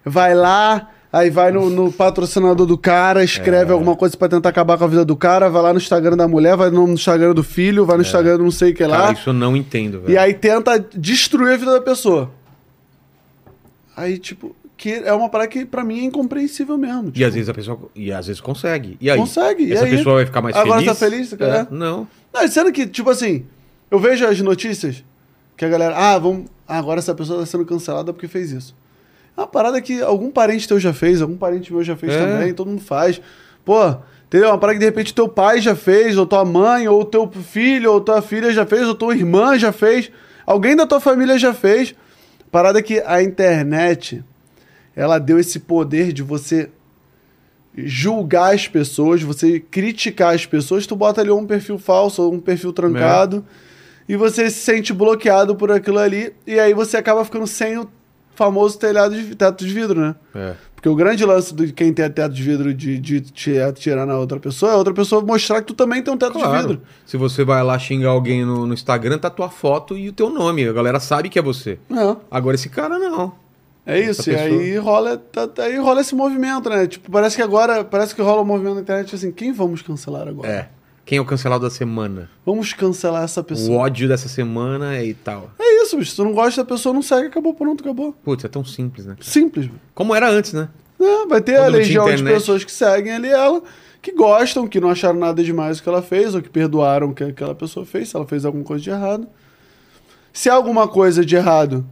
Speaker 3: Vai lá, aí vai no, no patrocinador do cara,
Speaker 1: É.
Speaker 3: escreve alguma coisa pra tentar acabar com a vida do cara, vai lá no Instagram da mulher, vai no Instagram do filho, vai no Instagram do não sei o que lá.
Speaker 1: É. Cara, isso é. eu não entendo, velho.
Speaker 3: E aí tenta destruir a vida da pessoa. Aí, tipo, que é uma parada que pra mim é incompreensível mesmo.
Speaker 1: E
Speaker 3: tipo,
Speaker 1: às vezes a pessoa. E às vezes consegue. E aí?
Speaker 3: Consegue, e
Speaker 1: Essa
Speaker 3: aí?
Speaker 1: pessoa vai ficar mais
Speaker 3: Agora
Speaker 1: feliz.
Speaker 3: tá feliz, cara?
Speaker 1: É, Não.
Speaker 3: Não, e sendo que, tipo assim, eu vejo as notícias que a galera. Ah, vamos. ah, agora essa pessoa tá sendo cancelada porque fez isso. É uma parada que algum parente teu já fez, algum parente meu já fez
Speaker 1: É.
Speaker 3: também, todo mundo faz. Pô, entendeu? É Uma parada que de repente teu pai já fez, ou tua mãe, ou teu filho, ou tua filha já fez, ou tua irmã já fez. Alguém da tua família já fez. Uma parada é que a internet, ela deu esse poder de você julgar as pessoas, você criticar as pessoas, tu bota ali um perfil falso ou um perfil trancado e você se sente bloqueado por aquilo ali e aí você acaba ficando sem o famoso telhado de teto de vidro, né?
Speaker 1: É.
Speaker 3: Porque o grande lance de quem tem teto de vidro de, de te atirar na outra pessoa é a outra pessoa mostrar que tu também tem um teto de
Speaker 1: Claro.
Speaker 3: vidro.
Speaker 1: Se você vai lá xingar alguém no, no Instagram, tá tua foto e o teu nome. A galera sabe que é você.
Speaker 3: Não,
Speaker 1: Agora esse cara não.
Speaker 3: é
Speaker 1: Essa
Speaker 3: isso. E
Speaker 1: pessoa-
Speaker 3: aí rola, tá- tá- aí rola esse movimento, né? Tipo, parece que agora, parece que rola um movimento na internet assim, quem vamos cancelar agora?
Speaker 1: É. Quem é o cancelado da semana?
Speaker 3: Vamos cancelar essa
Speaker 1: O
Speaker 3: pessoa.
Speaker 1: ódio dessa semana é e tal.
Speaker 3: É isso, bicho. Tu não gosta da pessoa, não segue, acabou, pronto, acabou.
Speaker 1: Putz, é tão simples, né?
Speaker 3: Simples, bicho.
Speaker 1: Como era antes, né?
Speaker 3: É, vai ter
Speaker 1: Quando
Speaker 3: a
Speaker 1: não tinha
Speaker 3: legião de
Speaker 1: internet.
Speaker 3: pessoas que seguem ali ela, que gostam, que não acharam nada demais o que ela fez, ou que perdoaram o que aquela pessoa fez, se ela fez alguma coisa de errado. Se há alguma coisa de errado,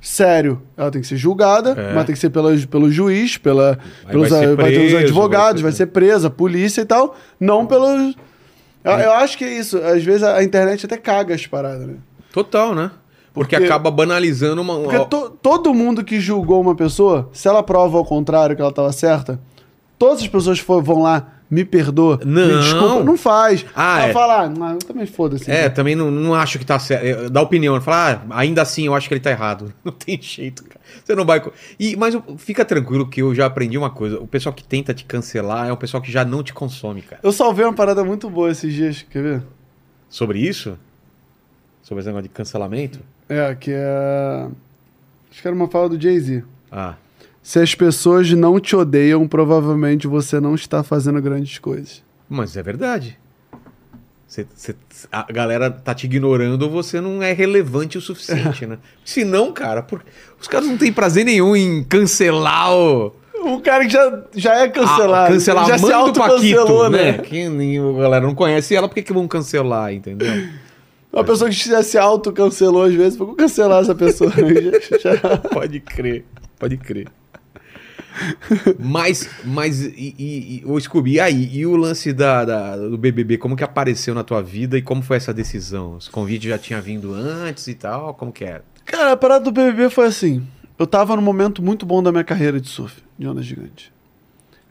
Speaker 3: sério, ela tem que ser julgada,
Speaker 1: É.
Speaker 3: mas tem que ser pela, pelo juiz, pela,
Speaker 1: Aí
Speaker 3: pelos,
Speaker 1: vai ser
Speaker 3: vai ter os
Speaker 1: preso,
Speaker 3: advogados,
Speaker 1: vai
Speaker 3: vai
Speaker 1: ser-
Speaker 3: ser presa, polícia e tal, não pelos. Eu, eu acho que é isso. Às vezes a, a internet até caga as paradas, né?
Speaker 1: Total, né? Porque,
Speaker 3: Porque-
Speaker 1: acaba banalizando uma.
Speaker 3: Porque to- todo mundo que julgou uma pessoa, se ela prova ao contrário que ela estava certa, todas as pessoas fo- vão lá, me perdoa,
Speaker 1: Não.
Speaker 3: me desculpa, não faz.
Speaker 1: Ah,
Speaker 3: ela
Speaker 1: é.
Speaker 3: fala, ah, não, eu também foda-se.
Speaker 1: É, também não, não acho que tá certo. É, Dá opinião, falar, ah, ainda assim eu acho que ele tá errado. (laughs) Não tem jeito, cara. Você não vai. co- E, mas eu- fica tranquilo que eu já aprendi uma coisa. O pessoal que tenta te cancelar é um pessoal que já não te consome, cara.
Speaker 3: Eu salvei uma parada muito boa esses dias, quer ver?
Speaker 1: Sobre isso? Sobre esse negócio de cancelamento?
Speaker 3: É, que é. Acho que era uma fala do Jay-Z.
Speaker 1: Ah,
Speaker 3: Se as pessoas não te odeiam, provavelmente você não está fazendo grandes coisas.
Speaker 1: mas é verdade. Cê- cê- a galera tá te ignorando, você não é relevante o suficiente, né? Se não, cara, por- os caras não têm prazer nenhum em cancelar o.
Speaker 3: Um cara que já, já é
Speaker 1: Ah,
Speaker 3: cancelado.
Speaker 1: cancelar
Speaker 3: já
Speaker 1: a mãe do Paquito,
Speaker 3: autocancelou,
Speaker 1: né? Que nem a galera não conhece ela, por que, que vão cancelar,
Speaker 3: (laughs)
Speaker 1: entendeu?
Speaker 3: Uma pessoa que já se autocancelou às vezes, vou cancelar essa pessoa. já, já-
Speaker 1: pode crer, pode crer. mas, mas, e, e, e- ô, Scooby, e aí? E o lance da, da- do BBB, como que apareceu na tua vida e como foi essa decisão? Os convites já tinham vindo antes e tal, como que era?
Speaker 3: Cara, a parada do BBB foi assim. Eu tava num momento muito bom da minha carreira de surf, de onda gigante.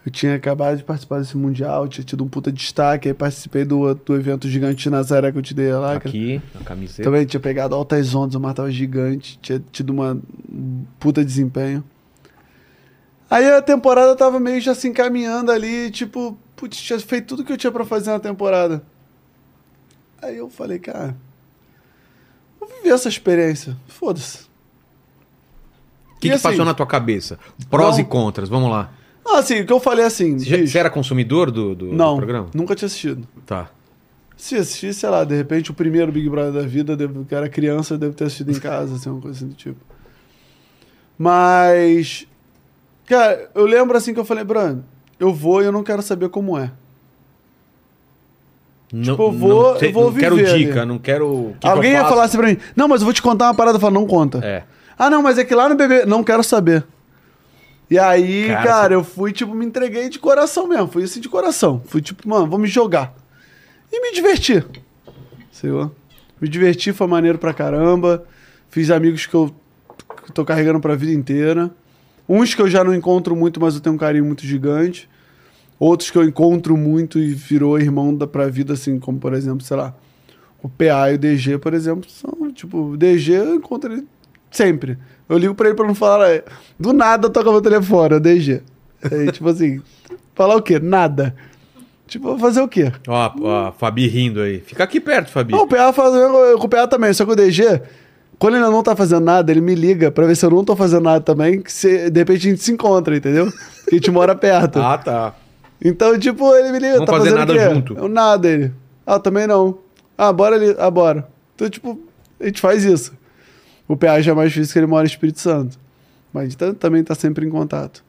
Speaker 3: Eu tinha acabado de participar desse mundial, tinha tido um puta destaque, aí participei do, do evento gigante de Nazaré que eu te dei lá. Tá, cara.
Speaker 1: Aqui, a camiseta.
Speaker 3: Também tinha pegado altas ondas, eu matava gigante, tinha tido uma puta desempenho. Aí a temporada tava meio já se encaminhando ali, tipo, putz, tinha feito tudo que eu tinha pra fazer na temporada. Aí eu falei, cara, vou viver essa experiência, foda-se.
Speaker 1: O que,
Speaker 3: e
Speaker 1: que
Speaker 3: assim-
Speaker 1: passou na tua cabeça? Prós
Speaker 3: Não.
Speaker 1: e contras, vamos lá.
Speaker 3: Ah, assim, o que eu falei assim,
Speaker 1: Você, já-
Speaker 3: bicho,
Speaker 1: você era consumidor do, do- do
Speaker 3: não, Tipo,
Speaker 1: programa?
Speaker 3: nunca tinha assistido.
Speaker 1: Tá.
Speaker 3: Se assistir, sei lá, de repente o primeiro Big Brother da vida, devo, que era criança, eu devo ter assistido em casa, assim, uma coisa assim do tipo. Mas. Cara, eu lembro assim que eu falei, Bruno, eu vou e eu não quero saber como é.
Speaker 1: Não,
Speaker 3: eu vou-
Speaker 1: sei-
Speaker 3: eu vou
Speaker 1: não quero
Speaker 3: viver ali.
Speaker 1: dica, não quero. o que que
Speaker 3: Alguém
Speaker 1: eu
Speaker 3: ia
Speaker 1: faço?
Speaker 3: falar assim pra mim, não, mas eu vou te contar uma parada, eu falo, não conta.
Speaker 1: É.
Speaker 3: Ah, não, mas é que lá no bebê, não quero saber. E aí,
Speaker 1: Cara,
Speaker 3: cara, eu fui, tipo, me entreguei de coração mesmo. Fui assim de coração. Fui tipo, mano, vou me jogar. E me diverti. Senhor. Me diverti, foi maneiro pra caramba. Fiz amigos que eu que eu tô carregando pra vida inteira. Uns que eu já não encontro muito, mas eu tenho um carinho muito gigante. Outros que eu encontro muito e virou irmão da, pra vida, assim, como por exemplo, sei lá, o PA e o DG, por exemplo, são, tipo, o DG eu encontro ele sempre. Eu ligo pra ele pra não falar, "Ah, do nada toca meu telefone, o DG. Aí, tipo assim, (laughs) falar o quê? Nada. Tipo, fazer o quê?
Speaker 1: Ó, a- ó, a Fabi rindo aí. Fica aqui perto, Fabi.
Speaker 3: Não, o PA faz o mesmo com o PA também, só que o DG, quando ele não tá fazendo nada, ele me liga pra ver se eu não tô fazendo nada também, que se, de repente a gente se encontra, entendeu? Porque a gente mora perto.
Speaker 1: Ah, tá.
Speaker 3: Então, tipo, ele me liga,
Speaker 1: Vamos
Speaker 3: tá
Speaker 1: fazer
Speaker 3: fazendo
Speaker 1: nada
Speaker 3: o quê?
Speaker 1: junto.
Speaker 3: Eu nada, ele. Ah, também não. Ah, bora ali, ah, bora. Então, tipo, a gente faz isso. O PA já é mais difícil que ele mora em Espírito Santo. Mas a gente tá- também tá sempre em contato.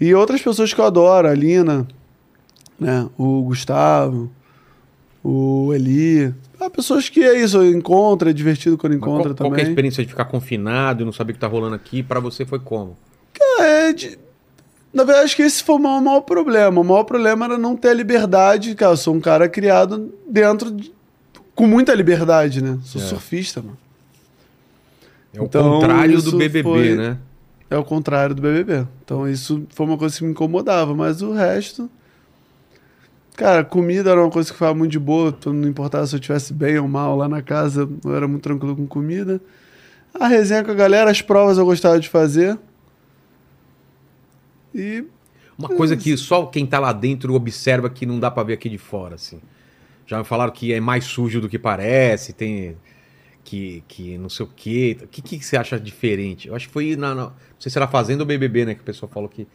Speaker 3: E outras pessoas que eu adoro, a Lina, né? O Gustavo, o Eli. Ah, pessoas que é isso, eu encontro, é divertido quando
Speaker 1: Mas qual-
Speaker 3: encontra
Speaker 1: Qual que é a
Speaker 3: também.
Speaker 1: experiência de ficar confinado e não saber o que tá rolando aqui? Pra você foi como?
Speaker 3: É, de- Na verdade, acho que esse foi o maior, maior problema. O maior problema era não ter a liberdade. Cara, eu sou um cara criado dentro de- com muita liberdade, né? Sou
Speaker 1: É.
Speaker 3: surfista, mano.
Speaker 1: É o
Speaker 3: Então,
Speaker 1: contrário do
Speaker 3: isso
Speaker 1: BBB,
Speaker 3: foi-
Speaker 1: né?
Speaker 3: É o contrário do BBB. Então isso foi uma coisa que me incomodava, mas o resto. Cara, comida era uma coisa que ficava muito de boa, então não importava se eu estivesse bem ou mal lá na casa, eu era muito tranquilo com comida. A resenha com a galera, as provas eu gostava de fazer. E
Speaker 1: Uma coisa que só quem tá lá dentro observa que não dá pra ver aqui de fora, assim. Já me falaram que é mais sujo do que parece, tem que, que não sei o quê. O que, que você acha diferente? Eu acho que foi na, na- não sei se era Fazenda ou BBB, né, que o pessoal falou que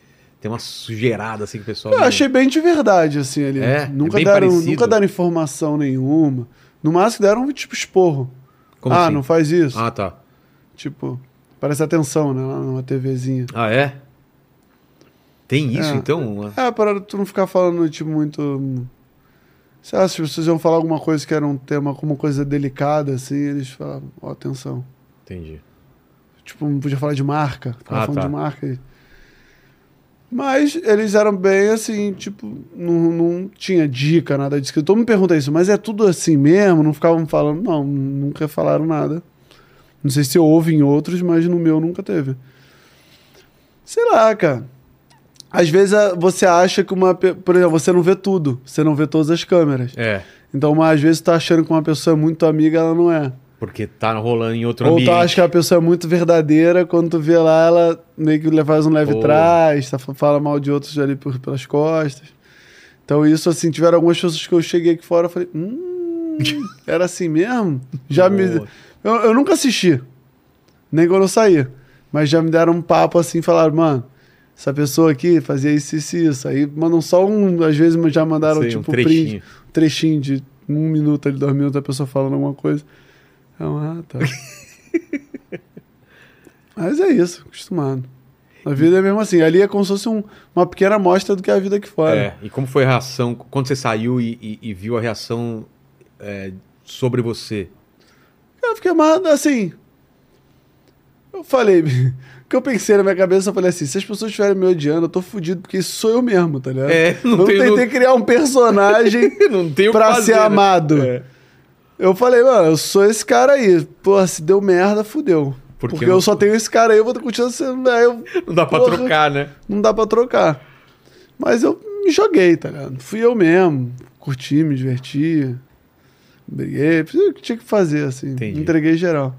Speaker 1: tem uma sujeirada assim que o pessoal
Speaker 3: eu
Speaker 1: não-
Speaker 3: achei bem de verdade, assim, ali.
Speaker 1: É, é
Speaker 3: nunca,
Speaker 1: bem
Speaker 3: deram,
Speaker 1: parecido.
Speaker 3: nunca deram informação nenhuma. No máximo deram tipo esporro.
Speaker 1: Como
Speaker 3: ah,
Speaker 1: assim?
Speaker 3: não faz isso.
Speaker 1: Ah, tá.
Speaker 3: Tipo, parece atenção, né? Lá numa TVzinha.
Speaker 1: Ah, é? Tem isso
Speaker 3: É.
Speaker 1: então? Uma-
Speaker 3: É, para tu não ficar falando, tipo, muito. Sei lá, se as pessoas iam falar alguma coisa que era um tema, alguma coisa delicada, assim, eles falavam, ó, atenção.
Speaker 1: Entendi.
Speaker 3: Tipo, não podia falar de marca, ficava
Speaker 1: Ah,
Speaker 3: falando
Speaker 1: tá.
Speaker 3: de marca. e- Mas eles eram bem assim, tipo, não, não tinha dica, nada disso. Todo mundo pergunta isso, mas é tudo assim mesmo? Não ficavam falando, não, nunca falaram nada. Não sei se houve em outros, mas no meu nunca teve. Sei lá, cara. Às vezes a- você acha que uma. pe- Por exemplo, você não vê tudo, você não vê todas as câmeras.
Speaker 1: É,
Speaker 3: Então, mas às vezes você tá achando que uma pessoa é muito amiga, ela não é.
Speaker 1: porque tá rolando em outro
Speaker 3: Ou
Speaker 1: ambiente.
Speaker 3: tu acha que a pessoa é muito verdadeira, quando tu vê lá, ela meio que faz um leve
Speaker 1: Pô.
Speaker 3: trás, tá- fala mal de outros ali por- pelas costas. Então isso, assim, tiveram algumas pessoas que eu cheguei aqui fora e falei,
Speaker 1: (laughs)
Speaker 3: hum, era assim mesmo? Já me...
Speaker 1: Boa.
Speaker 3: Eu, eu nunca assisti, nem quando eu saí, mas já me deram um papo assim, falaram, mano, essa pessoa aqui fazia isso, isso, e isso. Aí mandam só um, às vezes já mandaram,
Speaker 1: Sei, um
Speaker 3: tipo, um
Speaker 1: trechinho.
Speaker 3: print, um trechinho de um minuto ali, dois minutos, a pessoa falando alguma coisa. Então, ah,
Speaker 1: (laughs)
Speaker 3: tá. Mas é isso, acostumado. A vida é mesmo assim. Ali é como se fosse um- uma pequena amostra do que é a vida aqui fora.
Speaker 1: É, e como foi a reação, quando você saiu e, e- e viu a reação é, sobre você?
Speaker 3: Eu fiquei amarrado assim. Eu falei, (laughs) o que eu pensei na minha cabeça, eu falei assim: se as pessoas estiverem me odiando, eu tô fudido, porque isso sou eu mesmo, tá ligado?
Speaker 1: É, não
Speaker 3: eu não
Speaker 1: tem-
Speaker 3: tentei criar
Speaker 1: (laughs)
Speaker 3: um personagem
Speaker 1: Não tem o que
Speaker 3: pra
Speaker 1: fazer,
Speaker 3: ser
Speaker 1: né?
Speaker 3: amado.
Speaker 1: É.
Speaker 3: Eu falei, mano, eu sou esse cara aí. Pô, se deu merda, fudeu.
Speaker 1: Porque
Speaker 3: Porque,
Speaker 1: eu
Speaker 3: eu,
Speaker 1: não-
Speaker 3: só tenho esse cara aí, eu vou continuar sendo. Aí eu
Speaker 1: Não dá pra
Speaker 3: Porra.
Speaker 1: trocar, né?
Speaker 3: não dá pra trocar. Mas eu me joguei, tá ligado? Fui eu mesmo. Curti, me diverti. Briguei. Fiz o que tinha que fazer, assim.
Speaker 1: Entendi.
Speaker 3: Entreguei geral.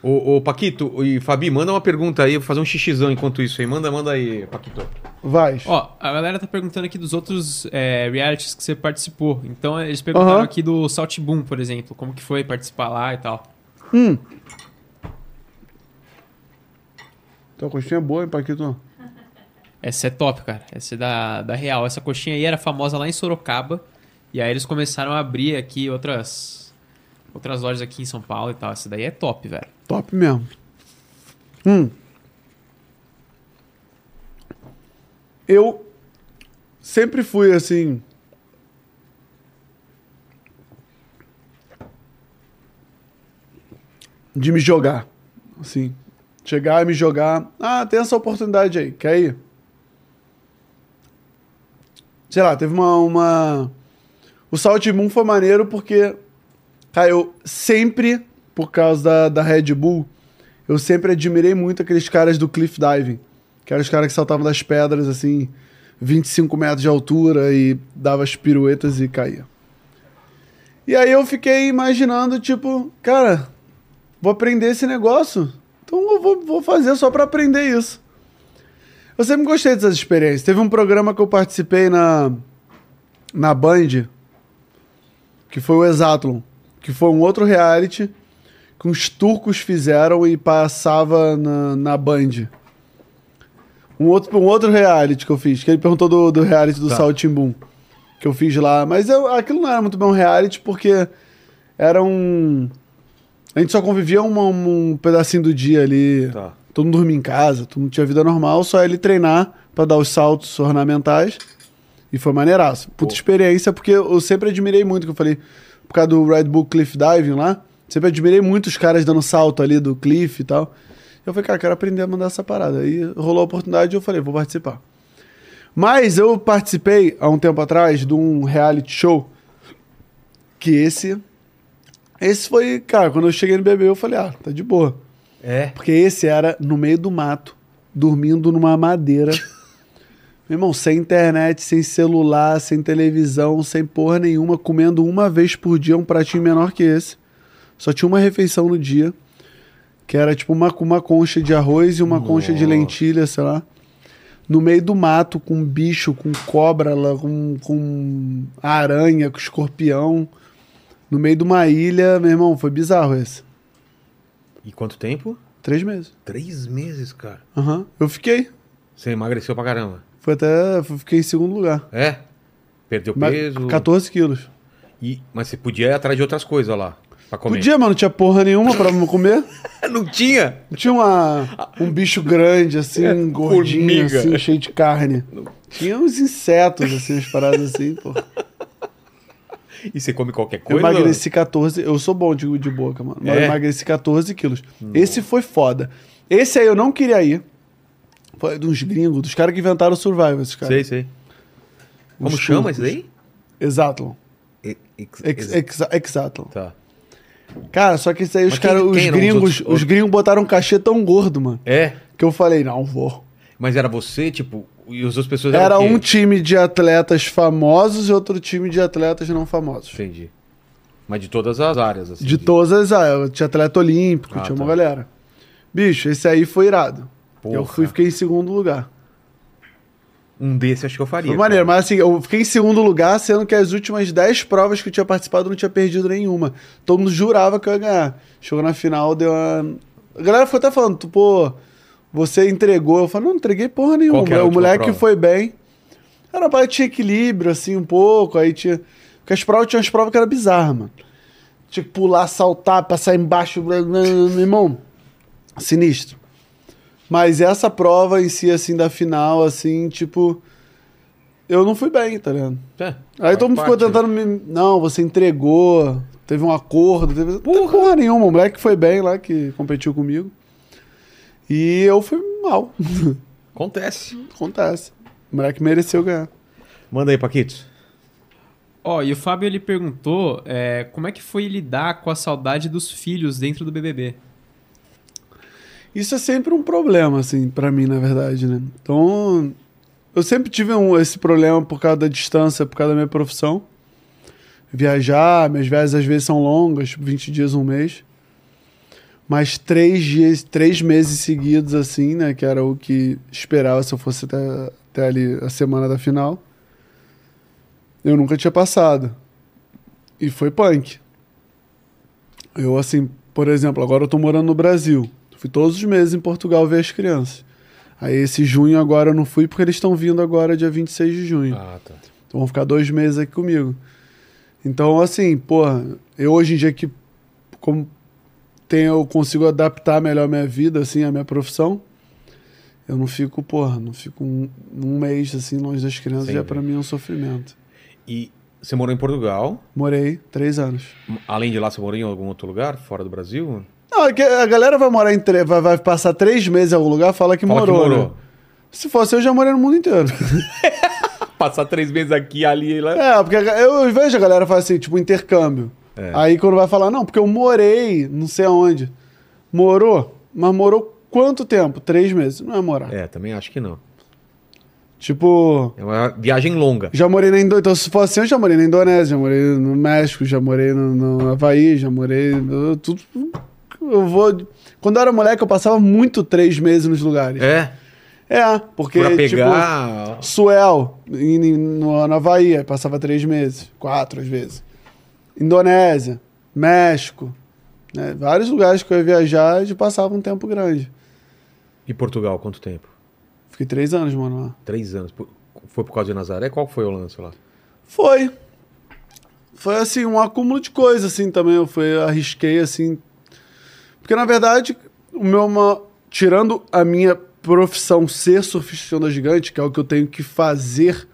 Speaker 1: Ô, ô, Paquito e Fabi, manda uma pergunta aí, eu vou fazer um xixizão enquanto isso aí. Manda, manda aí, Paquito.
Speaker 3: Vai.
Speaker 2: Ó, a galera tá perguntando aqui dos outros é, realities que você participou. Então eles perguntaram
Speaker 3: Aham.
Speaker 2: aqui do Salt Boom, por exemplo, como que foi participar lá e tal.
Speaker 3: Hum. Tua coxinha é boa, hein, Paquito?
Speaker 2: Essa é top, cara. Essa é da, da real. Essa coxinha aí era famosa lá em Sorocaba. E aí eles começaram a abrir aqui outras outras lojas aqui em São Paulo e tal. Essa daí é top, velho.
Speaker 3: Top mesmo. Hum. Eu sempre fui assim. De me jogar. Assim. Chegar e me jogar. Ah, tem essa oportunidade aí. Quer ir? Sei lá, teve uma. uma... O Salt Moon foi maneiro porque Cara, eu sempre, por causa da, da Red Bull, eu sempre admirei muito aqueles caras do cliff diving. Que eram os caras que saltavam das pedras, assim, 25 metros de altura e dava as piruetas e caía. E aí eu fiquei imaginando, tipo, cara, vou aprender esse negócio. Então eu vou, vou fazer só pra aprender isso. Eu sempre gostei dessas experiências. Teve um programa que eu participei na, na Band, que foi o Exatlon, que foi um outro reality que uns turcos fizeram e passava na, na Band. Um outro, um outro reality que eu fiz, que ele perguntou do, do reality do
Speaker 1: Tá.
Speaker 3: Saltimbum, que eu fiz lá. Mas eu- aquilo não era muito bem um reality, porque era um... A gente só convivia uma- um pedacinho do dia ali.
Speaker 1: Tá.
Speaker 3: Todo mundo dormia em casa, todo mundo tinha vida normal, só ele treinar pra dar os saltos ornamentais. E foi maneiraço. Puta
Speaker 1: Pô.
Speaker 3: experiência, porque eu sempre admirei muito, que eu falei, por causa do Red Bull Cliff Diving lá, sempre admirei muito os caras dando salto ali do cliff e tal. Eu falei, cara, quero aprender a mandar essa parada. Aí rolou a oportunidade e eu falei, vou participar. Mas eu participei, há um tempo atrás, de um reality show, que esse... Esse foi, cara, quando eu cheguei no BBB, eu falei, ah, tá de boa.
Speaker 1: É.
Speaker 3: Porque esse era no meio do mato, dormindo numa madeira. Meu irmão, sem internet, sem celular, sem televisão, sem porra nenhuma, comendo uma vez por dia um pratinho menor que esse. Só tinha uma refeição no dia, que era tipo uma, uma concha de arroz e uma concha de
Speaker 1: Nossa.
Speaker 3: lentilha, sei lá. No meio do mato, com bicho, com cobra, lá, com, com aranha, com escorpião. No meio de uma ilha, meu irmão, foi bizarro esse.
Speaker 1: E quanto tempo?
Speaker 3: Três meses.
Speaker 1: Três meses, cara.
Speaker 3: Aham. Eu fiquei.
Speaker 1: Você emagreceu pra caramba.
Speaker 3: Foi até. Fiquei em segundo lugar.
Speaker 1: É? Perdeu
Speaker 3: Mas-
Speaker 1: peso.
Speaker 3: 14 quilos.
Speaker 1: E- mas você podia ir atrás de outras coisas lá. Pra comer.
Speaker 3: Podia, mas não tinha porra nenhuma pra (laughs) me comer.
Speaker 1: Não tinha?
Speaker 3: Não tinha uma, um bicho grande, assim, gordinho,
Speaker 1: formiga.
Speaker 3: assim, cheio de carne. Tinha uns insetos, assim, umas paradas assim, pô.
Speaker 1: E você come qualquer
Speaker 3: Eu
Speaker 1: coisa?
Speaker 3: emagreci 14. Eu sou bom de, de boca, mano. Mas
Speaker 1: É? Hum.
Speaker 3: eu emagreci 14 quilos. Esse foi foda. Esse aí eu não queria ir. Foi de uns gringos, dos caras que inventaram o Survival, esses caras.
Speaker 1: Sei, sei. Como
Speaker 3: Os
Speaker 1: chama isso
Speaker 3: turcos.
Speaker 1: daí?
Speaker 3: Exatlon.
Speaker 1: E- ex-
Speaker 3: Ex,
Speaker 1: ex-
Speaker 3: ex, exatlon.
Speaker 1: Tá.
Speaker 3: Cara, só que isso aí os,
Speaker 1: Mas
Speaker 3: cara,
Speaker 1: quem-
Speaker 3: os
Speaker 1: quem eram os
Speaker 3: gringos,
Speaker 1: outros-
Speaker 3: os gringos botaram um cachê tão gordo, mano,
Speaker 1: É?
Speaker 3: que eu falei, não, vou.
Speaker 1: Mas era você, tipo, e as outras pessoas
Speaker 3: Era
Speaker 1: eram o quê?
Speaker 3: um time de atletas famosos e outro time de atletas não famosos.
Speaker 1: Entendi. Mas de todas as áreas, assim.
Speaker 3: De todas as áreas, tinha atleta olímpico,
Speaker 1: Ah,
Speaker 3: tinha uma
Speaker 1: tá.
Speaker 3: galera. Bicho, esse aí foi irado. Eu
Speaker 1: Porra.
Speaker 3: fui, fiquei em segundo lugar.
Speaker 1: Um desse acho que eu faria.
Speaker 3: Foi maneiro,
Speaker 1: cara.
Speaker 3: mas assim, eu fiquei em segundo lugar, sendo que as últimas 10 provas que eu tinha participado eu não tinha perdido nenhuma. Todo mundo jurava que eu ia ganhar. Chegou na final, deu uma. A galera ficou até falando, tu, pô, você entregou. Eu falei, não, não entreguei porra nenhuma.
Speaker 1: Qual que era a
Speaker 3: O
Speaker 1: última
Speaker 3: moleque
Speaker 1: prova?
Speaker 3: foi bem. Era uma parada que tinha equilíbrio, assim, um pouco. Aí tinha. Porque as provas tinha umas provas que era bizarra, mano. Tinha que pular, saltar, passar embaixo. blá, blá, blá, Meu irmão, sinistro. Mas essa prova em si, assim, da final, assim, tipo. Eu não fui bem, tá ligado?
Speaker 1: É,
Speaker 3: Aí todo mundo
Speaker 1: faz
Speaker 3: ficou
Speaker 1: parte,
Speaker 3: tentando me. Não, você entregou, teve um acordo, teve. não teve Porra nenhuma, o moleque foi bem lá que competiu comigo. E eu fui mal.
Speaker 1: né? Acontece.
Speaker 3: Acontece. O moleque mereceu ganhar.
Speaker 1: Manda aí, Paquitos.
Speaker 2: Ó, e o Fábio ele perguntou é, como é que foi lidar com a saudade dos filhos dentro do BBB.
Speaker 3: Isso é sempre um problema, assim, pra mim, na verdade, né? Então, eu sempre tive um, esse problema por causa da distância, por causa da minha profissão. Viajar, minhas viagens às vezes são longas, tipo 20 dias, um mês. Mas três dias, três meses seguidos, assim, né? Que era o que esperava se eu fosse até, até ali a semana da final. Eu nunca tinha passado. E foi punk. Eu, assim, por exemplo, agora eu tô morando no Brasil. Fui todos os meses em Portugal ver as crianças. Aí esse junho agora eu não fui porque eles estão vindo agora dia 26 de junho.
Speaker 1: Ah, tá.
Speaker 3: Então vão ficar dois meses aqui comigo. Então, assim, porra, eu hoje em dia que como tenho, eu consigo adaptar melhor minha vida, assim, a minha profissão, eu não fico, porra, não fico um, um mês, assim, longe das crianças,
Speaker 1: Sim,
Speaker 3: já
Speaker 1: né?
Speaker 3: pra mim é um sofrimento.
Speaker 1: E você morou em Portugal.
Speaker 3: Morei três anos.
Speaker 1: Além de lá, você morou em algum outro lugar, fora do Brasil?
Speaker 3: Não, é que a galera vai morar em tre- vai, vai passar três meses em algum lugar, fala que
Speaker 1: Fala que
Speaker 3: morou.
Speaker 1: morou.
Speaker 3: né? Se fosse eu, já morei no mundo inteiro.
Speaker 1: (laughs) Passar três meses aqui, ali e lá.
Speaker 3: É, porque eu vejo a galera falar assim, tipo, intercâmbio.
Speaker 1: É.
Speaker 3: Aí quando vai falar, não, porque eu morei, não sei aonde. Morou? Mas morou quanto tempo? Três meses. Não é morar.
Speaker 1: É, também acho que não.
Speaker 3: Tipo,
Speaker 1: É uma viagem longa.
Speaker 3: já morei na Indonésia. Então, se for assim, eu já morei na Indonésia, já morei no México, já morei no, no Havaí, já morei. no- Tudo. Eu vou. Quando eu era moleque, eu passava muito três meses nos lugares.
Speaker 1: É,
Speaker 3: É, porque.
Speaker 1: pra
Speaker 3: tipo,
Speaker 1: pegar...
Speaker 3: Suel, em- em- no, na Havaí, aí passava três meses, quatro às vezes. Indonésia, México, né? vários lugares que eu ia viajar e passava um tempo grande.
Speaker 1: E Portugal, quanto tempo?
Speaker 3: Fiquei três anos, mano, lá.
Speaker 1: Três anos. Por- Foi por causa de Nazaré? Qual foi o lance lá?
Speaker 3: Foi. Foi, assim, um acúmulo de coisa, assim, também. Eu fui, arrisquei, assim. Porque, na verdade, o meu... ma- Tirando a minha profissão ser surfista de onda gigante, que é o que eu tenho que fazer,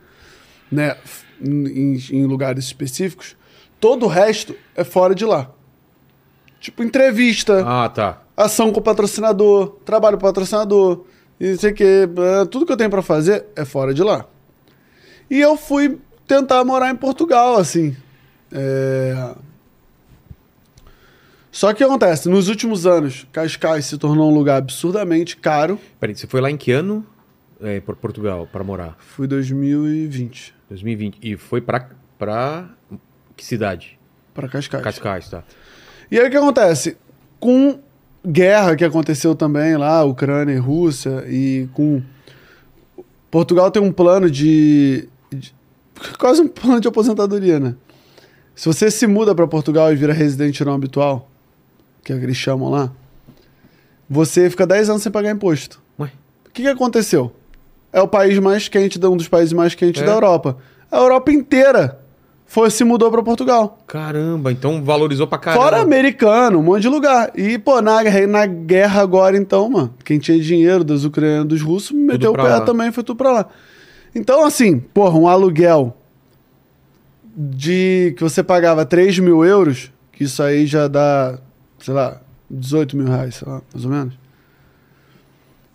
Speaker 3: né, f- em, em lugares específicos, todo o resto é fora de lá. Tipo, entrevista
Speaker 1: Ah, tá.
Speaker 3: ação com o patrocinador, trabalho com o patrocinador, e não sei o que. Tudo que eu tenho pra fazer é fora de lá. E eu fui tentar morar em Portugal, assim. É, Só que o que acontece? Nos últimos anos, Cascais se tornou um lugar absurdamente caro.
Speaker 1: Peraí, você foi lá em que ano? É, pra Portugal, pra morar?
Speaker 3: Foi 2020
Speaker 1: 2020. E foi pra, pra que cidade?
Speaker 3: para Cascais.
Speaker 1: Cascais, tá.
Speaker 3: E aí o que acontece? Com guerra que aconteceu também lá, Ucrânia e Rússia, e com. Portugal tem um plano de. de- quase um (laughs) plano de aposentadoria, né? Se você se muda para Portugal e vira residente não habitual, que é o que eles chamam lá, você fica 10 anos sem pagar imposto.
Speaker 1: Ué.
Speaker 3: O que, que aconteceu? É o país mais quente, da- um dos países mais quentes
Speaker 1: É.
Speaker 3: da Europa. A Europa inteira foi, se mudou para Portugal.
Speaker 1: Caramba, então valorizou pra caramba.
Speaker 3: Fora americano, um monte de lugar. E, pô, na, na guerra agora, então, mano, quem tinha dinheiro dos ucranianos dos russos meteu o
Speaker 1: pra
Speaker 3: pé
Speaker 1: lá.
Speaker 3: também, foi tudo pra lá. Então, assim, porra, um aluguel de que você pagava 3 mil euros, que isso aí já dá, sei lá, 18 mil reais, sei lá, mais ou menos.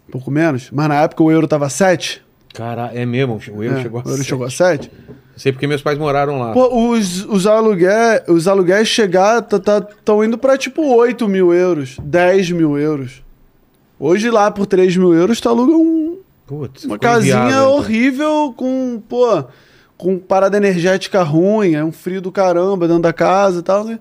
Speaker 3: Um pouco menos. Mas na época o euro tava 7.
Speaker 1: Cara, é mesmo. O euro
Speaker 3: É,
Speaker 1: chegou a
Speaker 3: o euro
Speaker 1: ser.
Speaker 3: chegou a 7.
Speaker 1: Sei porque meus pais moraram lá.
Speaker 3: Pô, os, os, aluguéis, os aluguéis chegar estão indo pra tipo 8 mil euros, 10 mil euros. Hoje lá por 3 mil euros tu aluga um-
Speaker 1: Putz,
Speaker 3: uma
Speaker 1: ficou
Speaker 3: casinha
Speaker 1: enviado, então.
Speaker 3: horrível com, pô, com parada energética ruim, é um frio do caramba dentro da casa e tal. né?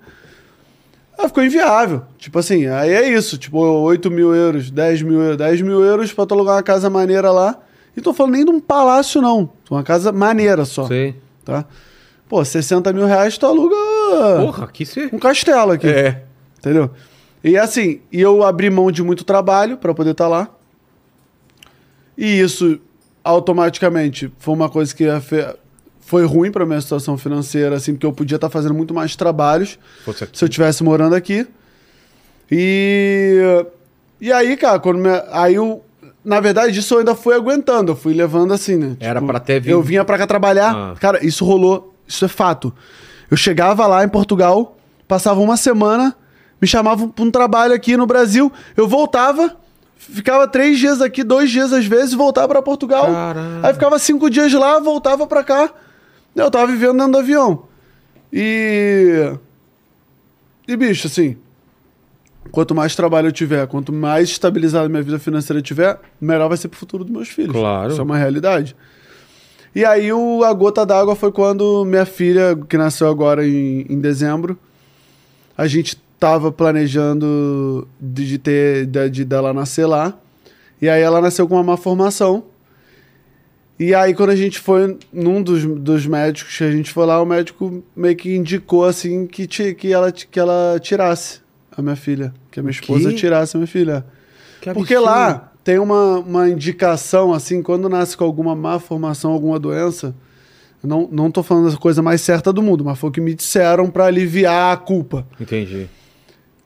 Speaker 3: Ah, ficou inviável. Tipo assim, aí é isso. Tipo, 8 mil euros, 10 mil euros, 10 mil euros pra tu alugar uma casa maneira lá. E tô falando nem de um palácio, não. Uma casa maneira só
Speaker 1: Sei.
Speaker 3: tá? Pô, 60 mil reais tu aluga Ah.
Speaker 1: Porra, que você.
Speaker 3: um castelo aqui,
Speaker 1: É.
Speaker 3: entendeu? E assim, e eu abri mão de muito trabalho pra poder estar lá. E isso automaticamente foi uma coisa que afe- foi ruim pra minha situação financeira, assim, porque eu podia estar fazendo muito mais trabalhos
Speaker 1: Putz, aqui-
Speaker 3: se eu tivesse morando aqui. E e aí, cara, quando minha- aí eu na verdade, isso eu ainda fui aguentando, eu fui levando assim, né?
Speaker 1: Era pra ter vindo.
Speaker 3: Eu vinha pra cá trabalhar.
Speaker 1: Ah.
Speaker 3: Cara, isso rolou, isso é fato. Eu chegava lá em Portugal, passava uma semana, me chamavam pra um trabalho aqui no Brasil, eu voltava, ficava três dias aqui, dois dias às vezes, voltava pra Portugal.
Speaker 1: Caralho.
Speaker 3: Aí ficava cinco dias lá, voltava pra cá. Eu tava vivendo dentro do avião. E. E, bicho, assim. Quanto mais trabalho eu tiver, quanto mais estabilizada minha vida financeira eu tiver, melhor vai ser pro futuro dos meus filhos.
Speaker 1: Claro.
Speaker 3: Isso é uma realidade. E aí o, a gota d'água foi quando minha filha, que nasceu agora em, em dezembro, a gente tava planejando de, de ter de, de dela nascer lá. E aí ela nasceu com uma má formação. E aí, quando a gente foi num dos, dos médicos que a gente foi lá, o médico meio que indicou assim que, ti- que, ela, ti- que ela tirasse a minha filha. Que a minha esposa
Speaker 1: quê?
Speaker 3: tirasse a minha filha.
Speaker 1: Que
Speaker 3: Porque
Speaker 1: absurdo.
Speaker 3: lá tem uma, uma indicação, assim, quando nasce com alguma má formação, alguma doença. eu Não, não tô falando a coisa mais certa do mundo, mas foi o que me disseram para aliviar a culpa.
Speaker 1: Entendi.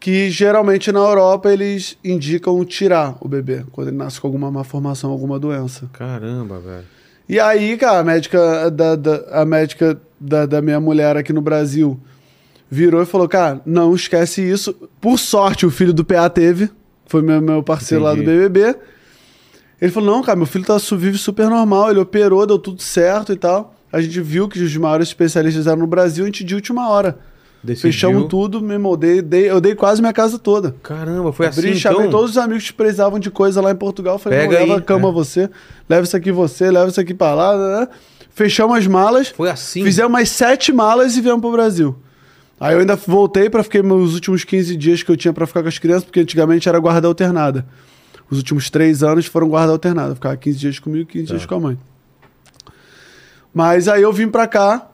Speaker 3: Que geralmente na Europa eles indicam tirar o bebê quando ele nasce com alguma má formação, alguma doença.
Speaker 1: Caramba, velho.
Speaker 3: E aí, cara, a médica, da, da- a médica da, da minha mulher aqui no Brasil virou e falou: Cara, não esquece isso. Por sorte, o filho do PA teve, foi meu, meu parceiro lá
Speaker 1: Entendi.
Speaker 3: do BBB. Ele falou: Não, cara, meu filho tá, su- vive super normal, ele operou, deu tudo certo e tal. A gente viu que os maiores especialistas eram no Brasil, a gente de última hora.
Speaker 1: Decidiu.
Speaker 3: Fechamos tudo, me moldei, dei- eu dei quase minha casa toda.
Speaker 1: Caramba, foi assim
Speaker 3: Abri, chamei
Speaker 1: então.
Speaker 3: todos os amigos que precisavam de coisa lá em Portugal. Falei,
Speaker 1: Pega
Speaker 3: não, leva
Speaker 1: aí.
Speaker 3: a cama
Speaker 1: É.
Speaker 3: você, leva isso aqui você, leva isso aqui pra lá. né? Fechamos as malas,
Speaker 1: Foi assim.
Speaker 3: fizemos umas sete malas e viemos pro Brasil. Aí eu ainda voltei pra ficar meus últimos 15 dias que eu tinha pra ficar com as crianças, porque antigamente era guarda alternada. Os últimos três anos foram guarda alternada. Eu Ficava 15 dias comigo, 15
Speaker 1: Tá.
Speaker 3: dias com a mãe. Mas aí eu vim pra cá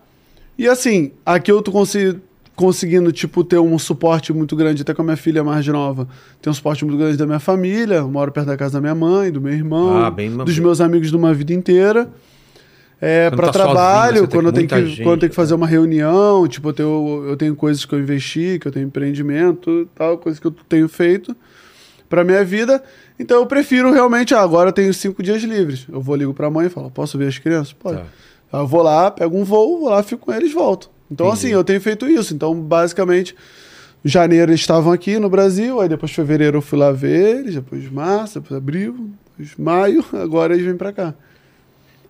Speaker 3: e assim, aqui eu tô consi- conseguindo, tipo, ter um suporte muito grande, até com a minha filha mais nova. Tem um suporte muito grande da minha família, eu moro perto da casa da minha mãe, do meu irmão,
Speaker 1: Ah, bem-
Speaker 3: dos meus amigos de uma vida inteira. É,
Speaker 1: Quando
Speaker 3: para
Speaker 1: tá sozinho,
Speaker 3: trabalho,
Speaker 1: você tem
Speaker 3: quando, eu tenho
Speaker 1: muita
Speaker 3: que,
Speaker 1: gente, né?
Speaker 3: quando eu tenho que fazer uma reunião, tipo, eu tenho, eu tenho coisas que eu investi, que eu tenho empreendimento, tal, coisas que eu tenho feito pra minha vida. Então eu prefiro realmente, ah, agora eu tenho cinco dias livres. Eu vou, ligo pra mãe e falo, posso ver as crianças? Pode.
Speaker 1: Tá.
Speaker 3: Aí eu vou lá, pego um voo, vou lá, fico com eles, volto. Então,
Speaker 1: Entendi.
Speaker 3: assim, eu tenho feito isso. Então, basicamente, janeiro eles estavam aqui no Brasil, aí depois fevereiro eu fui lá ver eles, depois março, depois abril, depois maio, (laughs) agora eles vêm pra cá.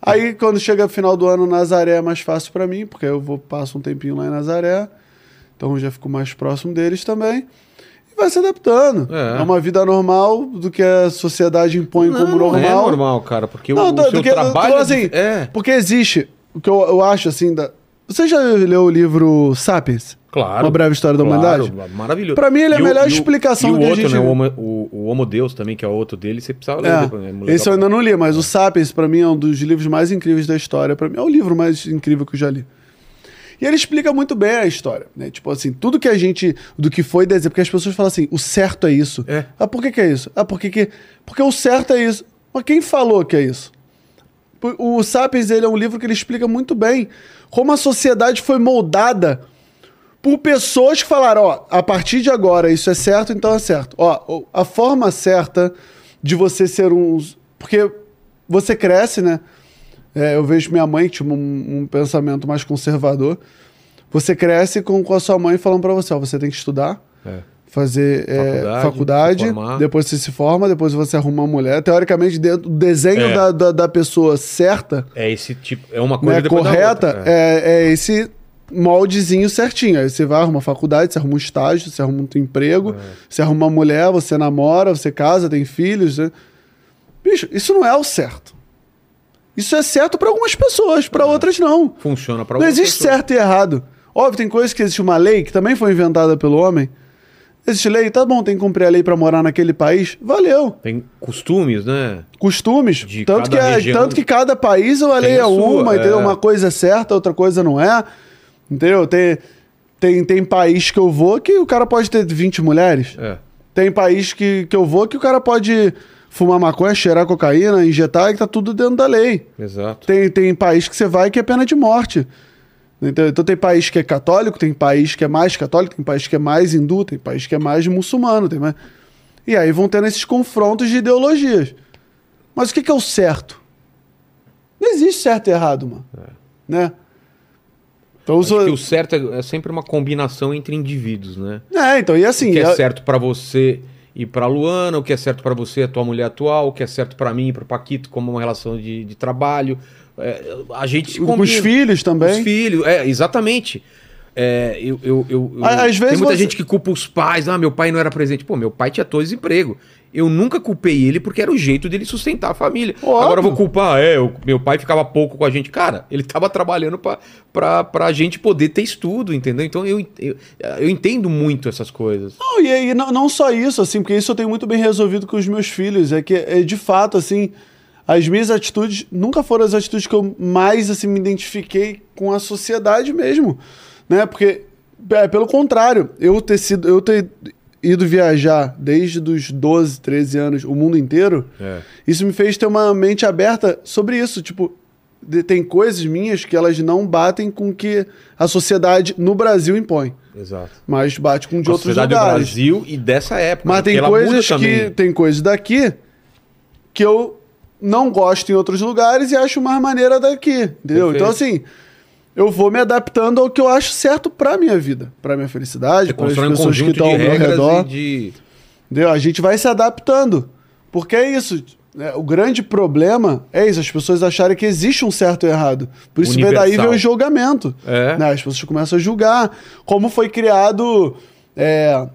Speaker 3: Aí, quando chega final do ano, Nazaré é mais fácil pra mim, porque aí eu vou passo um tempinho lá em Nazaré, então eu já fico mais próximo deles também. vai se adaptando.
Speaker 1: É.
Speaker 3: É, uma vida normal do que a sociedade impõe um como normal.
Speaker 1: é normal, cara, porque o,
Speaker 3: Não,
Speaker 1: o
Speaker 3: do- do
Speaker 1: seu
Speaker 3: que- do-
Speaker 1: trabalho...
Speaker 3: tipo assim,
Speaker 1: É,
Speaker 3: Porque existe, o que eu, eu acho assim, da... você já leu o livro Sapiens?
Speaker 1: claro.
Speaker 3: Uma breve história da
Speaker 1: Claro,
Speaker 3: humanidade?
Speaker 1: Maravilhoso.
Speaker 3: Pra mim, ele é a
Speaker 1: E o-
Speaker 3: melhor
Speaker 1: e o-
Speaker 3: explicação
Speaker 1: e o
Speaker 3: que a
Speaker 1: outro,
Speaker 3: gente-
Speaker 1: Né, o, homo, o, o Homo Deus também, que é outro dele, você precisava ler. depois, né?
Speaker 3: É,
Speaker 1: Legal
Speaker 3: esse
Speaker 1: pra-
Speaker 3: eu ainda não li, mas o Sapiens, pra mim, é um dos livros mais incríveis da história. Pra mim, é o livro mais incrível que eu já li. E ele explica muito bem a história, né? Tipo assim, tudo que a gente, do que foi desenho, porque as pessoas falam assim, o certo é isso.
Speaker 1: É.
Speaker 3: Ah, por que que é isso? Ah, por que que... Porque o certo é isso. Mas quem falou que é isso? P- O Sapiens, ele é um livro que ele explica muito bem como a sociedade foi moldada por pessoas que falaram, ó, a partir de agora isso é certo, então é certo. Ó, a forma certa de você ser um... Porque você cresce, né? É, eu vejo minha mãe, que tinha um, um pensamento mais conservador. Você cresce com, com a sua mãe falando pra você, ó, você tem que estudar,
Speaker 1: É.
Speaker 3: fazer
Speaker 1: Faculdade,
Speaker 3: é, faculdade,
Speaker 1: se formar.
Speaker 3: depois você se forma, depois você arruma uma mulher. Teoricamente, dentro, o desenho
Speaker 1: É.
Speaker 3: da, da, da pessoa certa
Speaker 1: É esse tipo, é uma coisa
Speaker 3: né,
Speaker 1: depois da
Speaker 3: correta
Speaker 1: outra.
Speaker 3: é. é esse moldezinho certinho. Aí você vai arruma faculdade, você arruma um estágio, você arruma um emprego,
Speaker 1: É.
Speaker 3: você arruma uma mulher, você namora, você casa, tem filhos. Né? Bicho, isso não é o certo. Isso é certo pra algumas pessoas,
Speaker 1: É.
Speaker 3: pra outras não.
Speaker 1: Funciona pra
Speaker 3: é. Não
Speaker 1: algumas
Speaker 3: existe
Speaker 1: pessoas.
Speaker 3: certo e errado. Óbvio, tem coisas que existe uma lei que também foi inventada pelo homem. Existe lei, tá bom, tem que cumprir a lei pra morar naquele país. Valeu
Speaker 1: Tem costumes, né?
Speaker 3: costumes.
Speaker 1: De
Speaker 3: Tanto que,
Speaker 1: cada
Speaker 3: é-
Speaker 1: região.
Speaker 3: tanto que cada país a lei
Speaker 1: a
Speaker 3: é
Speaker 1: sua,
Speaker 3: uma,
Speaker 1: é.
Speaker 3: entendeu? Uma coisa é certa, outra coisa não é. Entendeu? Tem, tem, tem país que eu vou que o cara pode ter 20 mulheres.
Speaker 1: É.
Speaker 3: Tem país que, que eu vou que o cara pode fumar maconha, cheirar cocaína, injetar, e tá tudo dentro da lei.
Speaker 1: Exato.
Speaker 3: Tem, tem país que você vai que é pena de morte. Então, então tem país que é católico, tem país que é mais católico, tem país que é mais hindu, tem país que é mais muçulmano. Tem mais... E aí vão tendo esses confrontos de ideologias. Mas o que, que é o certo? Não existe certo e errado, mano. Né? Então,
Speaker 1: É. Acho
Speaker 3: os-
Speaker 1: que o certo é, é sempre uma combinação entre indivíduos, né?
Speaker 3: É, então, e assim...
Speaker 1: o que é
Speaker 3: eu-
Speaker 1: certo pra você e pra Luana, o que é certo pra você, a tua mulher atual, o que é certo pra mim, e pro Paquito, como uma relação de, de trabalho. É, a gente se
Speaker 3: com os
Speaker 1: combina.
Speaker 3: filhos também.
Speaker 1: Os filhos, é, exatamente. É, eu, eu, eu, eu-
Speaker 3: Às
Speaker 1: tem
Speaker 3: vezes
Speaker 1: muita
Speaker 3: você-
Speaker 1: gente que culpa os pais. Ah, meu pai não era presente. Pô, meu pai tinha todo desemprego. Eu nunca culpei ele porque era o jeito dele sustentar a família.
Speaker 3: Óbvio.
Speaker 1: Agora eu vou culpar, é, eu- meu pai ficava pouco com a gente. Cara, ele tava trabalhando pra, pra, pra gente poder ter estudo, entendeu? Então eu, ent- eu, eu entendo muito essas coisas.
Speaker 3: Não, e, e não, não só isso, assim, porque isso eu tenho muito bem resolvido com os meus filhos. É que, é, de fato, assim, as minhas atitudes nunca foram as atitudes que eu mais, assim, me identifiquei com a sociedade mesmo, né? Porque, é, pelo contrário, eu ter sido... Eu ter ido viajar desde os 12, 13 anos, o mundo inteiro,
Speaker 1: É.
Speaker 3: isso me fez ter uma mente aberta sobre isso, tipo... de- Tem coisas minhas que elas não batem com o que a sociedade no Brasil impõe,
Speaker 1: Exato.
Speaker 3: mas bate com o de
Speaker 1: a
Speaker 3: outros
Speaker 1: sociedade do
Speaker 3: lugares.
Speaker 1: Brasil e dessa época.
Speaker 3: Mas
Speaker 1: porque
Speaker 3: tem
Speaker 1: ela muda
Speaker 3: coisas que
Speaker 1: também.
Speaker 3: tem coisas daqui que eu não gosto em outros lugares e acho mais maneira daqui, entendeu?
Speaker 1: Perfeito.
Speaker 3: Então assim, eu vou me adaptando ao que eu acho certo pra minha vida, pra minha felicidade,
Speaker 1: Você
Speaker 3: para as
Speaker 1: constrói um
Speaker 3: pessoas que
Speaker 1: conjunto
Speaker 3: estão
Speaker 1: de
Speaker 3: ao meu
Speaker 1: regras
Speaker 3: redor.
Speaker 1: e de...
Speaker 3: Entendeu? A gente vai se adaptando. Porque é isso. né? O grande problema é isso, as pessoas acharem que existe um certo e errado. Por isso vem daí
Speaker 1: Universal.
Speaker 3: vem o julgamento.
Speaker 1: É.
Speaker 3: né? As pessoas começam a julgar como foi criado. é,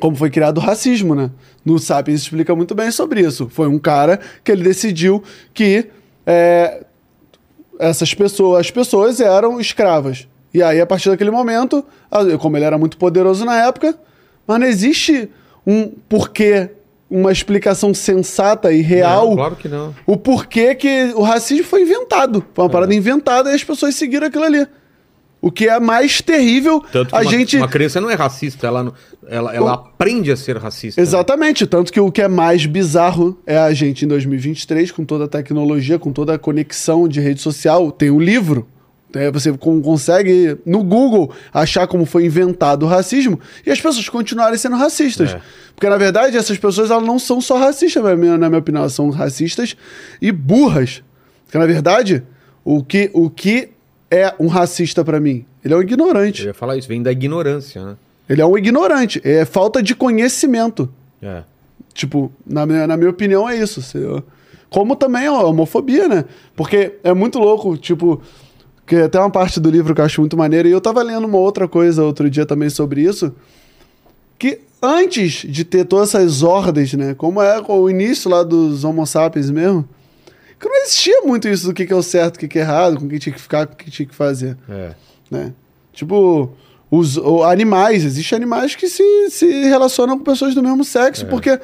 Speaker 3: como foi criado o racismo, né? No Sapiens explica muito bem sobre isso. Foi um cara que ele decidiu que é, essas pessoas, as pessoas eram escravas. E aí, a partir daquele momento, a- como ele era muito poderoso na época, mas não existe um porquê, uma explicação sensata e real.
Speaker 1: Não, É, claro que não.
Speaker 3: O porquê que o racismo foi inventado.
Speaker 1: É.
Speaker 3: Foi uma parada inventada e as pessoas seguiram aquilo ali. O que é mais terrível,
Speaker 1: Tanto que
Speaker 3: a
Speaker 1: uma,
Speaker 3: gente.
Speaker 1: uma criança não é racista, ela, não- ela, ela
Speaker 3: O-
Speaker 1: aprende a ser racista. né?
Speaker 3: Exatamente, tanto que o que é mais bizarro é a gente em 2023, com toda a tecnologia, com toda a conexão de rede social, tem um livro. né? Você con- consegue, no Google, achar como foi inventado o racismo e as pessoas continuarem sendo racistas.
Speaker 1: É.
Speaker 3: Porque, na verdade, essas pessoas elas não são só racistas, na minha, na minha opinião, elas são racistas e burras. Porque, na verdade, o que, o que é um racista pra mim? Ele é um
Speaker 1: Eu
Speaker 3: ignorante.
Speaker 1: ia falar isso, vem da ignorância, né?
Speaker 3: Ele é um ignorante. É falta de conhecimento.
Speaker 1: É.
Speaker 3: Tipo, na minha, na minha opinião é isso. se eu- Como também ó, a homofobia, né? Porque é muito louco, tipo, que até uma parte do livro que eu acho muito maneiro, e eu tava lendo uma outra coisa outro dia também sobre isso, que antes de ter todas essas ordens, né? Como é o início lá dos Homo sapiens mesmo, que não existia muito isso do que que é o certo, o que que é errado, com quem tinha que ficar, com quem tinha que fazer,
Speaker 1: É.
Speaker 3: né? Tipo, os o- animais, existem animais que se, se relacionam com pessoas do mesmo sexo, porque,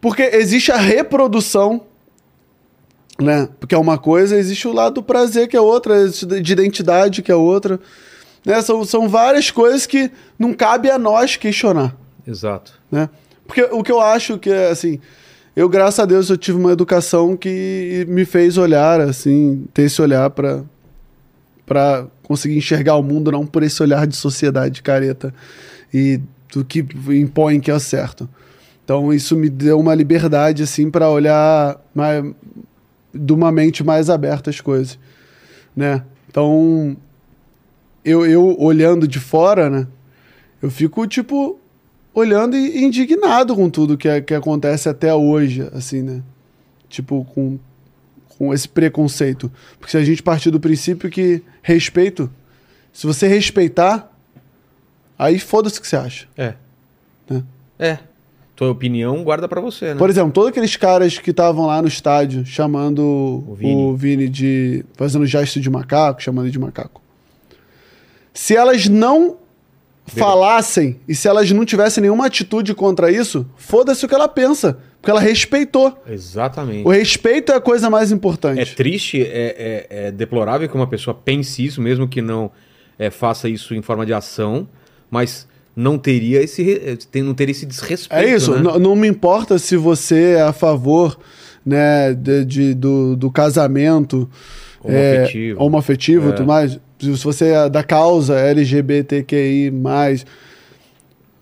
Speaker 3: porque existe a reprodução, né? Porque é uma coisa, existe o lado do prazer, que é outra, existe de identidade, que é outra. Né? São, são várias coisas que não cabe a nós questionar
Speaker 1: Exato.
Speaker 3: né? Porque o que eu acho que é assim, eu graças a Deus eu tive uma educação que me fez olhar assim, ter esse olhar pra para conseguir enxergar o mundo não por esse olhar de sociedade careta e do que impõe que é o certo. Então isso me deu uma liberdade assim para olhar mais, de uma mente mais aberta as coisas, né? Então eu, eu olhando de fora, né? Eu fico tipo olhando e indignado com tudo que, que acontece até hoje, assim, né? Tipo, com, com esse preconceito. Porque se a gente partir do princípio que respeito, se você respeitar, aí foda-se o que você acha.
Speaker 1: É.
Speaker 3: É.
Speaker 1: É. Tua opinião guarda pra você, né?
Speaker 3: Por exemplo, todos aqueles caras que estavam lá no estádio chamando
Speaker 1: O
Speaker 3: o
Speaker 1: Vini.
Speaker 3: Vini. de. fazendo gesto de macaco, chamando ele de macaco. Se elas não falassem e se elas não tivessem nenhuma atitude contra isso, foda-se o que ela pensa. Porque ela respeitou.
Speaker 1: Exatamente.
Speaker 3: O respeito é a coisa mais
Speaker 1: É
Speaker 3: importante.
Speaker 1: triste, é, é- é deplorável que uma pessoa pense isso, mesmo que não é, faça isso em forma de ação, mas não teria esse, re- eh, tem- não teria esse
Speaker 3: É,
Speaker 1: desrespeito.
Speaker 3: isso.
Speaker 1: né?
Speaker 3: N- Não me importa se você é a favor né, de, de- do, do casamento.
Speaker 1: Homoafetivo.
Speaker 3: É, homoafetivo e tudo mais. Se se você é da causa LGBTQI,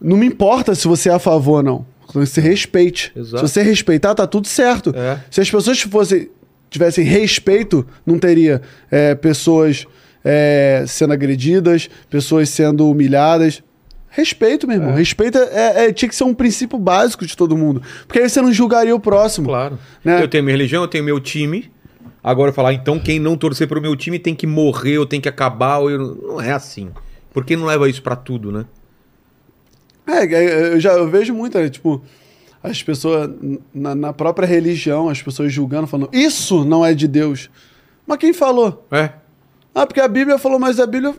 Speaker 3: não me importa se você é a favor ou não. Você respeite.
Speaker 1: Exato.
Speaker 3: Se você respeitar, tá tudo certo.
Speaker 1: É.
Speaker 3: Se as pessoas fossem, tivessem respeito, não teria é, pessoas é, sendo agredidas, pessoas sendo humilhadas. Respeito, meu irmão. Respeito é, é- tinha que ser um princípio básico de todo mundo. Porque aí você não julgaria o próximo.
Speaker 1: Claro.
Speaker 3: Né?
Speaker 1: Eu tenho minha religião, eu tenho meu time. Agora eu falar, então quem não torcer pro meu time tem que morrer, ou tem que acabar, ou eu... não- não é assim. Por que não leva isso pra tudo, né?
Speaker 3: É, é, eu já eu vejo muito, né, tipo, as pessoas, n- na, na própria religião, as pessoas julgando, falando, isso não é de Deus. Mas quem falou?
Speaker 1: É.
Speaker 3: Ah, porque a Bíblia falou, mas a Bíblia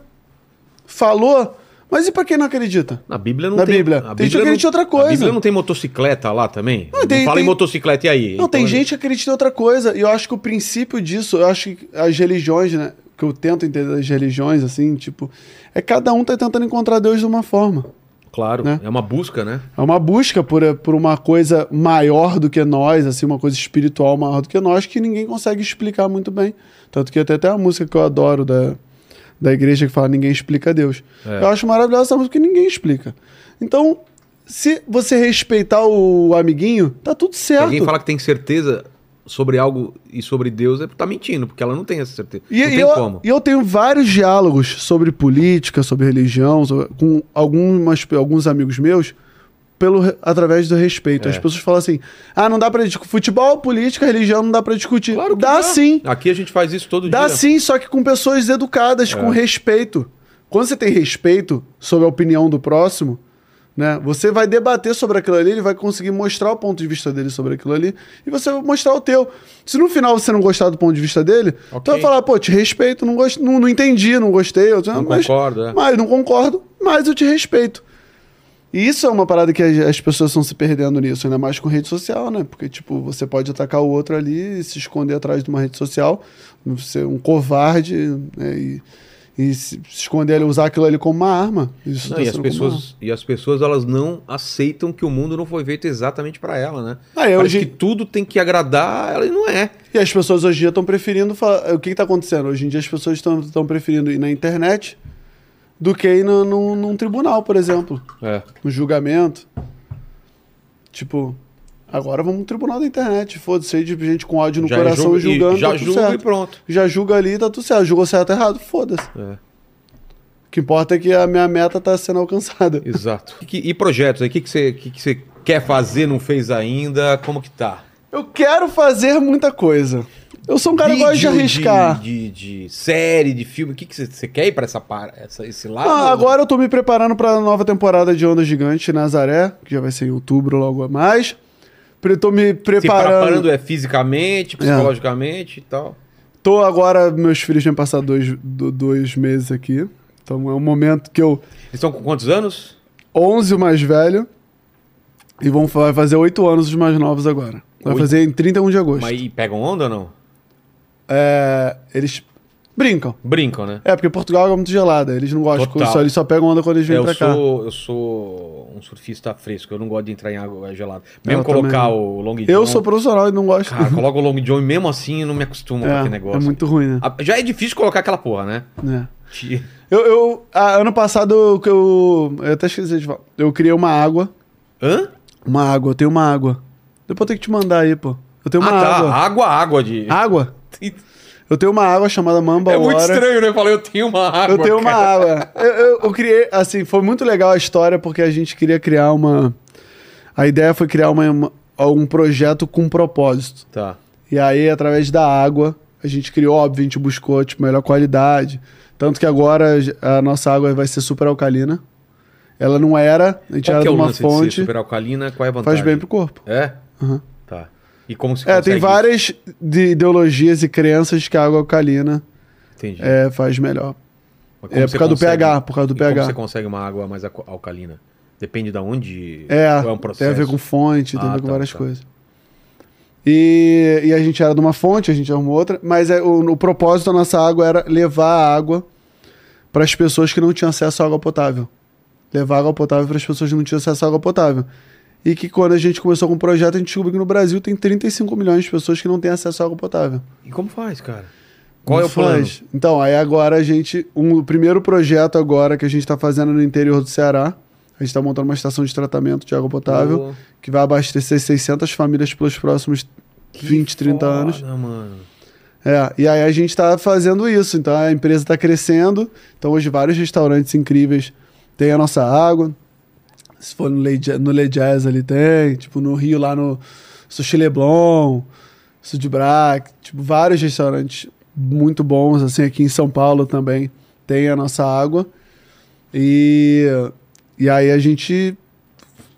Speaker 3: falou. Mas e pra quem não acredita?
Speaker 1: Na Bíblia não
Speaker 3: Na
Speaker 1: tem.
Speaker 3: Bíblia.
Speaker 1: A
Speaker 3: Tem gente que
Speaker 1: não-
Speaker 3: acredita em outra
Speaker 1: A
Speaker 3: coisa.
Speaker 1: Bíblia não tem motocicleta lá também? Não,
Speaker 3: tem-
Speaker 1: fala em
Speaker 3: tem-
Speaker 1: motocicleta e aí.
Speaker 3: Não,
Speaker 1: Então,
Speaker 3: tem gente que acredita em outra coisa. E eu acho que o princípio disso, eu acho que as religiões, né? Que eu tento entender as religiões, assim, tipo, é cada um tá tentando encontrar Deus de uma forma.
Speaker 1: Claro,
Speaker 3: né?
Speaker 1: é uma busca, né?
Speaker 3: É uma busca por, por uma coisa maior do que nós, assim, uma coisa espiritual maior do que nós, que ninguém consegue explicar muito bem. Tanto que tem até uma música que eu adoro da, da igreja que fala Ninguém Explica Deus.
Speaker 1: É.
Speaker 3: Eu acho maravilhosa essa música que ninguém explica. Então, se você respeitar o amiguinho, tá tudo
Speaker 1: Se
Speaker 3: certo.
Speaker 1: alguém fala que tem certeza sobre algo e sobre Deus, é tá mentindo, porque ela não tem essa certeza.
Speaker 3: E,
Speaker 1: não
Speaker 3: e
Speaker 1: tem
Speaker 3: eu,
Speaker 1: como.
Speaker 3: e eu tenho vários diálogos sobre política, sobre religião, sobre- com algumas, alguns amigos meus, pelo, re- através do respeito.
Speaker 1: É.
Speaker 3: As pessoas falam assim: ah, não dá pra discutir. Futebol, política, religião não dá pra discutir. dá, sim.
Speaker 1: Aqui a gente faz isso todo dia.
Speaker 3: Dá
Speaker 1: É.
Speaker 3: sim, só que com pessoas educadas, com respeito. Quando você tem respeito sobre a opinião do próximo, né? Você vai debater sobre aquilo ali, ele vai conseguir mostrar o ponto de vista dele sobre aquilo ali, e você vai mostrar o teu. Se no final você não gostar do ponto de vista dele,
Speaker 1: Ok.
Speaker 3: tu vai falar, pô, te respeito, não, gost... não, não entendi, não gostei, eu "Ah,
Speaker 1: Não
Speaker 3: mas,
Speaker 1: concordo, é.
Speaker 3: mas não concordo, mas eu te respeito. E isso é uma parada que as as pessoas estão se perdendo nisso, ainda mais com rede social, né? Porque, tipo, você pode atacar o outro ali e se esconder atrás de uma rede social, ser um covarde, né? E, e se se esconder ali, usar aquilo ali como uma arma. Isso
Speaker 1: Não,
Speaker 3: tá
Speaker 1: e, as
Speaker 3: sendo como uma arma.
Speaker 1: pessoas, e as pessoas elas não aceitam que o mundo não foi feito exatamente pra ela, né?
Speaker 3: Ah, eu
Speaker 1: Parece
Speaker 3: hoje-
Speaker 1: que tudo tem que agradar, ela e não é.
Speaker 3: E as pessoas hoje em dia estão preferindo falar. O que está acontecendo? Hoje em dia as pessoas estão preferindo ir na internet do que ir no, num- num tribunal, por exemplo.
Speaker 1: É.
Speaker 3: No julgamento. Tipo, agora vamos no tribunal da internet. Foda-se aí de gente com ódio no
Speaker 1: julga-
Speaker 3: coração
Speaker 1: e
Speaker 3: julgando.
Speaker 1: já
Speaker 3: tá tudo
Speaker 1: julga e
Speaker 3: certo.
Speaker 1: pronto.
Speaker 3: Já julga ali, tá tudo certo. Julgou certo errado, foda-se.
Speaker 1: É.
Speaker 3: O que importa é que a minha meta tá sendo alcançada.
Speaker 1: Exato. E, (laughs) que- e projetos aí? O que que você que que você quer fazer, não fez ainda? Como que tá?
Speaker 3: Eu quero fazer muita coisa. Eu sou um cara que gosta de
Speaker 1: Vídeo
Speaker 3: arriscar.
Speaker 1: De, de série, de filme. O que que você você quer ir pra essa, par- essa- esse lado?
Speaker 3: Ah, agora eu tô me preparando pra nova temporada de Onda Gigante em Nazaré, que já vai ser em outubro logo a mais. Pre- Tô me
Speaker 1: Se preparando
Speaker 3: preparando.
Speaker 1: é fisicamente, psicologicamente e tal.
Speaker 3: Tô agora, meus filhos têm passado dois, do- dois meses aqui. Então é um momento que eu.
Speaker 1: Eles estão com quantos anos?
Speaker 3: 11 o mais velho. E vão fa- vai fazer 8 anos os mais novos agora. Vai
Speaker 1: Oito.
Speaker 3: fazer em 31 de agosto.
Speaker 1: Mas e pegam onda ou não?
Speaker 3: É, eles brincam.
Speaker 1: Brincam, né?
Speaker 3: É, porque Portugal é muito gelada. Eles não gostam. de
Speaker 1: Total.
Speaker 3: Só, eles só pegam onda quando eles vêm
Speaker 1: eu
Speaker 3: pra cá.
Speaker 1: sou, eu sou um surfista fresco, eu não gosto de entrar em água gelada.
Speaker 3: Eu
Speaker 1: Mesmo colocar
Speaker 3: também.
Speaker 1: o Long John.
Speaker 3: Eu sou profissional e não gosto.
Speaker 1: Cara, coloca o Long John e mesmo assim eu não me acostumo com
Speaker 3: (laughs) é,
Speaker 1: aquele negócio.
Speaker 3: é muito ruim, né?
Speaker 1: Ah, Já é difícil colocar aquela porra, né?
Speaker 3: É.
Speaker 1: Te-
Speaker 3: Eu, eu- ah, ano passado, eu, eu, eu até esqueci de falar. Eu criei uma água.
Speaker 1: Hã?
Speaker 3: Uma água, eu tenho uma água. Depois eu tenho que te mandar aí, pô. Eu tenho uma
Speaker 1: ah, tá.
Speaker 3: água. Ah,
Speaker 1: Água, água de. (laughs)
Speaker 3: Água? Eu tenho uma água chamada Mamba
Speaker 1: é muito
Speaker 3: Water.
Speaker 1: estranho, né? Eu falei, eu tenho uma água.
Speaker 3: Eu tenho uma
Speaker 1: cara.
Speaker 3: água. Eu, eu- eu criei, assim, foi muito legal a história, porque a gente queria criar uma. A ideia foi criar uma, uma- um projeto com propósito.
Speaker 1: Tá.
Speaker 3: E aí, através da água, a gente criou, óbvio, a gente buscou tipo, melhor qualidade. Tanto que agora a nossa água vai ser super alcalina. Ela não era, a gente
Speaker 1: Qual que
Speaker 3: era de
Speaker 1: é o
Speaker 3: uma
Speaker 1: lance de ser
Speaker 3: fonte.
Speaker 1: super alcalina? Qual é a vantagem?
Speaker 3: Faz bem pro corpo.
Speaker 1: É?
Speaker 3: Uhum.
Speaker 1: Tá. E como se
Speaker 3: É, tem
Speaker 1: consegue
Speaker 3: várias de- ideologias e crenças que a água alcalina
Speaker 1: isso? Entendi.
Speaker 3: é, faz melhor.
Speaker 1: Mas como
Speaker 3: É
Speaker 1: você
Speaker 3: por causa do
Speaker 1: consegue-
Speaker 3: pH, por causa do
Speaker 1: e como
Speaker 3: pH.
Speaker 1: você consegue uma água mais aco- alcalina? Depende de onde
Speaker 3: É,
Speaker 1: qual um
Speaker 3: tem
Speaker 1: processo.
Speaker 3: a ver com fonte, tem a
Speaker 1: Ah,
Speaker 3: ver com
Speaker 1: tá,
Speaker 3: várias
Speaker 1: tá.
Speaker 3: coisas. E, e a gente era de uma fonte, a gente arrumou outra, mas é, o, o propósito da nossa água era levar a água para as pessoas que não tinham acesso à água potável. Levar água potável para as pessoas que não tinham acesso à água potável. E que quando a gente começou com o projeto, a gente descobriu que no Brasil tem 35 milhões de pessoas que não têm acesso à água potável.
Speaker 1: E como faz, cara? Qual é o
Speaker 3: Não
Speaker 1: plano?
Speaker 3: faz. Então, aí agora a gente. Um, o primeiro projeto agora que a gente está fazendo no interior do Ceará. A gente está montando uma estação de tratamento de água potável
Speaker 1: Pô,
Speaker 3: que vai abastecer 600 famílias pelos próximos
Speaker 1: que
Speaker 3: 20, 30
Speaker 1: foda,
Speaker 3: anos.
Speaker 1: mano.
Speaker 3: É, e aí a gente está fazendo isso. Então a empresa está crescendo. Então hoje vários restaurantes incríveis têm a nossa água. Se for no Le, Ja- no Le Jazz ali tem. Tipo no Rio, lá no Sushi Leblon, Sudbrac. Tipo vários restaurantes muito bons. Assim, aqui em São Paulo também tem a nossa água. E, e aí a gente,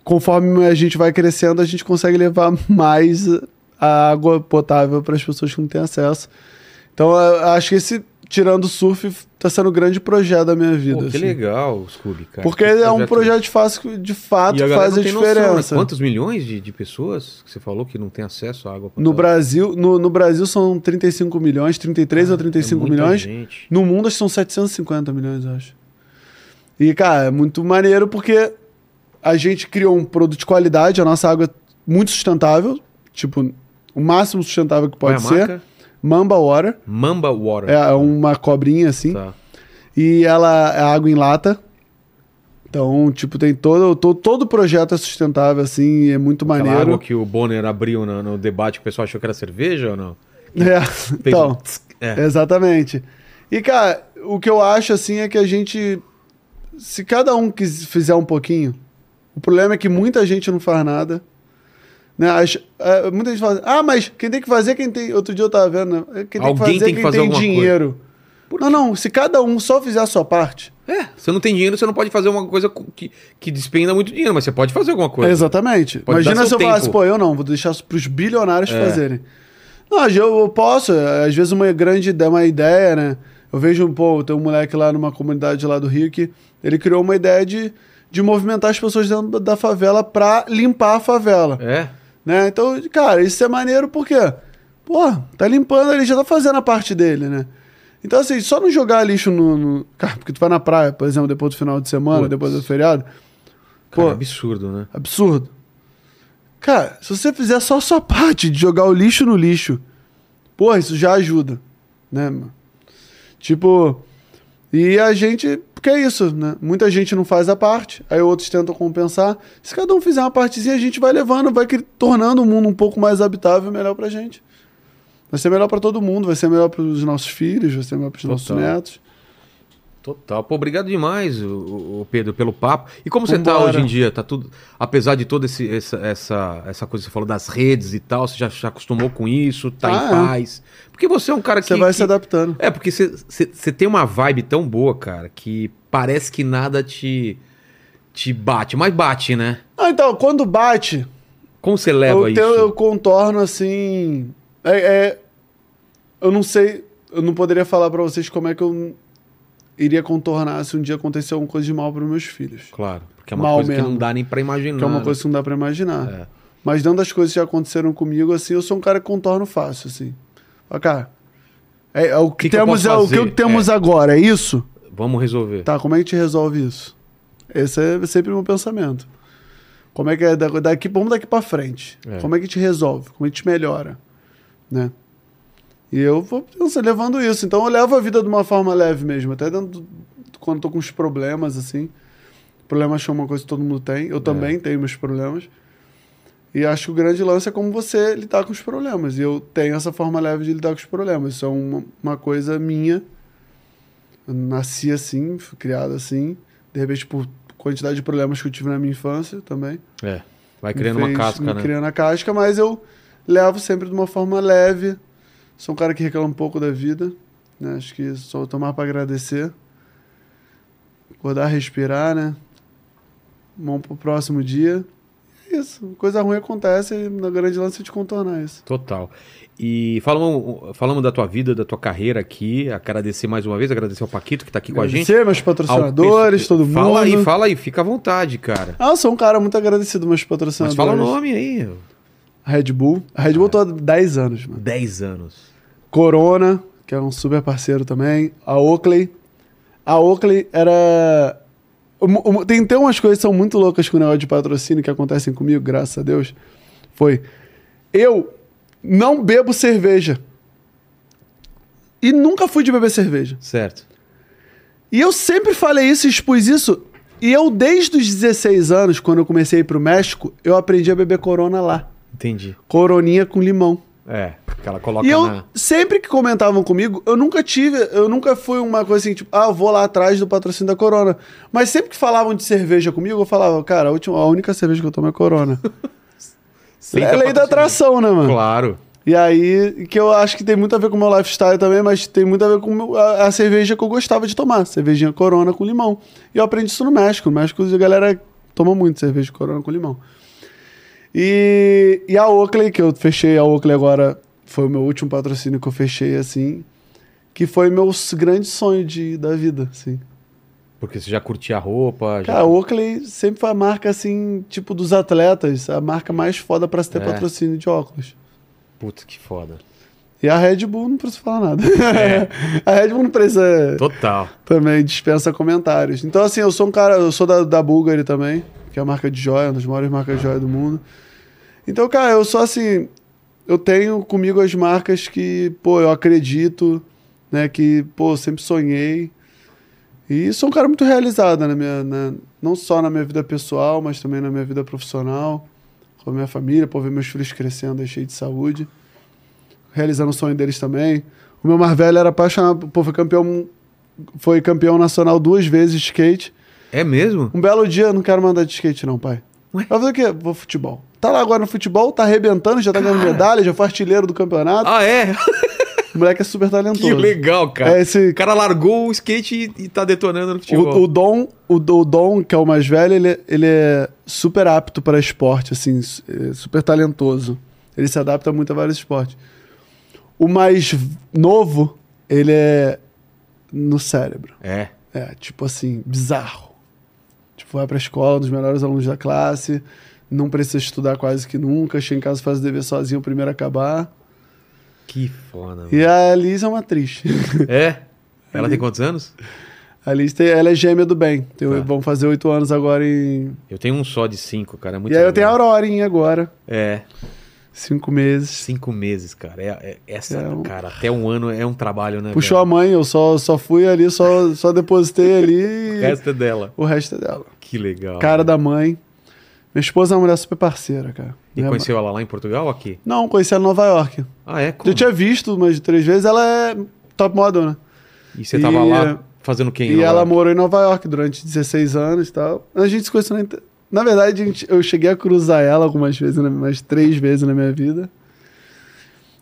Speaker 3: conforme a gente vai crescendo, a gente consegue levar (laughs) mais a água potável para as pessoas que não têm acesso. Então, eu acho que esse Tirando o Surf tá sendo um grande projeto da minha vida.
Speaker 1: Pô, que
Speaker 3: assim.
Speaker 1: legal, Scooby, cara.
Speaker 3: Porque
Speaker 1: Que
Speaker 3: é um projeto de, fácil, de fato
Speaker 1: E a
Speaker 3: que
Speaker 1: galera
Speaker 3: faz
Speaker 1: não
Speaker 3: a
Speaker 1: tem noção, né?
Speaker 3: diferença.
Speaker 1: Quantos milhões de, de pessoas que você falou que não tem acesso à água potável?
Speaker 3: No Brasil, no, no Brasil são 35 milhões, 33 ou
Speaker 1: É
Speaker 3: 35
Speaker 1: muita
Speaker 3: milhões.
Speaker 1: gente.
Speaker 3: No mundo acho que são 750 milhões, eu acho. E, cara, é muito maneiro porque a gente criou um produto de qualidade, a nossa água é muito sustentável, tipo, o máximo sustentável que
Speaker 1: Qual é
Speaker 3: pode
Speaker 1: a
Speaker 3: ser.
Speaker 1: marca?
Speaker 3: Mamba Water,
Speaker 1: Mamba Water.
Speaker 3: é uma cobrinha assim,
Speaker 1: Tá.
Speaker 3: e ela é água em lata. Então, tipo, tem todo, to- todo o projeto é sustentável, assim, e é muito
Speaker 1: Aquela
Speaker 3: maneiro.
Speaker 1: água que o Bonner abriu no, no debate que o pessoal achou que era cerveja ou não?
Speaker 3: (laughs) É,
Speaker 1: Fez um
Speaker 3: então.
Speaker 1: tsk, é.
Speaker 3: Exatamente. E, cara, o que eu acho, assim, é que a gente. Se cada um quis, fizer um pouquinho, o problema é que muita gente não faz nada. Né? As- é, muita gente fala, ah, mas quem tem que fazer é quem tem. Outro dia eu tava vendo, né? Quem tem
Speaker 1: Alguém
Speaker 3: que fazer é
Speaker 1: tem
Speaker 3: quem
Speaker 1: que fazer
Speaker 3: tem
Speaker 1: alguma coisa.
Speaker 3: dinheiro. Não, não, se cada um só fizer a sua parte.
Speaker 1: É, você não tem dinheiro, você não pode fazer uma coisa co- que, que despenda muito dinheiro, mas você pode fazer alguma coisa.
Speaker 3: Exatamente.
Speaker 1: Pode dar
Speaker 3: Imagina
Speaker 1: seu
Speaker 3: se eu falasse,
Speaker 1: tempo.
Speaker 3: pô, eu não, vou deixar isso pros bilionários
Speaker 1: É.
Speaker 3: fazerem. Não, eu, eu posso, é, às vezes uma grande ideia, uma ideia, né? Eu vejo, pô, tem um moleque lá numa comunidade lá do Rio que ele criou uma ideia de, de movimentar as pessoas dentro da- da favela pra limpar a favela,
Speaker 1: É.
Speaker 3: né? Então, cara, isso é maneiro porque, pô, tá limpando, ele já tá fazendo a parte dele, né? Então, assim, só não jogar lixo no... no- Cara, porque tu vai na praia, por exemplo, depois do final de semana,
Speaker 1: Putz.
Speaker 3: depois do feriado,
Speaker 1: Cara,
Speaker 3: Pô.
Speaker 1: absurdo, né?
Speaker 3: Absurdo. Cara, se você fizer só a sua parte de jogar o lixo no lixo, porra, isso já ajuda, né, mano? Tipo, e a gente, porque é isso, né? Muita gente não faz a parte, aí outros tentam compensar. Se cada um fizer uma partezinha, a gente vai levando, vai cri- tornando o mundo um pouco mais habitável e melhor pra gente. Vai ser melhor pra todo mundo, vai ser melhor pros nossos filhos, vai ser melhor pros nossos
Speaker 1: Total.
Speaker 3: netos.
Speaker 1: Total. Pô, obrigado demais, o, Pedro, pelo papo. E como você tá
Speaker 3: Vambora.
Speaker 1: hoje em dia? Tá tudo. Apesar de toda esse, essa, essa, essa coisa que você falou das redes e tal, você já se acostumou com isso, tá
Speaker 3: Ah,
Speaker 1: em
Speaker 3: é.
Speaker 1: paz. Porque você é um cara que.
Speaker 3: Você vai
Speaker 1: que-
Speaker 3: se adaptando.
Speaker 1: É, porque você- você você tem uma vibe tão boa, cara, que parece que nada te, te bate. Mas bate, né?
Speaker 3: Ah, então, quando bate,
Speaker 1: Como você leva
Speaker 3: eu,
Speaker 1: isso?
Speaker 3: tenho- eu contorno assim. é- é- eu não sei. Eu não poderia falar pra vocês como é que eu iria contornar se um dia acontecer alguma coisa de mal pros meus filhos.
Speaker 1: Claro, porque é uma
Speaker 3: Mal
Speaker 1: coisa que
Speaker 3: mesmo.
Speaker 1: não dá nem pra imaginar.
Speaker 3: Que é uma
Speaker 1: né?
Speaker 3: coisa que não dá pra imaginar.
Speaker 1: É.
Speaker 3: Mas dando as coisas que já aconteceram comigo, assim, eu sou um cara que contorno fácil, assim. Fala, cara, é, é o
Speaker 1: Que
Speaker 3: que,
Speaker 1: que eu
Speaker 3: temos,
Speaker 1: posso
Speaker 3: é o que
Speaker 1: fazer?
Speaker 3: temos agora, é isso?
Speaker 1: Vamos resolver.
Speaker 3: Tá, como é que te resolve isso? Esse é sempre o meu pensamento. Como é que é da- daqui, vamos daqui pra frente.
Speaker 1: É.
Speaker 3: Como é que te resolve? Como é que te melhora? Né? E eu vou pensa, levando isso. Então eu levo a vida de uma forma leve mesmo. Até dentro do- quando eu tô com uns problemas, assim. Problemas são uma coisa que todo mundo tem. Eu também tenho meus problemas. E acho que o grande lance é como você lidar com os problemas. E eu tenho essa forma leve de lidar com os problemas. Isso é uma, uma coisa minha. Eu nasci assim, fui criado assim. De repente, por quantidade de problemas que eu tive na minha infância também.
Speaker 1: É. Vai
Speaker 3: me
Speaker 1: criando uma
Speaker 3: fez-
Speaker 1: casca,
Speaker 3: me
Speaker 1: né?
Speaker 3: Criando a casca, mas eu levo sempre de uma forma leve. Sou um cara que reclama um pouco da vida. né? Acho que só tomar pra agradecer. Acordar, respirar, né? Mão pro próximo dia. É Isso. Coisa ruim acontece e na grande lance é de contornar isso.
Speaker 1: Total. E falamos, falamos da tua vida, da tua carreira aqui. Agradecer mais uma vez, agradecer ao Paquito que tá aqui com a gente.
Speaker 3: Agradecer meus patrocinadores, todo mundo.
Speaker 1: Fala aí, fala aí, fica à vontade, cara.
Speaker 3: Ah, eu sou um cara muito agradecido meus
Speaker 1: Mas
Speaker 3: patrocinadores.
Speaker 1: fala o nome aí.
Speaker 3: Red Bull. A Red Bull tô há 10 anos, mano.
Speaker 1: 10 anos.
Speaker 3: Corona, que é um super parceiro também. A Oakley. A Oakley era. um- um- Tem, tem umas coisas que são muito loucas com o negócio de patrocínio que acontecem comigo, graças a Deus. Foi. Eu não bebo cerveja. E nunca fui de beber cerveja.
Speaker 1: Certo.
Speaker 3: E eu sempre falei isso, expus isso. E eu, desde os 16 anos, quando eu comecei a ir pro México, eu aprendi a beber corona lá.
Speaker 1: Entendi.
Speaker 3: Coroninha com limão.
Speaker 1: É, que ela coloca
Speaker 3: E eu,
Speaker 1: na.
Speaker 3: sempre que comentavam comigo, eu nunca tive, eu nunca fui uma coisa assim, tipo, ah, eu vou lá atrás do patrocínio da Corona. Mas sempre que falavam de cerveja comigo, eu falava, cara, a, última, a única cerveja que eu tomo é Corona.
Speaker 1: Sem
Speaker 3: é
Speaker 1: ter
Speaker 3: lei da
Speaker 1: patrocínio.
Speaker 3: atração, né, mano?
Speaker 1: Claro.
Speaker 3: E aí, que eu acho que tem muito a ver com o meu lifestyle também, mas tem muito a ver com o meu- a, a cerveja que eu gostava de tomar. Cervejinha Corona com limão. E eu aprendi isso no México. No México a galera toma muito cerveja de Corona com limão. E, e a Oakley, que eu fechei a Oakley agora, foi o meu último patrocínio que eu fechei, assim, que foi meu s- grande sonho de, da vida, assim.
Speaker 1: Porque você já curtia a roupa. Já...
Speaker 3: Cara, a Oakley sempre foi a marca, assim, tipo dos atletas, a marca mais foda pra se ter
Speaker 1: É.
Speaker 3: patrocínio de óculos.
Speaker 1: Puta que foda.
Speaker 3: E a Red Bull não precisa falar nada. (laughs) a Red Bull não precisa
Speaker 1: Total.
Speaker 3: também dispensa comentários. Então, assim, eu sou um cara, eu sou da, da Bulgari também, que é a marca de joia, uma das maiores marcas de joia do mundo. Então, cara, eu sou assim, eu tenho comigo as marcas que, pô, eu acredito, né, que, pô, eu sempre sonhei. E sou um cara muito realizado na minha, na- não só na minha vida pessoal, mas também na minha vida profissional, com a minha família, por ver meus filhos crescendo aí cheio de saúde, realizando o sonho deles também. O meu mais velho era apaixonado, pô, foi campeão foi campeão nacional duas vezes de skate.
Speaker 1: É
Speaker 3: (laughs)
Speaker 1: mesmo?
Speaker 3: Um belo dia, não quero mandar de skate, não, pai.
Speaker 1: Ué?
Speaker 3: Vai fazer o quê? Vou futebol. Tá lá agora no futebol, tá arrebentando, já tá ganhando medalha, já foi artilheiro do campeonato.
Speaker 1: Ah, é? (laughs)
Speaker 3: O moleque é super talentoso.
Speaker 1: que legal, cara.
Speaker 3: É esse-
Speaker 1: O cara largou o skate e, e tá detonando no futebol.
Speaker 3: O, o Dom, o, o Dom, que é o mais velho, ele, ele é super apto para esporte, assim, s- é super talentoso. Ele se adapta muito a vários esportes. O mais v- novo, ele é no cérebro.
Speaker 1: É.
Speaker 3: É, tipo assim, bizarro. Tipo, vai pra escola, um dos melhores alunos da classe, não precisa estudar quase que nunca, chega em casa, faz o dever sozinho, o primeiro a acabar.
Speaker 1: Que foda, mano.
Speaker 3: E a Liz é uma atriz. (laughs)
Speaker 1: É? Ela tem quantos anos?
Speaker 3: A Liz, tem, ela é gêmea do bem. Tem-
Speaker 1: Tá.
Speaker 3: Vão fazer oito anos agora em...
Speaker 1: Eu tenho um só de cinco, cara. É muito
Speaker 3: e aí eu
Speaker 1: legal.
Speaker 3: tenho a Aurorinha agora,
Speaker 1: É,
Speaker 3: cinco meses.
Speaker 1: cinco meses, cara. É, é- essa,
Speaker 3: É um-
Speaker 1: cara, até um ano é um trabalho, né?
Speaker 3: Puxou a
Speaker 1: velho?
Speaker 3: mãe, eu só, só fui ali, só, só depositei
Speaker 1: (laughs)
Speaker 3: ali
Speaker 1: O
Speaker 3: e
Speaker 1: resto é dela.
Speaker 3: o resto é dela.
Speaker 1: Que legal.
Speaker 3: Cara da mãe. Minha esposa é uma mulher super parceira, cara.
Speaker 1: E
Speaker 3: Minha
Speaker 1: conheceu ela lá em Portugal ou aqui?
Speaker 3: mãe- Não, conheci ela em Nova York.
Speaker 1: Ah, é?
Speaker 3: Já
Speaker 1: Como?
Speaker 3: tinha visto umas três vezes, ela é top model, né?
Speaker 1: E você tava
Speaker 3: E-
Speaker 1: lá fazendo quem?
Speaker 3: E
Speaker 1: lá?
Speaker 3: ela morou em Nova York durante 16 anos e tal. A gente se conheceu na inter... Na verdade, a gente- eu cheguei a cruzar ela algumas vezes, na- umas três vezes na minha vida.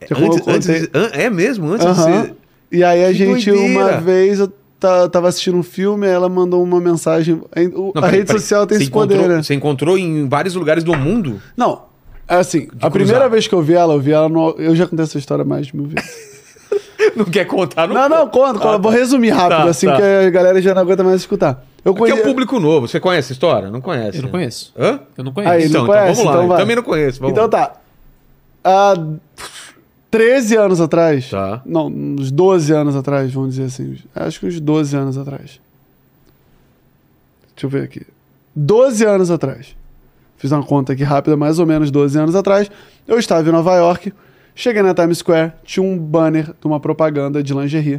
Speaker 3: Já como eu
Speaker 1: É, Antes, antes
Speaker 3: contei-
Speaker 1: de- an- é mesmo? Antes
Speaker 3: Aham.
Speaker 1: de ser...
Speaker 3: E aí a
Speaker 1: Que
Speaker 3: gente,
Speaker 1: doideira.
Speaker 3: uma vez, eu ta- tava assistindo um filme, aí ela mandou uma mensagem. Aí o-
Speaker 1: Não,
Speaker 3: a
Speaker 1: peraí,
Speaker 3: rede
Speaker 1: peraí.
Speaker 3: social tem
Speaker 1: Você
Speaker 3: esse poder,
Speaker 1: encontrou-
Speaker 3: né?
Speaker 1: Você encontrou em vários lugares do mundo?
Speaker 3: Não, assim, a
Speaker 1: cruzar.
Speaker 3: primeira vez que eu vi ela, eu vi ela no... Eu já contei essa história mais de mil vezes.
Speaker 1: Não quer contar?
Speaker 3: (laughs) Não, não, conta, conta. Vou resumir rápido,
Speaker 1: Tá,
Speaker 3: assim,
Speaker 1: tá.
Speaker 3: que a galera já não aguenta mais escutar. Eu
Speaker 1: Aqui é
Speaker 3: conhe-
Speaker 1: um público novo. Você conhece a história? Não conhece.
Speaker 2: Eu não
Speaker 1: né?
Speaker 2: conheço.
Speaker 1: Hã?
Speaker 2: Eu não conheço.
Speaker 3: Aí,
Speaker 1: então, então
Speaker 3: não conhece,
Speaker 1: vamos lá.
Speaker 3: então
Speaker 1: Eu
Speaker 3: vai.
Speaker 1: também não conheço. Vamos
Speaker 3: Então
Speaker 1: lá.
Speaker 3: tá. Há 13 anos atrás.
Speaker 1: Tá.
Speaker 3: Não, uns 12 anos atrás, vamos dizer assim. Acho que uns 12 anos atrás. Deixa eu ver aqui. 12 anos atrás. Fiz uma conta aqui rápida, mais ou menos 12 anos atrás. Eu estava em Nova York. Cheguei na Times Square, tinha um banner de uma propaganda de lingerie.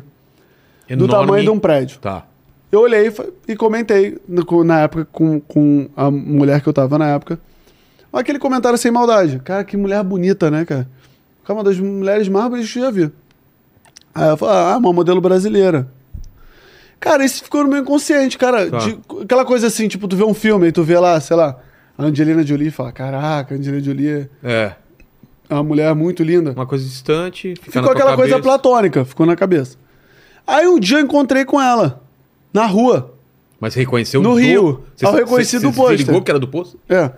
Speaker 3: Do
Speaker 1: Enorme.
Speaker 3: tamanho de um prédio.
Speaker 1: Tá.
Speaker 3: Eu olhei e fa- e comentei no- com- na época com, com a mulher que eu tava na época. Aquele comentário sem maldade. Cara, que mulher bonita, né, cara? Cara, uma das mulheres mais bonitas que eu já vi. Aí ela falou, ah, uma modelo brasileira. Cara, isso ficou no meu inconsciente, cara.
Speaker 1: Tá.
Speaker 3: de- aquela coisa assim, tipo, tu vê um filme e tu vê lá, sei lá, a Angelina Jolie e fala, caraca, a Angelina Jolie
Speaker 1: É.
Speaker 3: é uma mulher muito linda.
Speaker 1: Uma coisa distante. Fica na
Speaker 3: Ficou
Speaker 1: tua
Speaker 3: aquela coisa
Speaker 1: cabeça.
Speaker 3: platônica, ficou na cabeça. Aí um dia eu encontrei com ela, na rua.
Speaker 1: Mas reconheceu
Speaker 3: No
Speaker 1: do-
Speaker 3: Rio.
Speaker 1: Você-
Speaker 3: Ao reconheci
Speaker 1: você-
Speaker 3: do
Speaker 1: você se ligou
Speaker 3: pôster.
Speaker 1: que era do posto?
Speaker 3: É.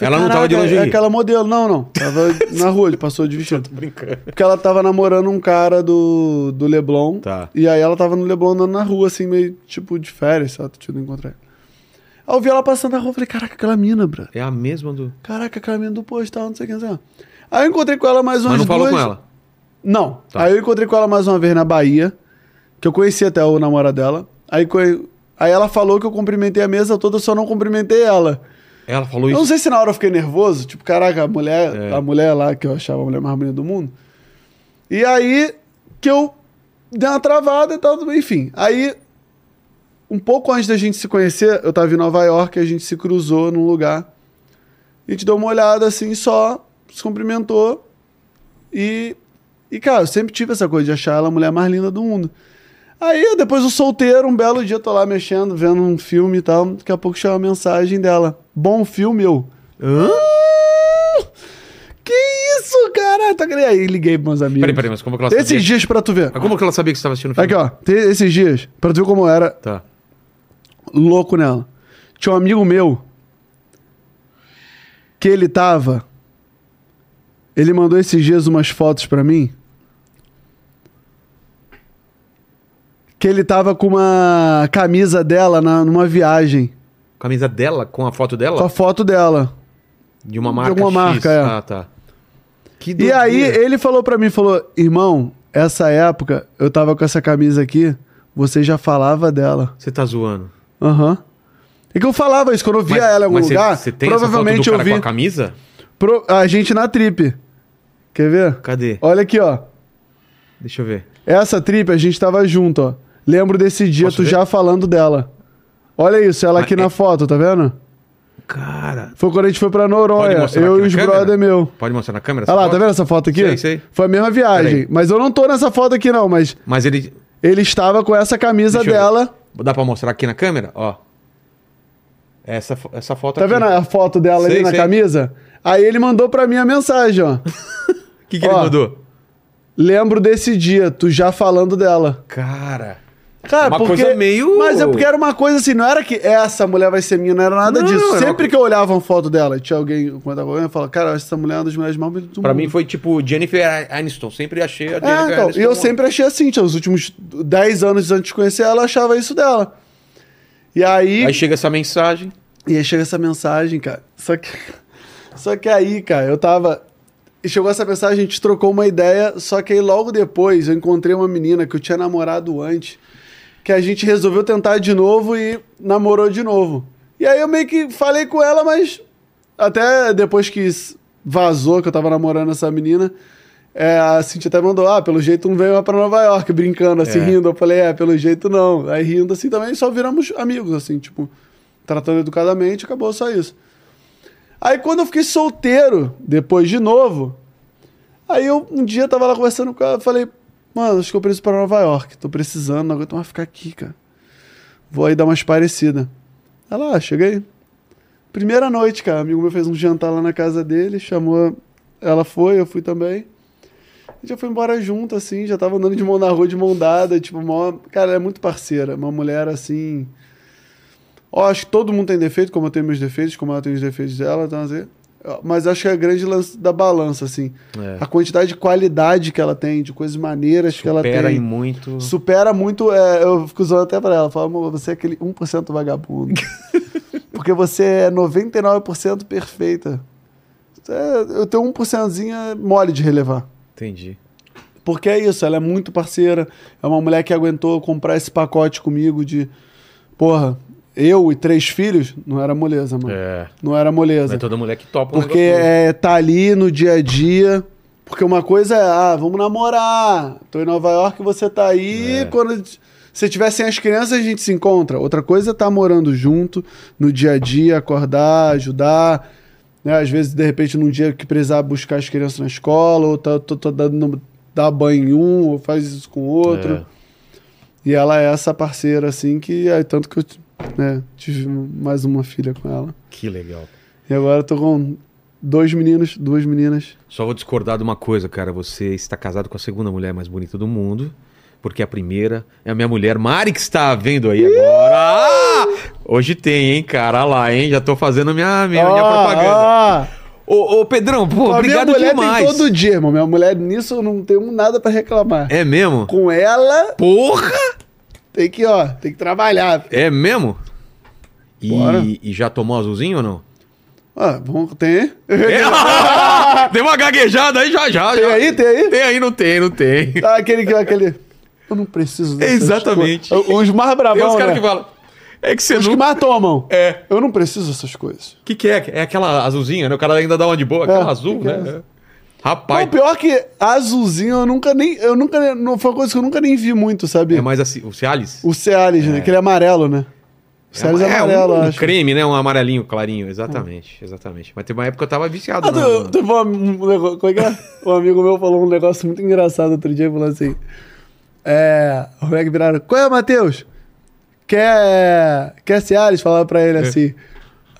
Speaker 1: Ela não tava de
Speaker 3: "Caraca,
Speaker 1: lingerie."
Speaker 3: É aquela modelo. Não, não.
Speaker 1: (laughs)
Speaker 3: Tava na rua, ele passou de vestido.
Speaker 1: Brincando.
Speaker 3: Porque ela tava namorando um cara do, do Leblon.
Speaker 1: Tá.
Speaker 3: E aí ela tava no Leblon andando na rua, assim, meio tipo de férias, sabe? Tinha ido encontrar ela. Aí eu vi ela passando na rua, eu falei, caraca, aquela mina, bro.
Speaker 1: É a mesma do.
Speaker 3: Caraca, aquela mina do posto, tal, não sei o que, não sei o que. Aí eu encontrei com ela mais umas
Speaker 1: Mas não falou
Speaker 3: duas...
Speaker 1: com ela.
Speaker 3: Não.
Speaker 1: Tá.
Speaker 3: Aí eu encontrei com ela mais uma vez na Bahia, que eu conheci até o namorado dela. Aí, co- aí ela falou que eu cumprimentei a mesa toda, eu só não cumprimentei ela.
Speaker 1: Ela falou
Speaker 3: Eu não
Speaker 1: isso.
Speaker 3: sei se na hora eu fiquei nervoso, tipo, caraca, a mulher,
Speaker 1: É.
Speaker 3: a mulher lá que eu achava a mulher mais bonita do mundo. E aí que eu dei uma travada e tal, enfim. Aí, um pouco antes da gente se conhecer, eu tava em Nova York, a gente se cruzou num lugar. A gente deu uma olhada assim só, se cumprimentou. E, e cara, eu sempre tive essa coisa de achar ela a mulher mais linda do mundo. Aí, depois do solteiro, um belo dia, eu tô lá mexendo, vendo um filme e tal. Daqui a pouco chega a mensagem dela. Bom filme, eu.
Speaker 1: Hã?
Speaker 3: Que isso, cara? Tá querendo aí? Liguei pros meus amigos.
Speaker 1: Peraí, peraí, mas como que ela sabia?
Speaker 3: Esses dias pra tu ver.
Speaker 1: Mas como que ela sabia que você tava assistindo o filme?
Speaker 3: Aqui, ó. Tem Esses dias, pra tu ver como eu era
Speaker 1: Tá.
Speaker 3: louco nela. Tinha um amigo meu que ele tava. Ele mandou esses dias umas fotos pra mim. Que ele tava com uma camisa dela na, numa viagem.
Speaker 1: Camisa dela com a foto dela?
Speaker 3: Com a foto dela.
Speaker 1: De uma marca
Speaker 3: alguma
Speaker 1: X.
Speaker 3: marca, é.
Speaker 1: Ah, tá. Que
Speaker 3: E aí
Speaker 1: doideira.
Speaker 3: ele falou pra mim, falou, irmão, essa época eu tava com essa camisa aqui, você já falava dela.
Speaker 1: Você tá zoando.
Speaker 3: Aham. E que eu falava isso, quando eu via ela em algum
Speaker 1: mas você-
Speaker 3: lugar,
Speaker 1: Você tem
Speaker 3: provavelmente
Speaker 1: essa foto do cara
Speaker 3: eu vi
Speaker 1: com a camisa?
Speaker 3: pro- a gente na trip. Quer ver?
Speaker 1: Cadê?
Speaker 3: Olha aqui, ó.
Speaker 1: Deixa eu ver.
Speaker 3: Essa trip a gente tava junto, ó. Lembro desse dia,
Speaker 1: Posso
Speaker 3: tu
Speaker 1: ver?
Speaker 3: já falando dela. Olha isso, ela
Speaker 1: Mas
Speaker 3: aqui
Speaker 1: é-
Speaker 3: na foto, tá vendo?
Speaker 1: Cara.
Speaker 3: Foi quando a gente foi pra Noronha,
Speaker 1: mostrar
Speaker 3: eu
Speaker 1: aqui
Speaker 3: e
Speaker 1: na
Speaker 3: os
Speaker 1: câmera?
Speaker 3: brother meu.
Speaker 1: Pode mostrar na câmera?
Speaker 3: Olha lá,
Speaker 1: foto?
Speaker 3: tá vendo essa foto aqui?
Speaker 1: Sei, sei.
Speaker 3: Foi a mesma viagem.
Speaker 1: Peraí.
Speaker 3: Mas eu não tô nessa foto aqui, não, mas
Speaker 1: Mas ele.
Speaker 3: Ele estava com essa camisa
Speaker 1: Deixa eu
Speaker 3: dela.
Speaker 1: Dá pra mostrar aqui na câmera? Ó. Essa, fo- essa foto
Speaker 3: Tá
Speaker 1: aqui.
Speaker 3: vendo a foto dela
Speaker 1: Sei,
Speaker 3: ali na
Speaker 1: sei.
Speaker 3: camisa? Aí ele mandou pra mim a mensagem, ó.
Speaker 1: O que, que ele
Speaker 3: Ó.
Speaker 1: mandou?
Speaker 3: Lembro desse dia, tu já falando dela.
Speaker 1: Cara.
Speaker 3: Cara,
Speaker 1: Uma
Speaker 3: porque...
Speaker 1: coisa meio-
Speaker 3: Mas é porque era uma coisa assim, não era que essa mulher vai ser minha, não era nada
Speaker 1: Não,
Speaker 3: disso.
Speaker 1: era
Speaker 3: Sempre
Speaker 1: uma-
Speaker 3: que eu olhava uma foto dela, e tinha alguém com alguém, eu falava, cara, essa mulher é uma das mulheres mais bonitas do
Speaker 1: Pra
Speaker 3: mundo.
Speaker 1: mim foi tipo Jennifer Aniston. Sempre achei a Jennifer
Speaker 3: É, então,
Speaker 1: Aniston.
Speaker 3: e eu sempre achei assim, tinha os últimos 10 anos antes de conhecer ela, eu achava isso dela. E aí...
Speaker 1: Aí chega essa mensagem.
Speaker 3: E aí chega essa mensagem, cara. Só que, (laughs) só que aí, cara, eu tava. E chegou essa mensagem, a gente trocou uma ideia, só que aí logo depois eu encontrei uma menina que eu tinha namorado antes, que a gente resolveu tentar de novo e namorou de novo. E aí eu meio que falei com ela, mas até depois que s- vazou que eu tava namorando essa menina, é, a Cintia até mandou, ah, pelo jeito não veio mais pra Nova York, brincando, assim,
Speaker 1: É.
Speaker 3: rindo. Eu falei, é, pelo jeito não. Aí rindo assim também, só viramos amigos, assim, tipo, tratando educadamente, acabou só isso. Aí quando eu fiquei solteiro, depois de novo, aí eu um dia tava lá conversando com ela, falei, mano, acho que eu preciso ir pra Nova York, tô precisando, não aguento mais ficar aqui, cara. Vou aí dar umas parecidas. Ela, ah, cheguei. Primeira noite, cara. Um amigo meu fez um jantar lá na casa dele, chamou. Ela foi, eu fui também. A gente já foi embora junto, assim, já tava andando de mão na rua, de mão dada, tipo, mó... cara, ela é muito parceira. Uma mulher assim. Ó, acho que todo mundo tem defeito, como eu tenho meus defeitos, como ela tem os defeitos dela, então assim. ó, Mas acho que é grande lance da balança, assim.
Speaker 1: É.
Speaker 3: A quantidade de qualidade que ela tem, de coisas maneiras que ela
Speaker 1: Supera
Speaker 3: tem.
Speaker 1: em muito.
Speaker 3: Supera muito. é, eu fico zoando até pra ela. Falo, amor, você é aquele
Speaker 1: (laughs)
Speaker 3: 1% vagabundo. Porque você é 99% perfeita. É, eu tenho 1%zinha mole de relevar.
Speaker 1: Entendi.
Speaker 3: Porque é isso, ela é muito parceira. É uma mulher que aguentou comprar esse pacote comigo de. Porra, eu e três filhos? Não era moleza, mano.
Speaker 1: É.
Speaker 3: Não era moleza.
Speaker 1: Não é toda mulher que topa um
Speaker 3: Porque
Speaker 1: negócio
Speaker 3: é, tá ali no dia a dia. Porque uma coisa é, ah, vamos namorar. Tô em Nova York, você tá aí.
Speaker 1: É.
Speaker 3: Quando se tiver sem as crianças, a gente se encontra. Outra coisa é tá morando junto, no dia a dia, acordar, ajudar. Né? Às vezes, de repente, num dia que precisar buscar as crianças na escola, ou tá, tô, tô dando, dá banho em um, ou faz isso com o outro.
Speaker 1: É.
Speaker 3: E ela é essa parceira, assim, que... É, tanto que eu né, tive mais uma filha com ela.
Speaker 1: Que legal.
Speaker 3: E agora eu tô com dois meninos, duas meninas.
Speaker 1: Só vou discordar de uma coisa, cara. Você está casado com a segunda mulher mais bonita do mundo. Porque a primeira é a minha mulher, Mari, que está vendo aí agora. Ah! Hoje tem, hein, cara. Olha lá, hein? Já tô fazendo minha, minha, minha
Speaker 3: Ah,
Speaker 1: propaganda.
Speaker 3: ah.
Speaker 1: Ô, ô, Pedrão, pô,
Speaker 3: Com a minha
Speaker 1: obrigado
Speaker 3: mulher
Speaker 1: demais.
Speaker 3: tem todo dia, irmão. Minha mulher nisso eu não tenho nada pra reclamar.
Speaker 1: É mesmo?
Speaker 3: Com ela
Speaker 1: Porra!
Speaker 3: tem que, ó, tem que trabalhar.
Speaker 1: É mesmo? E,
Speaker 3: Bora.
Speaker 1: e já tomou azulzinho ou
Speaker 3: (laughs)
Speaker 1: não?
Speaker 3: Ah, bom, tem?
Speaker 1: É. (laughs) Deu uma gaguejada aí já já.
Speaker 3: (laughs) Tem
Speaker 1: já.
Speaker 3: aí, tem aí?
Speaker 1: Tem aí, não tem, não tem.
Speaker 3: Ah, aquele que aquele eu não preciso dessas
Speaker 1: Exatamente.
Speaker 3: coisas. Os mais
Speaker 1: Tem os
Speaker 3: bravão,
Speaker 1: caras
Speaker 3: né?
Speaker 1: que falam. É que você
Speaker 3: Os que
Speaker 1: nunca.
Speaker 3: mais tomam.
Speaker 1: É.
Speaker 3: Eu não preciso dessas coisas.
Speaker 1: O que, que é? É aquela azulzinha, né? O cara ainda dá uma de boa, aquela
Speaker 3: É,
Speaker 1: azul,
Speaker 3: que que é
Speaker 1: né?
Speaker 3: essa?
Speaker 1: Rapaz,
Speaker 3: Não, pior que azulzinho eu nunca nem, eu nunca, não foi uma coisa que eu nunca nem vi muito, sabe?
Speaker 1: é mais assim. O Cialis?
Speaker 3: O Cialis, né? Aquele amarelo, né? O Cialis é, amarelo,
Speaker 1: um
Speaker 3: eu acho.
Speaker 1: creme, né? Um amarelinho clarinho. Exatamente, exatamente. Mas teve uma época que eu tava viciado.
Speaker 3: Ah,
Speaker 1: na-
Speaker 3: tu, tu falou um negócio, como é que é? Um amigo meu falou um negócio muito engraçado outro dia, falou assim, é, o moleque viraram, qual é, Matheus? Quer, quer Cialis? Falaram pra ele assim.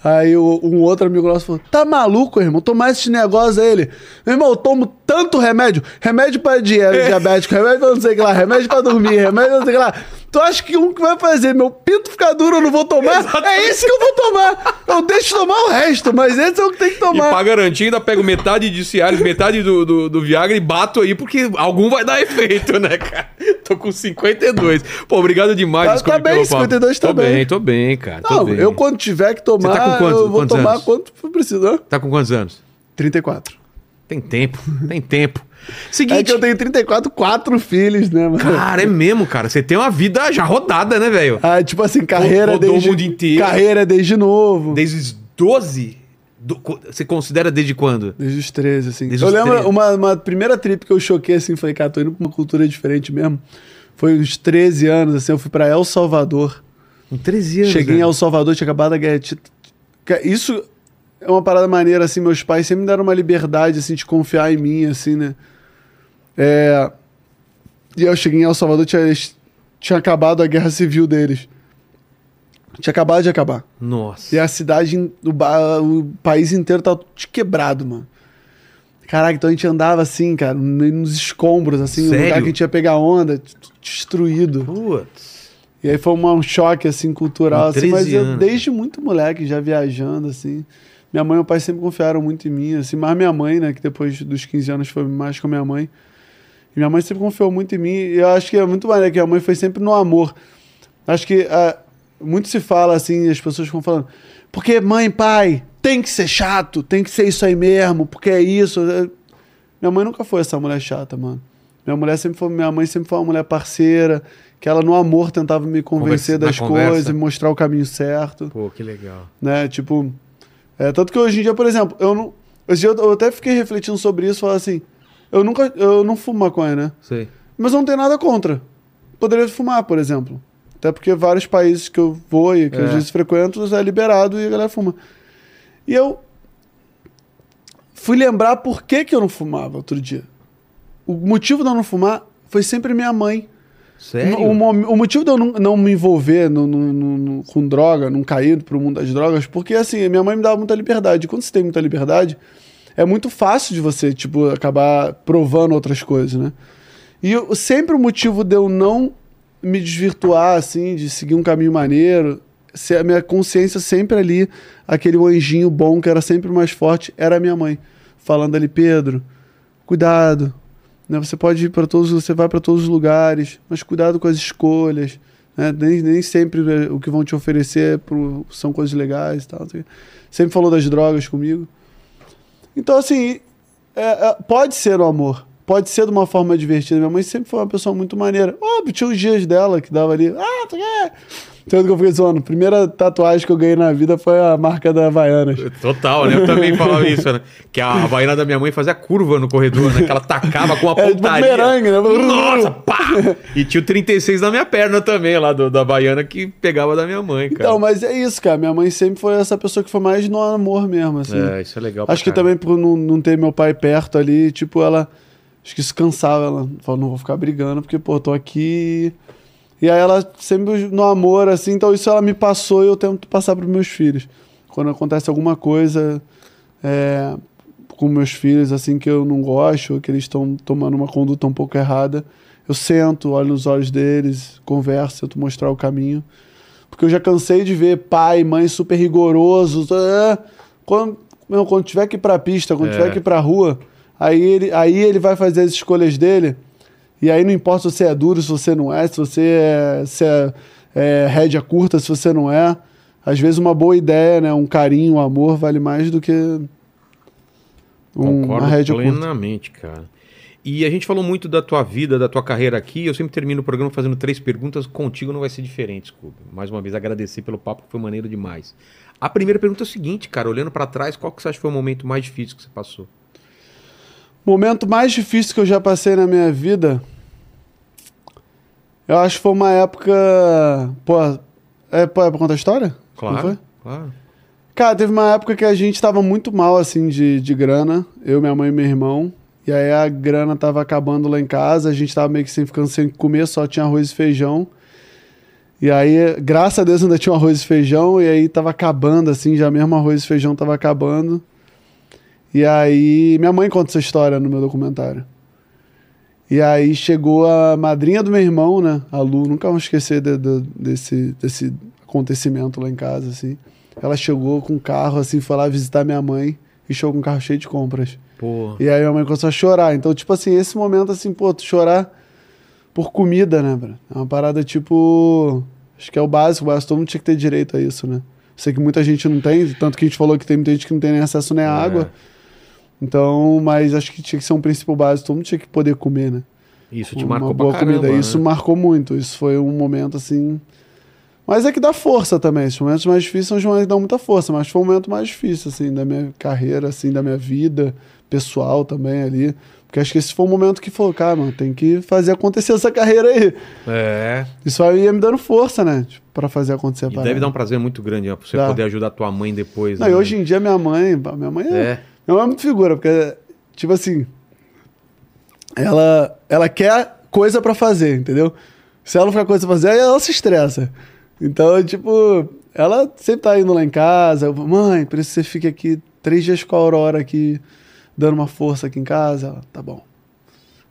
Speaker 3: Aí o- um outro amigo nosso falou, tá maluco, irmão? Tomar esse negócio aí, ele. Meu irmão, eu tomo tanto remédio. Remédio pra di- diabético, remédio pra não sei o que lá, remédio pra dormir, remédio pra não sei o que lá. Tu acha que um que vai fazer meu pinto ficar duro eu não vou tomar? É esse que eu vou tomar. Eu deixo tomar o resto, mas esse é o que tem que
Speaker 1: E
Speaker 3: tomar.
Speaker 1: pra garantir, ainda pego metade de Cialis, metade do, do, do Viagra e bato aí, porque algum vai dar efeito, né, cara? Tô com 52. Pô, obrigado demais.
Speaker 3: Tá-
Speaker 1: desculpa
Speaker 3: tá bem,
Speaker 1: pelo papo.
Speaker 3: 52 tá
Speaker 1: tô
Speaker 3: bem.
Speaker 1: bem. Tô bem, cara. Tô
Speaker 3: Não,
Speaker 1: bem.
Speaker 3: eu quando tiver que tomar,
Speaker 1: Você tá com quanto-
Speaker 3: eu vou
Speaker 1: quantos
Speaker 3: tomar
Speaker 1: anos?
Speaker 3: quanto for preciso. Hã?
Speaker 1: Tá com quantos anos?
Speaker 3: 34.
Speaker 1: Tem tempo, tem tempo. Seguinte,
Speaker 3: É que eu tenho 34, quatro filhos, né, mano?
Speaker 1: cara, é mesmo, cara. Você tem uma vida já rodada, né, velho?
Speaker 3: Ah, tipo assim, carreira
Speaker 1: Rodou o
Speaker 3: desde...
Speaker 1: mundo inteiro.
Speaker 3: Carreira desde novo.
Speaker 1: Desde os 12? Do- co- você considera desde quando?
Speaker 3: Desde os 13, assim.
Speaker 1: Desde
Speaker 3: eu
Speaker 1: os
Speaker 3: lembro
Speaker 1: 13.
Speaker 3: Uma, uma primeira trip que eu choquei, assim, falei, cara, tô indo pra uma cultura diferente mesmo. Foi uns 13 anos, assim, eu fui pra El Salvador.
Speaker 1: Com 13 anos.
Speaker 3: Cheguei em
Speaker 1: né?
Speaker 3: El Salvador, tinha acabado a guerra. ti- Ca- Isso é uma parada maneira, assim. Meus pais sempre me deram uma liberdade, assim, de confiar em mim, assim, né? É... E eu cheguei em El Salvador, tinha, eles- tinha acabado a guerra civil deles. Tinha acabado de acabar.
Speaker 1: Nossa.
Speaker 3: E a cidade, in- o, ba- o país inteiro tá tudo quebrado, mano. Caraca, então a gente andava assim, cara, n- nos escombros, assim, o lugar
Speaker 1: Sério?
Speaker 3: que a gente ia pegar onda, t- t- destruído.
Speaker 1: Putz.
Speaker 3: E aí foi uma- um choque, assim, cultural,
Speaker 1: Com
Speaker 3: assim, mas
Speaker 1: 13
Speaker 3: eu
Speaker 1: anos.
Speaker 3: desde muito moleque, já viajando, assim. Minha mãe e meu pai sempre confiaram muito em mim, assim, mas minha mãe, né, que depois dos 15 anos foi mais com a minha mãe. E minha mãe sempre confiou muito em mim, e eu acho que é muito maneiro, que a mãe foi sempre no amor. Acho que ah, muito se fala, assim, as pessoas ficam falando, porque mãe, pai, tem que ser chato, tem que ser isso aí mesmo, porque é isso. Minha mãe nunca foi essa mulher chata, mano. Minha mulher sempre foi, minha mãe sempre foi uma mulher parceira, que ela no amor tentava me
Speaker 1: Conversa-
Speaker 3: convencer
Speaker 1: na
Speaker 3: das
Speaker 1: conversa.
Speaker 3: coisas, me mostrar o caminho certo,
Speaker 1: Pô, que legal.
Speaker 3: né? Tipo, é, tanto que hoje em dia, por exemplo, eu não, esse dia eu, eu até fiquei refletindo sobre isso, falando assim, eu nunca, eu não fumo maconha, né?
Speaker 1: Sei.
Speaker 3: Mas eu não tenho nada contra. Poderia fumar, por exemplo. Até porque vários países que eu vou e que
Speaker 1: É.
Speaker 3: às vezes frequento é liberado e a galera fuma. E eu fui lembrar por que, que eu não fumava outro dia. O motivo de eu não fumar foi sempre minha mãe.
Speaker 1: Sério?
Speaker 3: O, mo- o motivo de eu não, não me envolver no- no- no- no- com droga, não cair pro mundo das drogas, porque assim, minha mãe me dava muita liberdade. Quando você tem muita liberdade, é muito fácil de você, tipo, acabar provando outras coisas, né? E eu- sempre o motivo de eu não me desvirtuar, assim, de seguir um caminho maneiro, se a minha consciência sempre ali, aquele anjinho bom que era sempre o mais forte, era a minha mãe. Falando ali, Pedro, cuidado, né? Você pode ir para todos, você vai para todos os lugares, mas cuidado com as escolhas, né? Nem, nem sempre é, o que vão te oferecer é pro- são coisas legais e tal. não sei o quê. Sempre falou das drogas comigo. Então, assim, é, é, pode ser o amor. Pode ser de uma forma divertida. Minha mãe sempre foi uma pessoa muito maneira. Óbvio, tinha os dias dela que dava ali. Ah, tu quer? Tanto que eu fiquei zoando. Primeira tatuagem que eu ganhei na vida foi a marca da Havaianas.
Speaker 1: Total, né? Eu também falava isso, né? Que a baiana da minha mãe fazia curva no corredor, né? Que ela tacava com a
Speaker 3: (laughs) É,
Speaker 1: pontaria.
Speaker 3: bumerangue, né?
Speaker 1: Nossa, pá! E tinha o 36 na minha perna também, lá do- da baiana, que pegava da minha mãe, cara.
Speaker 3: Então, mas é isso, cara. Minha mãe sempre foi essa pessoa que foi mais no amor mesmo, assim.
Speaker 1: É, isso é legal. pra
Speaker 3: Acho que
Speaker 1: caralho.
Speaker 3: também por não, não ter meu pai perto ali, tipo, ela. Acho que isso cansava ela. Falou, não vou ficar brigando, porque, pô, tô aqui. E aí ela sempre no amor, assim, então isso ela me passou e eu tento passar pros meus filhos. Quando acontece alguma coisa é, com meus filhos, assim, que eu não gosto, ou que eles estão tomando uma conduta um pouco errada, eu sento, olho nos olhos deles, converso, tento mostrar o caminho. Porque eu já cansei de ver pai e mãe super rigorosos. ah, Quando, meu, quando tiver que ir pra pista, quando
Speaker 1: É.
Speaker 3: tiver que ir pra rua, aí ele, aí ele vai fazer as escolhas dele. E aí não importa se você é duro, se você não é, se você é, se é, é rédea curta, se você não é. Às vezes uma boa ideia, né? Um carinho, um amor vale mais do que um-
Speaker 1: Concordo
Speaker 3: uma rédea curta.
Speaker 1: plenamente, cara. E a gente falou muito da tua vida, da tua carreira aqui. Eu sempre termino o programa fazendo três perguntas. Contigo não vai ser diferente, Scooby. Mais uma vez, agradecer pelo papo, que foi maneiro demais. A primeira pergunta é o seguinte, cara. Olhando pra trás, qual que você acha que foi o momento mais difícil que você passou?
Speaker 3: Momento mais difícil que eu já passei na minha vida. Eu acho que foi uma época. Pô, é, pô, é pra contar a história? Não foi?
Speaker 1: Claro, claro.
Speaker 3: Cara, teve uma época que a gente tava muito mal, assim, de, de grana. Eu, minha mãe e meu irmão. E aí a grana tava acabando lá em casa. A gente tava meio que sem, ficando sem comer, só tinha arroz e feijão. E aí, graças a Deus, ainda tinha um arroz e feijão. E aí tava acabando, assim, já mesmo arroz e feijão tava acabando. E aí, minha mãe conta essa história no meu documentário. E aí chegou a madrinha do meu irmão, né? A Lu, nunca vou esquecer de- de- desse, desse acontecimento lá em casa, assim. Ela chegou com um carro, assim, foi lá visitar minha mãe e chegou com um carro cheio de compras.
Speaker 1: Pô,
Speaker 3: E aí minha mãe começou a chorar. Então, tipo assim, esse momento, assim, pô, tu chorar por comida, né, bro? É uma parada, tipo... Acho que é o básico, o básico. Todo mundo tinha que ter direito a isso, né? Sei que muita gente não tem, tanto que a gente falou que tem muita gente que não tem nem acesso nem à
Speaker 1: É.
Speaker 3: água. Então, mas acho que tinha que ser um princípio básico. Todo mundo tinha que poder comer, né?
Speaker 1: isso te
Speaker 3: uma
Speaker 1: marcou
Speaker 3: boa
Speaker 1: pra caramba,
Speaker 3: comida.
Speaker 1: né?
Speaker 3: Isso marcou muito. Isso foi um momento assim. Mas é que dá força também. Os momentos mais difíceis são os momentos que dão muita força, mas foi o momento mais difícil, assim, da minha carreira, assim, da minha vida pessoal também ali. Porque acho que esse foi o momento que falou, cara, mano, tem que fazer acontecer essa carreira aí.
Speaker 1: É,
Speaker 3: Isso aí ia me dando força, né? Tipo, pra fazer acontecer a
Speaker 1: e
Speaker 3: parada.
Speaker 1: deve dar um prazer muito grande ó, pra você
Speaker 3: Dá.
Speaker 1: poder ajudar tua mãe depois.
Speaker 3: Não,
Speaker 1: né?
Speaker 3: e hoje em dia minha mãe, minha mãe é,
Speaker 1: É,
Speaker 3: Não é muito figura, porque, tipo assim. Ela, ela quer coisa pra fazer, entendeu? Se ela não ficar coisa pra fazer, aí ela se estressa. Então, tipo, ela sempre tá indo lá em casa. eu falo, Mãe, preciso que você fique aqui três dias com a Aurora aqui, dando uma força aqui em casa. Ela, tá bom.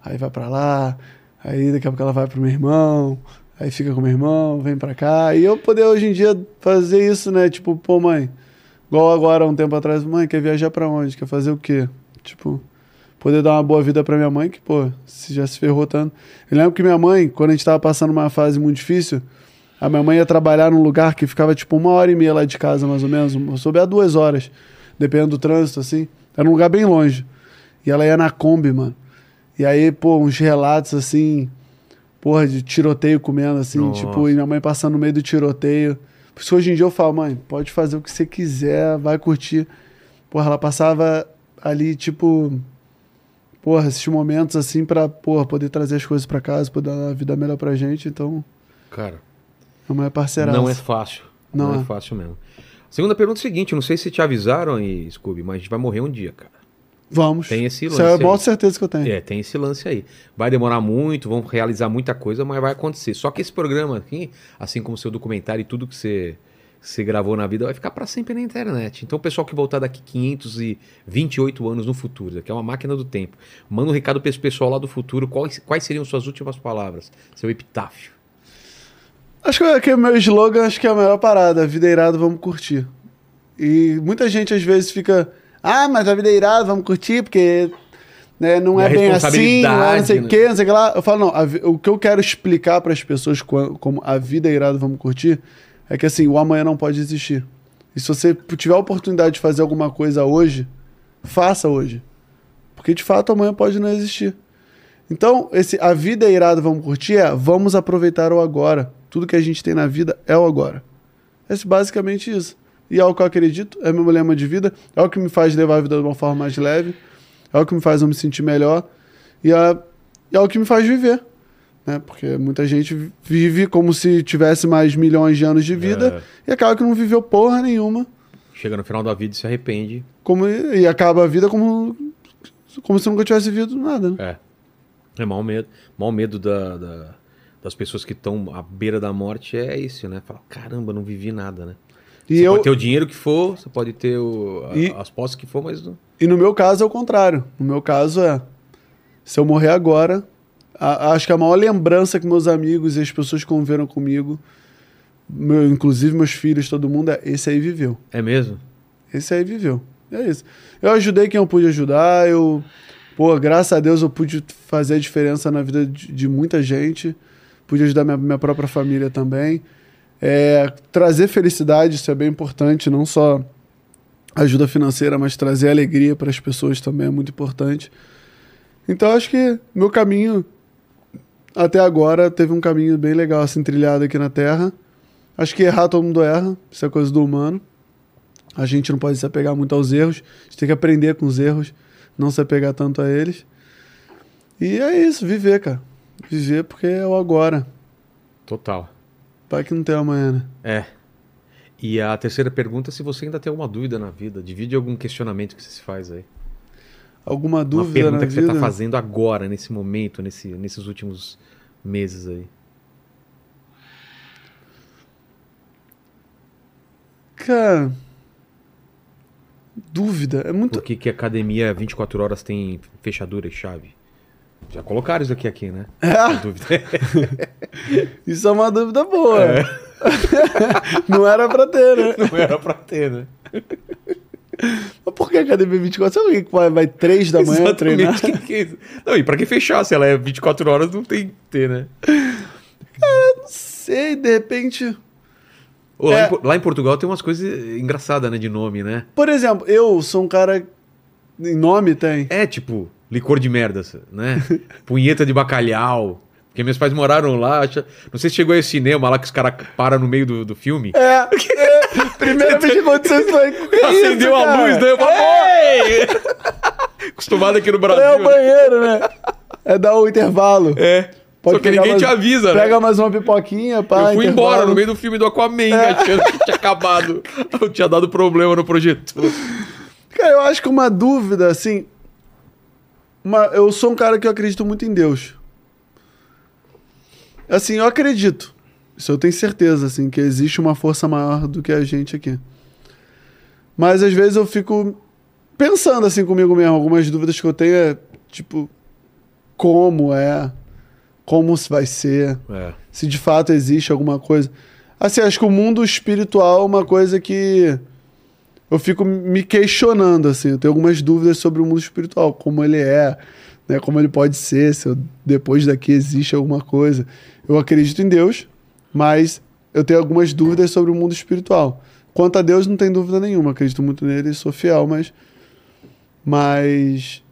Speaker 3: Aí vai pra lá, aí daqui a pouco ela vai pro meu irmão, aí fica com o meu irmão, vem pra cá. E eu poder hoje em dia fazer isso, né? Tipo, pô, mãe, igual agora, um tempo atrás, mãe, quer viajar pra onde? Quer fazer o quê? Tipo, poder dar uma boa vida pra minha mãe, que, pô, se já se ferrou tanto. Eu lembro que minha mãe, quando a gente tava passando uma fase muito difícil, a minha mãe ia trabalhar num lugar que ficava, tipo, uma hora e meia lá de casa, mais ou menos, um- soube a duas horas, dependendo do trânsito, assim. Era um lugar bem longe. E ela ia na Kombi, mano. E aí, pô, uns relatos assim, porra, de tiroteio comendo, assim,
Speaker 1: Nossa.
Speaker 3: tipo, e minha mãe passando no meio do tiroteio. Por isso hoje em dia eu falo, mãe, pode fazer o que você quiser, vai curtir. Porra, ela passava ali, tipo, porra, esses momentos assim pra, porra, poder trazer as coisas pra casa, poder dar uma vida melhor pra gente. Então,
Speaker 1: cara.
Speaker 3: minha mãe é parceiraça.
Speaker 1: Não é fácil. Não,
Speaker 3: Não
Speaker 1: é.
Speaker 3: é.
Speaker 1: fácil mesmo. Segunda pergunta é o seguinte, eu não sei se te avisaram aí, Scooby, mas a gente vai morrer um dia, cara.
Speaker 3: Vamos.
Speaker 1: Tem esse
Speaker 3: Isso
Speaker 1: lance
Speaker 3: é a
Speaker 1: aí.
Speaker 3: maior certeza que eu tenho.
Speaker 1: É, tem esse lance aí. Vai demorar muito, vão realizar muita coisa, mas vai acontecer. Só que esse programa aqui, assim como seu documentário e tudo que você, que você gravou na vida, vai ficar pra sempre na internet. Então, o pessoal que voltar daqui 528 anos no futuro, que é uma máquina do tempo, manda um recado pra esse pessoal lá do futuro. Quais, quais seriam suas últimas palavras? Seu epitáfio.
Speaker 3: Acho que, é que o meu slogan acho que é a melhor parada. Vida é irada, vamos curtir. E muita gente às vezes fica... Ah, mas a vida é irada, vamos curtir, porque né, não
Speaker 1: E
Speaker 3: é
Speaker 1: a
Speaker 3: bem assim, não é não sei
Speaker 1: responsabilidade,
Speaker 3: o
Speaker 1: né?"
Speaker 3: quê, não sei o que lá. Eu falo, não, a vi- o que eu quero explicar para as pessoas co- como a vida é irada, vamos curtir, é que assim, o amanhã não pode existir. E se você tiver a oportunidade de fazer alguma coisa hoje, faça hoje. Porque de fato amanhã pode não existir. Então, esse a vida é irada, vamos curtir, é vamos aproveitar o agora. Tudo que a gente tem na vida é o agora. É basicamente isso. E é o que eu acredito, é meu lema de vida, é o que me faz levar a vida de uma forma mais leve, é o que me faz eu me sentir melhor e é, e é o que me faz viver. Né? Porque muita gente vive como se tivesse mais milhões de anos de vida
Speaker 1: É.
Speaker 3: e acaba que não viveu porra nenhuma
Speaker 1: Chega no final da vida e se arrepende.
Speaker 3: como, e acaba a vida como, como se nunca tivesse vivido nada. Né?
Speaker 1: É. É mau medo. Mau medo da- da- das pessoas que estão à beira da morte é isso, né? Fala, caramba, não vivi nada, né?
Speaker 3: E
Speaker 1: você
Speaker 3: eu,
Speaker 1: pode ter o dinheiro que for, você pode ter o- a-
Speaker 3: E-
Speaker 1: as posses que for, mas. não-
Speaker 3: E no meu caso é o contrário. No meu caso é. Se eu morrer agora, a- acho que a maior lembrança que meus amigos e as pessoas que conviveram comigo, meu- inclusive meus filhos, todo mundo, é esse aí viveu.
Speaker 1: É mesmo?
Speaker 3: Esse aí viveu. É isso. Eu ajudei quem eu pude ajudar, eu. Pô, graças a Deus eu pude fazer a diferença na vida de, de muita gente. Pude ajudar minha, minha própria família também. É, trazer felicidade, isso é bem importante, não só ajuda financeira, mas trazer alegria para as pessoas também é muito importante. Então eu acho que meu caminho até agora teve um caminho bem legal assim trilhado aqui na Terra. Acho que errar todo mundo erra, isso é coisa do humano. A gente não pode se apegar muito aos erros, a gente tem que aprender com os erros, não se apegar tanto a eles. E é isso, viver, cara. Viver porque é o agora.
Speaker 1: Total.
Speaker 3: Vai que não tem amanhã, né?
Speaker 1: É. E a terceira pergunta é se você ainda tem alguma dúvida na vida. Divide algum questionamento que você se faz aí.
Speaker 3: Alguma
Speaker 1: Uma
Speaker 3: dúvida na
Speaker 1: pergunta que
Speaker 3: vida?
Speaker 1: você tá fazendo agora, nesse momento, nesse- nesses últimos meses aí.
Speaker 3: Cara. Dúvida. É muito.
Speaker 1: Por que, que a academia 24 horas tem fechadura e chave? Já colocaram isso aqui, aqui né?
Speaker 3: É.
Speaker 1: Sem dúvida.
Speaker 3: Isso é uma dúvida boa. (laughs) não era pra ter, né?
Speaker 1: Não era pra ter, né?
Speaker 3: Mas por que a academia 24? Sabe alguém que vai, vai 3 da manhã treinar?
Speaker 1: Exatamente. Que que é isso? Não, e pra que fechar? Se ela é 24 horas, não tem que ter, né?
Speaker 3: Não sei, de repente.
Speaker 1: Ô, lá,
Speaker 3: É.
Speaker 1: em, Po- lá em Portugal tem umas coisas engraçadas, né? De nome, né?
Speaker 3: Por exemplo, eu sou um cara. Em nome tem.
Speaker 1: É tipo licor de merdas,
Speaker 3: (laughs)
Speaker 1: né? Punheta de bacalhau. Porque meus pais moraram lá. acha- Não sei se chegou esse cinema lá que os caras param no meio do, do filme.
Speaker 3: É, é, (laughs) primeira vez que aconteceu isso aí. que é isso,
Speaker 1: (laughs) Acendeu a
Speaker 3: cara?
Speaker 1: luz, né? Eu falo, "Oi!" (laughs) Acostumado aqui no Brasil.
Speaker 3: É o
Speaker 1: né?
Speaker 3: banheiro, né? É dar o intervalo.
Speaker 1: É.
Speaker 3: Pode
Speaker 1: Só que
Speaker 3: pegar
Speaker 1: ninguém
Speaker 3: mais-
Speaker 1: te avisa, né?
Speaker 3: Pega mais uma pipoquinha, pá.
Speaker 1: eu fui
Speaker 3: intervalo.
Speaker 1: embora no meio do filme do Aquaman, achando
Speaker 3: É.
Speaker 1: que tinha acabado. Eu tinha dado problema no projetor.
Speaker 3: Cara, eu acho que uma dúvida, assim. uma- eu sou um cara que eu acredito muito em Deus. Assim, eu acredito. Isso eu tenho certeza, assim, que existe uma força maior do que a gente aqui. Mas às vezes eu fico pensando, assim, comigo mesmo. Algumas dúvidas que eu tenho é, tipo, como é? Como se vai ser?
Speaker 1: É.
Speaker 3: se de fato existe alguma coisa. Assim, acho que o mundo espiritual é uma coisa que eu fico me questionando, assim. Eu tenho algumas dúvidas sobre o mundo espiritual, como ele é, né? Como ele pode ser, se eu- depois daqui existe alguma coisa. Eu acredito em Deus, mas eu tenho algumas dúvidas sobre o mundo espiritual. Quanto a Deus, não tem dúvida nenhuma. Acredito muito nele e sou fiel, mas... Mas...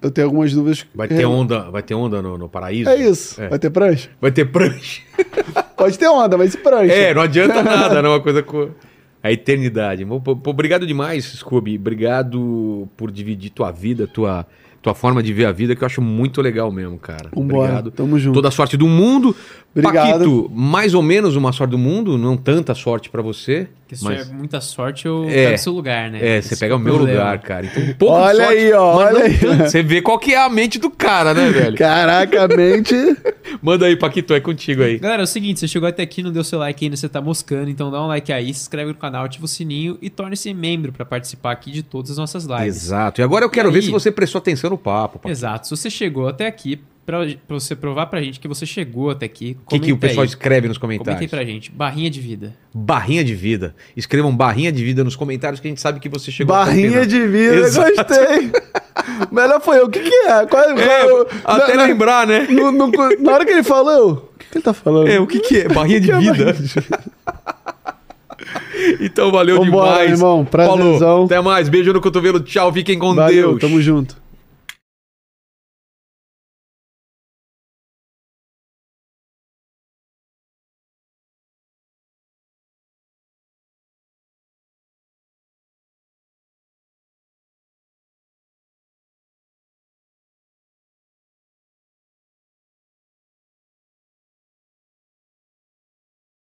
Speaker 3: Eu tenho algumas dúvidas...
Speaker 1: Vai ter onda, vai ter onda no, no paraíso?
Speaker 3: É isso.
Speaker 1: É.
Speaker 3: Vai ter prancha?
Speaker 1: Vai ter prancha.
Speaker 3: Pode ter onda, mas e prancha?
Speaker 1: É, não
Speaker 3: (laughs)
Speaker 1: adianta nada, não. é Uma coisa com a eternidade. Pô, pô, Obrigado demais, Scooby. Obrigado por dividir tua vida, tua tua forma de ver a vida, que eu acho muito legal mesmo, cara.
Speaker 3: Vambora,
Speaker 1: Obrigado.
Speaker 3: tamo junto.
Speaker 1: Toda a sorte do mundo.
Speaker 3: Obrigado.
Speaker 1: Paquito, mais ou menos uma sorte do mundo, não tanta sorte pra você.
Speaker 2: Porque se
Speaker 1: mas...
Speaker 2: tiver muita sorte, eu
Speaker 1: É.
Speaker 2: pego seu lugar, né?
Speaker 1: É,
Speaker 2: Esse
Speaker 1: você pega o meu
Speaker 2: problema.
Speaker 1: lugar, cara. Então, pouco
Speaker 3: Olha
Speaker 1: sorte,
Speaker 3: aí, ó,
Speaker 1: mas
Speaker 3: olha
Speaker 1: não
Speaker 3: aí.
Speaker 1: tanto. Você vê qual que é a mente do cara,
Speaker 3: (laughs)
Speaker 1: né, velho?
Speaker 3: Caraca, a
Speaker 1: (laughs)
Speaker 3: mente.
Speaker 1: Manda aí, Paquito, é contigo aí.
Speaker 2: Galera, é o seguinte, você chegou até aqui, não deu seu like ainda, você tá moscando, então dá um like aí, se inscreve no canal, ativa o sininho e torne-se membro pra participar aqui de todas as nossas lives.
Speaker 1: Exato. E agora eu quero
Speaker 2: E
Speaker 1: ver
Speaker 2: aí?
Speaker 1: se você prestou atenção no papo. Paquito.
Speaker 2: Exato. Se você chegou até aqui, pra, pra você provar pra gente que você chegou até aqui,
Speaker 1: O que, que o pessoal escreve nos
Speaker 2: aí. Comenta aí
Speaker 1: comentários?
Speaker 2: pra gente. Barrinha de vida.
Speaker 1: Barrinha de vida. Escrevam barrinha de vida nos comentários que a gente sabe que você chegou até o
Speaker 3: Barrinha
Speaker 1: final.
Speaker 3: de vida,
Speaker 1: Exato. (laughs)
Speaker 3: gostei. Melhor foi eu. O que, que é? Qual, qual
Speaker 1: É,
Speaker 3: eu-
Speaker 1: até
Speaker 3: na, na-
Speaker 1: lembrar, né?
Speaker 3: no- no- na hora que ele falou, eu, o que, que ele tá falando?
Speaker 1: É, o que, que é? Barrinha de
Speaker 3: Que é
Speaker 1: vida.
Speaker 3: barrinha de
Speaker 1: (laughs)
Speaker 3: vida?
Speaker 1: Então valeu
Speaker 3: Vambora,
Speaker 1: demais.
Speaker 3: irmão. Prazerzão.
Speaker 1: Falou. Até mais. Beijo no cotovelo. Tchau. Fiquem com
Speaker 3: Valeu,
Speaker 1: Deus.
Speaker 3: tamo junto.